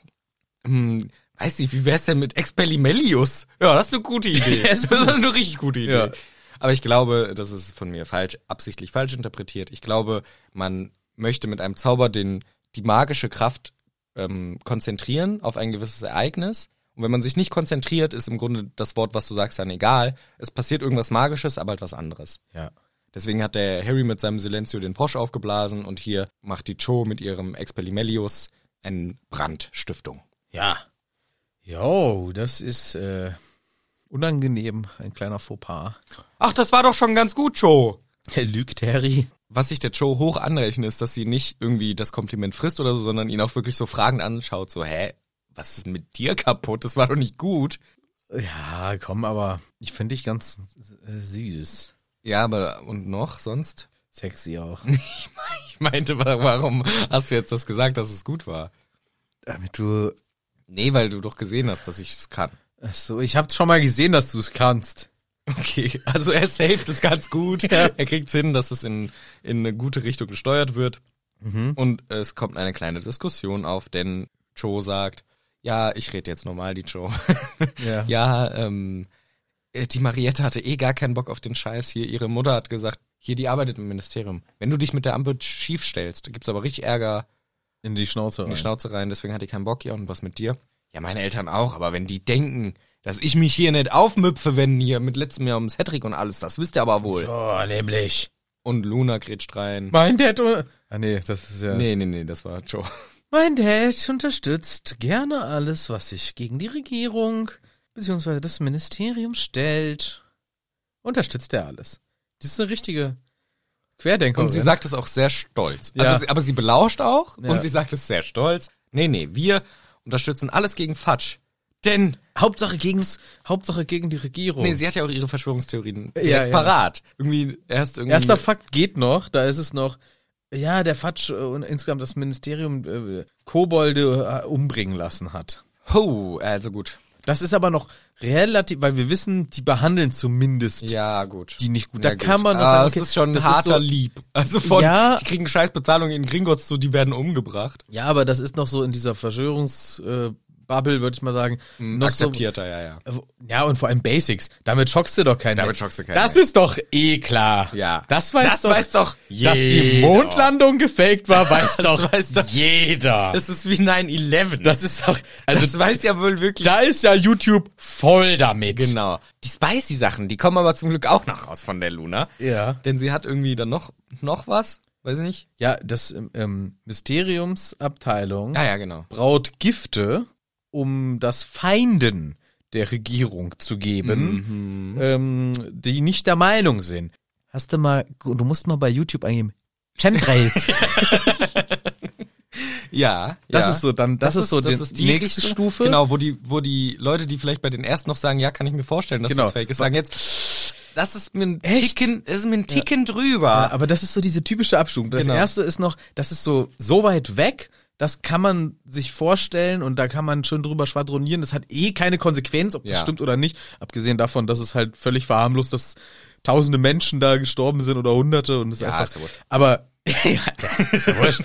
Speaker 1: Hm, weiß nicht, wie wär's denn mit Expellimelius? Ja, das ist eine (laughs) gute Idee.
Speaker 2: Der
Speaker 1: das
Speaker 2: ist
Speaker 1: ist eine richtig gute Idee.
Speaker 2: Ja.
Speaker 1: Aber ich glaube, das ist von mir falsch, absichtlich falsch interpretiert. Ich glaube, man möchte mit einem Zauber den, die magische Kraft ähm, konzentrieren auf ein gewisses Ereignis. Und wenn man sich nicht konzentriert, ist im Grunde das Wort, was du sagst, dann egal. Es passiert irgendwas Magisches, aber etwas halt anderes.
Speaker 2: Ja.
Speaker 1: Deswegen hat der Harry mit seinem Silencio den Frosch aufgeblasen und hier macht die Cho mit ihrem Expellimellius eine Brandstiftung.
Speaker 2: Ja. Jo, das ist äh, unangenehm, ein kleiner Fauxpas.
Speaker 1: Ach, das war doch schon ganz gut, Cho.
Speaker 2: (laughs) Er lügt, Harry.
Speaker 1: Was ich der Cho hoch anrechne, ist, dass sie nicht irgendwie das Kompliment frisst oder so, sondern ihn auch wirklich so fragend anschaut, so, hä, was ist denn mit dir kaputt? Das war doch nicht gut.
Speaker 2: Ja, komm, aber ich finde dich ganz äh, süß.
Speaker 1: Ja, aber und noch sonst? (laughs)
Speaker 2: Sexy (laughs) auch.
Speaker 1: Ich meinte, wa- warum hast du jetzt das gesagt, dass es gut war?
Speaker 2: Damit du.
Speaker 1: Nee, weil du doch gesehen hast, dass ich es kann.
Speaker 2: Ach so, ich hab's schon mal gesehen, dass du es kannst.
Speaker 1: Okay, also er saved es ganz gut. Er kriegt's hin, dass es in, in eine gute Richtung gesteuert wird. Und es kommt eine kleine Diskussion auf, denn Joe sagt, ja, ich rede jetzt normal, die Joe.
Speaker 2: Ja.
Speaker 1: ja, ähm, äh, die Mariette hatte eh gar keinen Bock auf den Scheiß hier. Ihre Mutter hat gesagt, hier, die arbeitet im Ministerium. Wenn du dich mit der Ampel schief stellst, gibt's aber richtig Ärger
Speaker 2: In die Schnauze
Speaker 1: in
Speaker 2: rein.
Speaker 1: die Schnauze rein, deswegen hatte ich keinen Bock, ja, und was mit dir? Ja, meine Eltern auch, aber wenn die denken, dass ich mich hier nicht aufmüpfe, wenn hier mit letztem Jahr ums Hattrick und alles, das wisst ihr aber wohl.
Speaker 2: so, nämlich.
Speaker 1: Und Luna grätscht rein.
Speaker 2: Mein Dad. un- Ah, nee, das ist ja.
Speaker 1: Nee, nee, nee, das war Joe.
Speaker 2: Mein Dad unterstützt gerne alles, was sich gegen die Regierung bzw. das Ministerium stellt. Unterstützt er alles. Das ist eine richtige Querdenkerin.
Speaker 1: Und sie sagt es auch sehr stolz.
Speaker 2: Ja.
Speaker 1: Also, sie- aber sie belauscht auch
Speaker 2: Ja.
Speaker 1: und sie sagt es sehr stolz. Nee, nee, wir unterstützen alles gegen Fatsch. Denn,
Speaker 2: Hauptsache gegen's, Hauptsache gegen die Regierung.
Speaker 1: nee, sie hat ja auch ihre Verschwörungstheorien direkt
Speaker 2: Ja, ja.
Speaker 1: parat. Irgendwie erst irgendwie.
Speaker 2: Erster Fakt geht noch, da ist es noch, ja, der Fatsch äh, und insgesamt das Ministerium äh, Kobolde äh, umbringen lassen hat.
Speaker 1: oh, also gut.
Speaker 2: Das ist aber noch relativ, weil wir wissen, die behandeln zumindest
Speaker 1: Ja, gut.
Speaker 2: die nicht gut.
Speaker 1: Ja,
Speaker 2: da kann man
Speaker 1: ah,
Speaker 2: noch sagen,
Speaker 1: das ist schon ein
Speaker 2: das
Speaker 1: harter
Speaker 2: so,
Speaker 1: Lieb. Also von,
Speaker 2: Ja.
Speaker 1: die kriegen scheiß Bezahlung in Gringotts zu, die werden umgebracht.
Speaker 2: Ja, aber das ist noch so in dieser Verschwörungsbubble, äh, Bubble, würde ich mal sagen.
Speaker 1: Hm,
Speaker 2: noch
Speaker 1: Akzeptierter, ja, ja.
Speaker 2: So, ja, und vor allem Basics. Damit schockst du doch keinen.
Speaker 1: Damit
Speaker 2: mehr.
Speaker 1: schockst du keinen
Speaker 2: Das
Speaker 1: mehr.
Speaker 2: ist doch eh klar.
Speaker 1: Ja.
Speaker 2: Das weiß
Speaker 1: Das
Speaker 2: doch,
Speaker 1: weiß doch
Speaker 2: dass die
Speaker 1: jeder.
Speaker 2: Mondlandung gefaked war, weiß
Speaker 1: Das
Speaker 2: doch
Speaker 1: weiß doch-
Speaker 2: jeder.
Speaker 1: Das ist wie 9-11.
Speaker 2: Das ist doch, also
Speaker 1: also, das weiß ja wohl wirklich.
Speaker 2: da ist ja YouTube voll damit.
Speaker 1: Genau. Die Spicy-Sachen, die kommen aber zum Glück auch noch raus von der Luna.
Speaker 2: Ja.
Speaker 1: Denn sie hat irgendwie dann noch, noch was, weiß ich nicht.
Speaker 2: Ja, das ähm, Mysteriumsabteilung
Speaker 1: Ja, ja, genau.
Speaker 2: braut Gifte, um das Feinden der Regierung zu
Speaker 1: Mhm.
Speaker 2: geben, ähm, die nicht der Meinung sind. Hast du mal, du musst mal bei YouTube eingeben, Chemtrails.
Speaker 1: Ja,
Speaker 2: (laughs) Das
Speaker 1: ja.
Speaker 2: ist so dann, das, ist so die, nächste
Speaker 1: Richtung.
Speaker 2: Stufe.
Speaker 1: Genau, wo die, wo die Leute, die vielleicht bei den ersten noch sagen, ja, kann ich mir vorstellen, dass
Speaker 2: Genau.
Speaker 1: das fake ist, sagen jetzt, das ist mir ein
Speaker 2: Echt?
Speaker 1: Ticken, das ist mir ein Ticken drüber. (laughs)
Speaker 2: Ja, aber das ist so diese typische Abstufung. Das
Speaker 1: Genau.
Speaker 2: erste ist noch, das ist so so weit weg, das kann man sich vorstellen und da kann man schon drüber schwadronieren. Das hat eh keine Konsequenz, ob das
Speaker 1: Ja.
Speaker 2: stimmt oder nicht. Abgesehen davon, dass es halt völlig verharmlost, dass tausende Menschen da gestorben sind oder hunderte und es
Speaker 1: Ja,
Speaker 2: einfach.
Speaker 1: ist ja wurscht.
Speaker 2: aber (laughs) ja, das ist ja wurscht.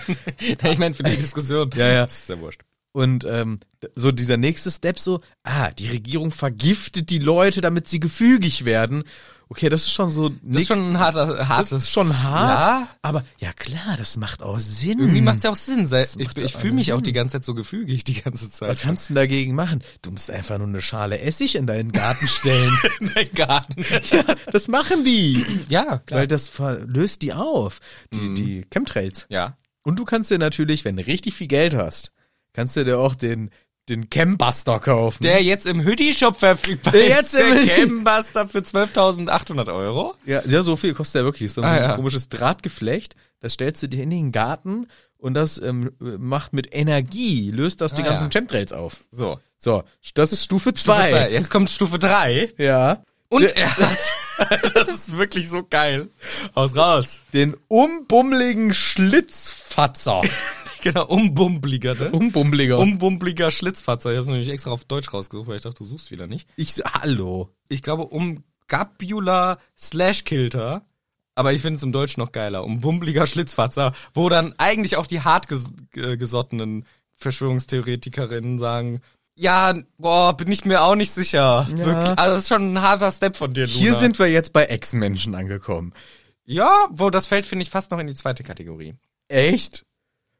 Speaker 1: Ja, ich meine,
Speaker 2: (laughs)
Speaker 1: für die Diskussion.
Speaker 2: Ja, ja.
Speaker 1: Das ist ja wurscht.
Speaker 2: Und ähm, d- so dieser nächste Step so, ah, die Regierung vergiftet die Leute, damit sie gefügig werden. Okay, das ist schon so
Speaker 1: Das ist schon ein harter, hartes.
Speaker 2: Das ist schon hart,
Speaker 1: Ja.
Speaker 2: aber ja klar, das macht auch Sinn.
Speaker 1: Irgendwie macht's ja auch Sinn. Sei, ich
Speaker 2: macht
Speaker 1: ich
Speaker 2: doch
Speaker 1: fühle mich
Speaker 2: Sinn.
Speaker 1: auch die ganze Zeit so gefügig, die ganze Zeit.
Speaker 2: Was kannst du denn dagegen machen? Du musst einfach nur eine Schale Essig in deinen Garten
Speaker 1: (laughs)
Speaker 2: stellen.
Speaker 1: Mein Garten.
Speaker 2: das machen die,
Speaker 1: Ja, klar. Mhm.
Speaker 2: weil das ver- löst die auf, die, die Chemtrails.
Speaker 1: ja.
Speaker 2: Und du kannst dir natürlich, wenn du richtig viel Geld hast, kannst du dir auch den den Chembuster kaufen.
Speaker 1: Der jetzt im Hoodie-Shop verfügbar
Speaker 2: Der
Speaker 1: ist.
Speaker 2: jetzt im
Speaker 1: der
Speaker 2: Hoodie-
Speaker 1: Gamebuster für 12.800 Euro.
Speaker 2: ja, ja, so viel kostet der wirklich. Ist dann
Speaker 1: Ah,
Speaker 2: so ein
Speaker 1: ja.
Speaker 2: komisches Drahtgeflecht. Das stellst du dir in den Garten und das ähm, macht mit Energie, löst das die
Speaker 1: Ah,
Speaker 2: ganzen
Speaker 1: ja.
Speaker 2: Chemtrails auf.
Speaker 1: So.
Speaker 2: So, das ist Stufe
Speaker 1: Stufe zwei.
Speaker 2: 2.
Speaker 1: Jetzt kommt Stufe 3.
Speaker 2: Ja.
Speaker 1: Und (laughs) er hat. das ist wirklich so geil. Haus raus.
Speaker 2: Den umbummeligen (laughs) Schlitzfatzer.
Speaker 1: (laughs) Genau, umbumbliger, ne?
Speaker 2: Umbummeliger.
Speaker 1: Umbumbliger Schlitzfatzer. Ich hab's nämlich extra auf Deutsch rausgesucht, weil ich dachte, du suchst wieder nicht.
Speaker 2: ich, hallo.
Speaker 1: ich glaube, um Gabula slash Kilter. Aber ich finde es im Deutschen noch geiler. Um bummeliger Schlitzfatzer, wo dann eigentlich auch die hartgesottenen Verschwörungstheoretikerinnen sagen, ja, boah, bin ich mir auch nicht sicher. Wirklich, also das ist schon ein harter Step von dir, Luna.
Speaker 2: Hier sind wir jetzt bei Echsenmenschen angekommen.
Speaker 1: ja, wo das fällt, finde ich fast noch in die zweite Kategorie.
Speaker 2: Echt?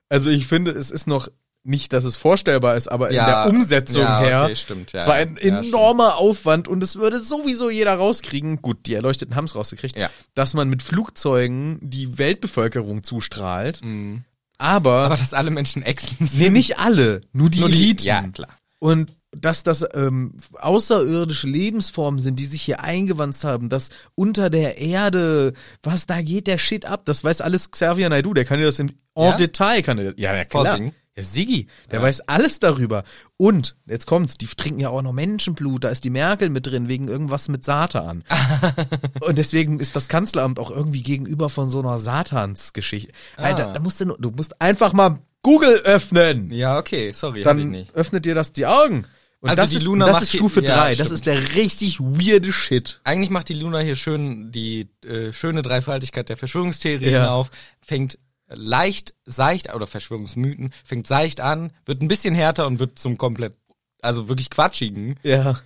Speaker 2: Also ich finde, es ist noch nicht, dass es vorstellbar ist, aber
Speaker 1: Ja.
Speaker 2: in der Umsetzung
Speaker 1: Ja, okay,
Speaker 2: her.
Speaker 1: stimmt, ja.
Speaker 2: Es war ein
Speaker 1: Ja,
Speaker 2: enormer Aufwand und es würde sowieso jeder rauskriegen. Gut, die Erleuchteten haben es rausgekriegt,
Speaker 1: Ja.
Speaker 2: dass man mit Flugzeugen die Weltbevölkerung zustrahlt. Aber,
Speaker 1: Mhm. Aber dass alle Menschen Echsen sind.
Speaker 2: nee, nicht alle, nur die
Speaker 1: Nur die-
Speaker 2: Eliten.
Speaker 1: ja, klar.
Speaker 2: Und dass das ähm, außerirdische Lebensformen sind, die sich hier eingewandt haben, dass unter der Erde, was da geht, der Shit ab, das weiß alles Xavier Naidoo, der kann dir das im en
Speaker 1: Ja?
Speaker 2: Detail, kann dir das, ja, ja klar.
Speaker 1: Vorsingen.
Speaker 2: Ja, Siggi, der weiß alles darüber. Und, jetzt kommt's, die trinken ja auch noch Menschenblut, da ist die Merkel mit drin, wegen irgendwas mit Satan.
Speaker 1: Ah.
Speaker 2: Und deswegen ist das Kanzleramt auch irgendwie gegenüber von so einer Satansgeschichte.
Speaker 1: Ah.
Speaker 2: Alter, da musst du, nur- du musst einfach mal Google öffnen
Speaker 1: Ja, okay, sorry, hab ich
Speaker 2: dann
Speaker 1: nicht.
Speaker 2: öffnet dir das die Augen. Und
Speaker 1: Also
Speaker 2: das,
Speaker 1: die
Speaker 2: ist,
Speaker 1: Luna
Speaker 2: und das
Speaker 1: macht
Speaker 2: ist
Speaker 1: die-
Speaker 2: Stufe
Speaker 1: ja,
Speaker 2: 3. das
Speaker 1: stimmt.
Speaker 2: ist der richtig weirde Shit.
Speaker 1: Eigentlich macht die Luna hier schön die äh, schöne Dreifaltigkeit der Verschwörungstheorien
Speaker 2: Ja.
Speaker 1: auf, fängt leicht, seicht, oder Verschwörungsmythen, fängt seicht an, wird ein bisschen härter und wird zum komplett, also wirklich quatschigen.
Speaker 2: Ja.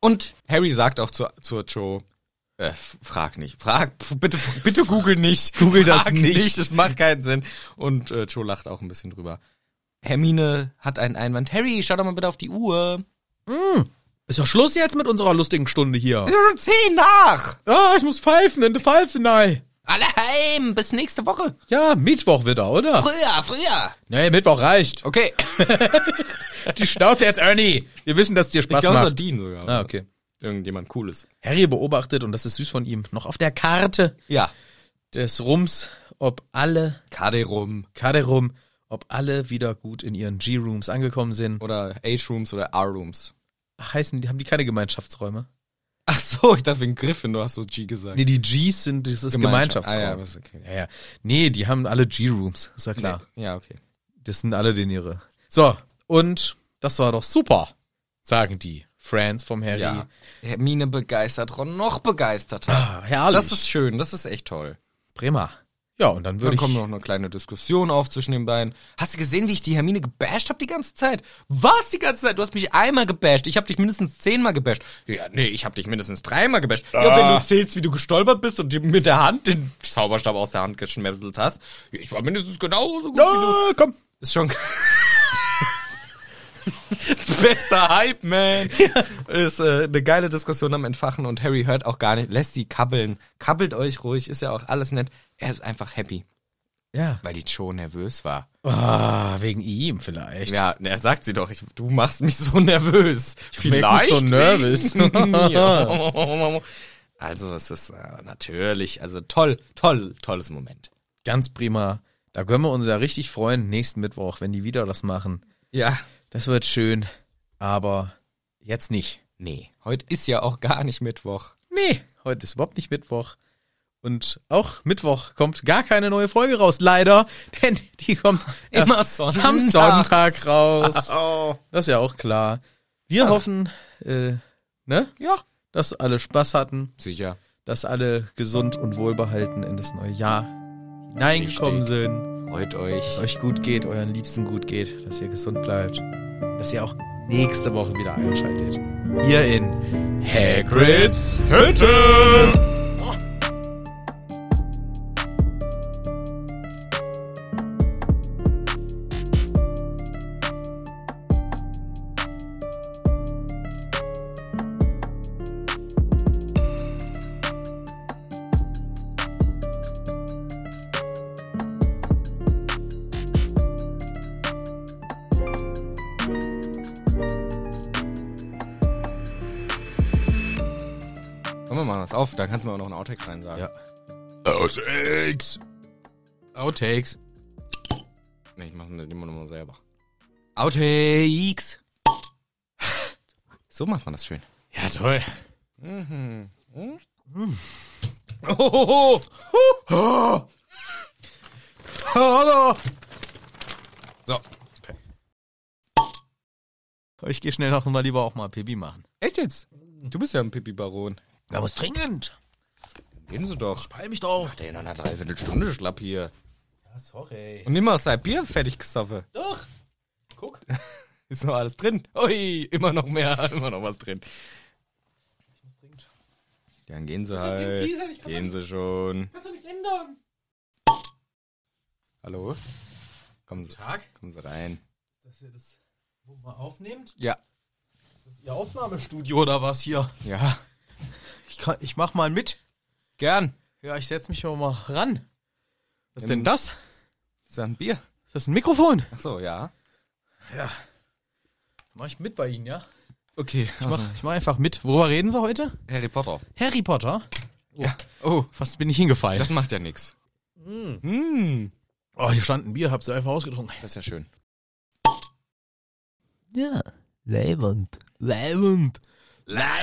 Speaker 1: Und Harry sagt auch zur, zur Joe, äh, f- frag nicht, frag, pf, bitte, bitte google nicht,
Speaker 2: (laughs) Google das
Speaker 1: frag
Speaker 2: nicht.
Speaker 1: das macht keinen Sinn. Und äh, Joe lacht auch ein bisschen drüber. Hermine hat einen Einwand. Harry, schau doch mal bitte auf die Uhr.
Speaker 2: Ist ja Schluss jetzt mit unserer lustigen Stunde hier.
Speaker 1: Es ist schon zehn nach.
Speaker 2: Ah, ich muss pfeifen in der Pfeife, nein.
Speaker 1: Alle heim, bis nächste Woche.
Speaker 2: Ja, Mittwoch wieder, oder?
Speaker 1: Früher, früher.
Speaker 2: Nee, Mittwoch reicht.
Speaker 1: Okay.
Speaker 2: Die Schnauze jetzt, Ernie. Wir wissen, dass es dir Spaß
Speaker 1: glaub, es war
Speaker 2: macht.
Speaker 1: Dean sogar.
Speaker 2: Ah, okay.
Speaker 1: Irgendjemand Cooles.
Speaker 2: Harry beobachtet, und das ist süß von ihm, noch auf der Karte
Speaker 1: Ja.
Speaker 2: des Rums, ob alle,
Speaker 1: KD Room
Speaker 2: Karte rum, ob alle wieder gut in ihren G-Rooms angekommen sind.
Speaker 1: oder H-Rooms oder R-Rooms.
Speaker 2: Heißen, die haben die keine Gemeinschaftsräume?
Speaker 1: Ach so, ich dachte wegen Griffin, du hast so G gesagt.
Speaker 2: Nee, die Gs sind dieses
Speaker 1: Gemeinschaft.
Speaker 2: Gemeinschaftsraum.
Speaker 1: Ah, ja, das ist okay.
Speaker 2: ja, ja. Nee, die haben alle G-Rooms, ist ja klar.
Speaker 1: Nee. Ja, okay.
Speaker 2: Das sind alle den ihre. So, und das war doch super, sagen die Friends vom Harry.
Speaker 1: Ja. Hermine begeistert, Ron noch begeisterter.
Speaker 2: Ah, herrlich.
Speaker 1: Das ist schön, das ist echt toll.
Speaker 2: prima. Ja, und dann
Speaker 1: Dann
Speaker 2: würde ich...
Speaker 1: kommt noch eine kleine Diskussion auf zwischen den beiden. Hast du gesehen, wie ich die Hermine gebasht habe die ganze Zeit? Was die ganze Zeit? Du hast mich einmal gebasht. Ich habe dich mindestens zehnmal gebasht. Ja, nee, ich habe dich mindestens dreimal gebasht. Ja,
Speaker 2: Ah.
Speaker 1: wenn du zählst, wie du gestolpert bist und dir mit der Hand den Zauberstab aus der Hand geschnäpselt hast. Ja, ich war mindestens genauso gut wie du.
Speaker 2: Ah, komm.
Speaker 1: Ist schon. (laughs) Bester Hype,
Speaker 2: (laughs)
Speaker 1: man. Ist äh, eine geile Diskussion am Entfachen und Harry hört auch gar nicht, lässt sie kabbeln. Kabbelt euch ruhig, ist ja auch alles nett. Er ist einfach happy,
Speaker 2: Ja.
Speaker 1: weil die Joe nervös war.
Speaker 2: Ah, wegen ihm vielleicht.
Speaker 1: Ja, er sagt sie doch, ich, du machst mich so nervös. Vielleicht.
Speaker 2: so nervous.
Speaker 1: wegen mir. also, es ist äh, natürlich, also toll, toll, tolles Moment.
Speaker 2: (laughs) Ganz prima. Da können wir uns ja richtig freuen, nächsten Mittwoch, wenn die wieder das machen.
Speaker 1: Ja.
Speaker 2: Das wird schön, aber jetzt nicht.
Speaker 1: Nee, heute ist ja auch gar nicht Mittwoch.
Speaker 2: Nee, heute ist überhaupt nicht Mittwoch. Und auch Mittwoch kommt gar keine neue Folge raus, leider. (laughs) Denn die kommt erst
Speaker 1: (laughs) Immer sonntags.
Speaker 2: am Sonntag raus.
Speaker 1: Oh.
Speaker 2: Das ist ja auch klar. Wir
Speaker 1: Ah.
Speaker 2: hoffen, äh, ne,
Speaker 1: (laughs) Ja.
Speaker 2: dass alle Spaß hatten,
Speaker 1: Sicher.
Speaker 2: dass alle gesund und wohlbehalten in das neue Jahr hineingekommen
Speaker 1: Richtig.
Speaker 2: sind.
Speaker 1: Freut
Speaker 2: Dass
Speaker 1: euch.
Speaker 2: euch gut geht, euren Liebsten gut geht, dass ihr gesund bleibt. Dass ihr auch nächste Woche wieder einschaltet. Hier in Hagrid's Hütte.
Speaker 1: Komm, wir machen das auf. Da kannst du mir auch noch einen Outtakes rein sagen.
Speaker 2: Ja. Outtakes. Outtakes.
Speaker 1: Nee, ich mache das immer nochmal selber. Outtakes. So macht man das (laughs) schön.
Speaker 2: Ja, toll.
Speaker 1: Ohoho.
Speaker 2: Hallo.
Speaker 1: So.
Speaker 2: Ich gehe schnell noch mal lieber auch mal Pipi machen.
Speaker 1: Echt jetzt? Du bist ja ein Pipi-Baron.
Speaker 2: Da muss dringend.
Speaker 1: Gehen Sie doch.
Speaker 2: Beeil mich doch.
Speaker 1: Der noch eine Dreiviertelstunde schlapp hier.
Speaker 2: Ja, sorry.
Speaker 1: Und immer aus deinem Bier fertig gesoffen.
Speaker 2: Doch. Guck.
Speaker 1: Ist noch alles drin. Ui, immer noch mehr, (laughs) immer noch was drin.
Speaker 2: dringend.
Speaker 1: Dann gehen Sie
Speaker 2: ja
Speaker 1: halt.
Speaker 2: Greenpeace, ich kann's doch
Speaker 1: Gehen Sie schon.
Speaker 2: Kannst du nicht ändern.
Speaker 1: Hallo? Kommen Sie,
Speaker 2: Tag.
Speaker 1: kommen Sie rein.
Speaker 2: dass ihr das mal aufnehmt.
Speaker 1: Ja.
Speaker 2: Ist das Ihr Aufnahmestudio oder was hier?
Speaker 1: Ja.
Speaker 2: Ich, kann, ich mach mal mit.
Speaker 1: Gern.
Speaker 2: Ja, ich setz mich aber mal ran. Was ist
Speaker 1: Wenn-
Speaker 2: denn das?
Speaker 1: Ist da ein Bier?
Speaker 2: Ist das ein Mikrofon?
Speaker 1: Ach so, ja.
Speaker 2: Ja. Mach ich mit bei Ihnen, ja?
Speaker 1: Okay.
Speaker 2: Ich mach, Also, ich mach einfach mit. Worüber reden Sie heute?
Speaker 1: Harry Potter.
Speaker 2: Harry Potter. Oh.
Speaker 1: Ja. Oh,
Speaker 2: Fast bin ich hingefallen.
Speaker 1: das macht ja nix.
Speaker 2: Hm.
Speaker 1: Mm.
Speaker 2: oh, hier stand ein Bier, hab's einfach ausgetrunken.
Speaker 1: Das ist ja schön.
Speaker 2: Ja. Leibend. Leibend.
Speaker 1: Leibend!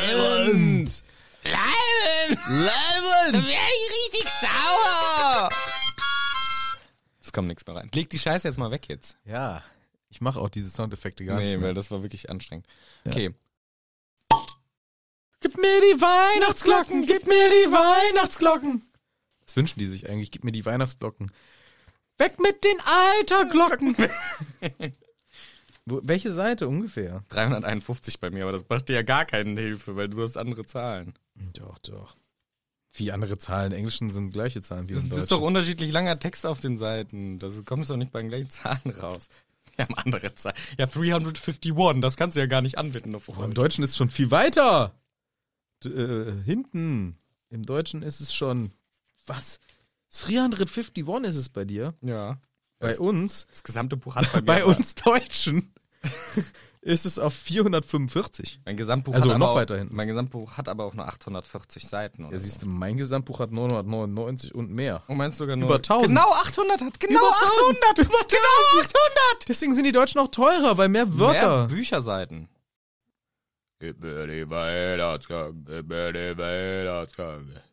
Speaker 1: Leibend! Da
Speaker 2: Leibend.
Speaker 1: werde ich richtig sauer! Es kommt nichts mehr rein. Leg die Scheiße jetzt mal weg jetzt.
Speaker 2: Ja. Ich mache auch diese Soundeffekte gar
Speaker 1: Nee,
Speaker 2: nicht.
Speaker 1: weil
Speaker 2: Mehr.
Speaker 1: das war wirklich anstrengend. Okay.
Speaker 2: Gib mir die Weihnachtsglocken, gib mir die Weihnachtsglocken. Was wünschen die sich eigentlich? Gib mir die Weihnachtsglocken. Weg mit den Alterglocken. (laughs) Wo, welche Seite ungefähr?
Speaker 1: 351 bei mir, aber das macht dir ja gar keine Hilfe, weil du hast andere Zahlen.
Speaker 2: Doch, doch. Wie andere Zahlen. Im Englischen sind gleiche Zahlen wie
Speaker 1: Das
Speaker 2: im
Speaker 1: ist doch
Speaker 2: Deutschen.
Speaker 1: unterschiedlich langer Text auf den Seiten. Das kommst doch nicht bei den gleichen Zahlen raus. Wir haben andere Zahlen. Ja, 351, das kannst du ja gar nicht anwenden auf
Speaker 2: Boah, Im
Speaker 1: Deutsch.
Speaker 2: Deutschen ist es schon viel weiter. D äh, hinten. Im Deutschen ist es schon. Was? 351 ist es bei dir.
Speaker 1: Ja.
Speaker 2: Bei uns.
Speaker 1: Das gesamte Buch
Speaker 2: (laughs)
Speaker 1: hat bei mir.
Speaker 2: Bei uns Deutschen (laughs) ist es auf 445.
Speaker 1: Mein Gesamtbuch
Speaker 2: Also
Speaker 1: hat
Speaker 2: noch
Speaker 1: aber auch,
Speaker 2: weiter hinten.
Speaker 1: Mein Gesamtbuch hat aber auch nur 840 Seiten. Oder
Speaker 2: Ja, siehst du, mein Gesamtbuch hat 999 und mehr.
Speaker 1: so. Du meinst sogar nur
Speaker 2: Über 1000.
Speaker 1: Genau 800 hat genau
Speaker 2: Über
Speaker 1: 800. Über 1000. Genau 800.
Speaker 2: Deswegen sind die Deutschen auch teurer, weil mehr Wörter.
Speaker 1: Mehr Bücherseiten. Gib mir die Weihnachtsglocke, gib mir die Weihnachtsglocke.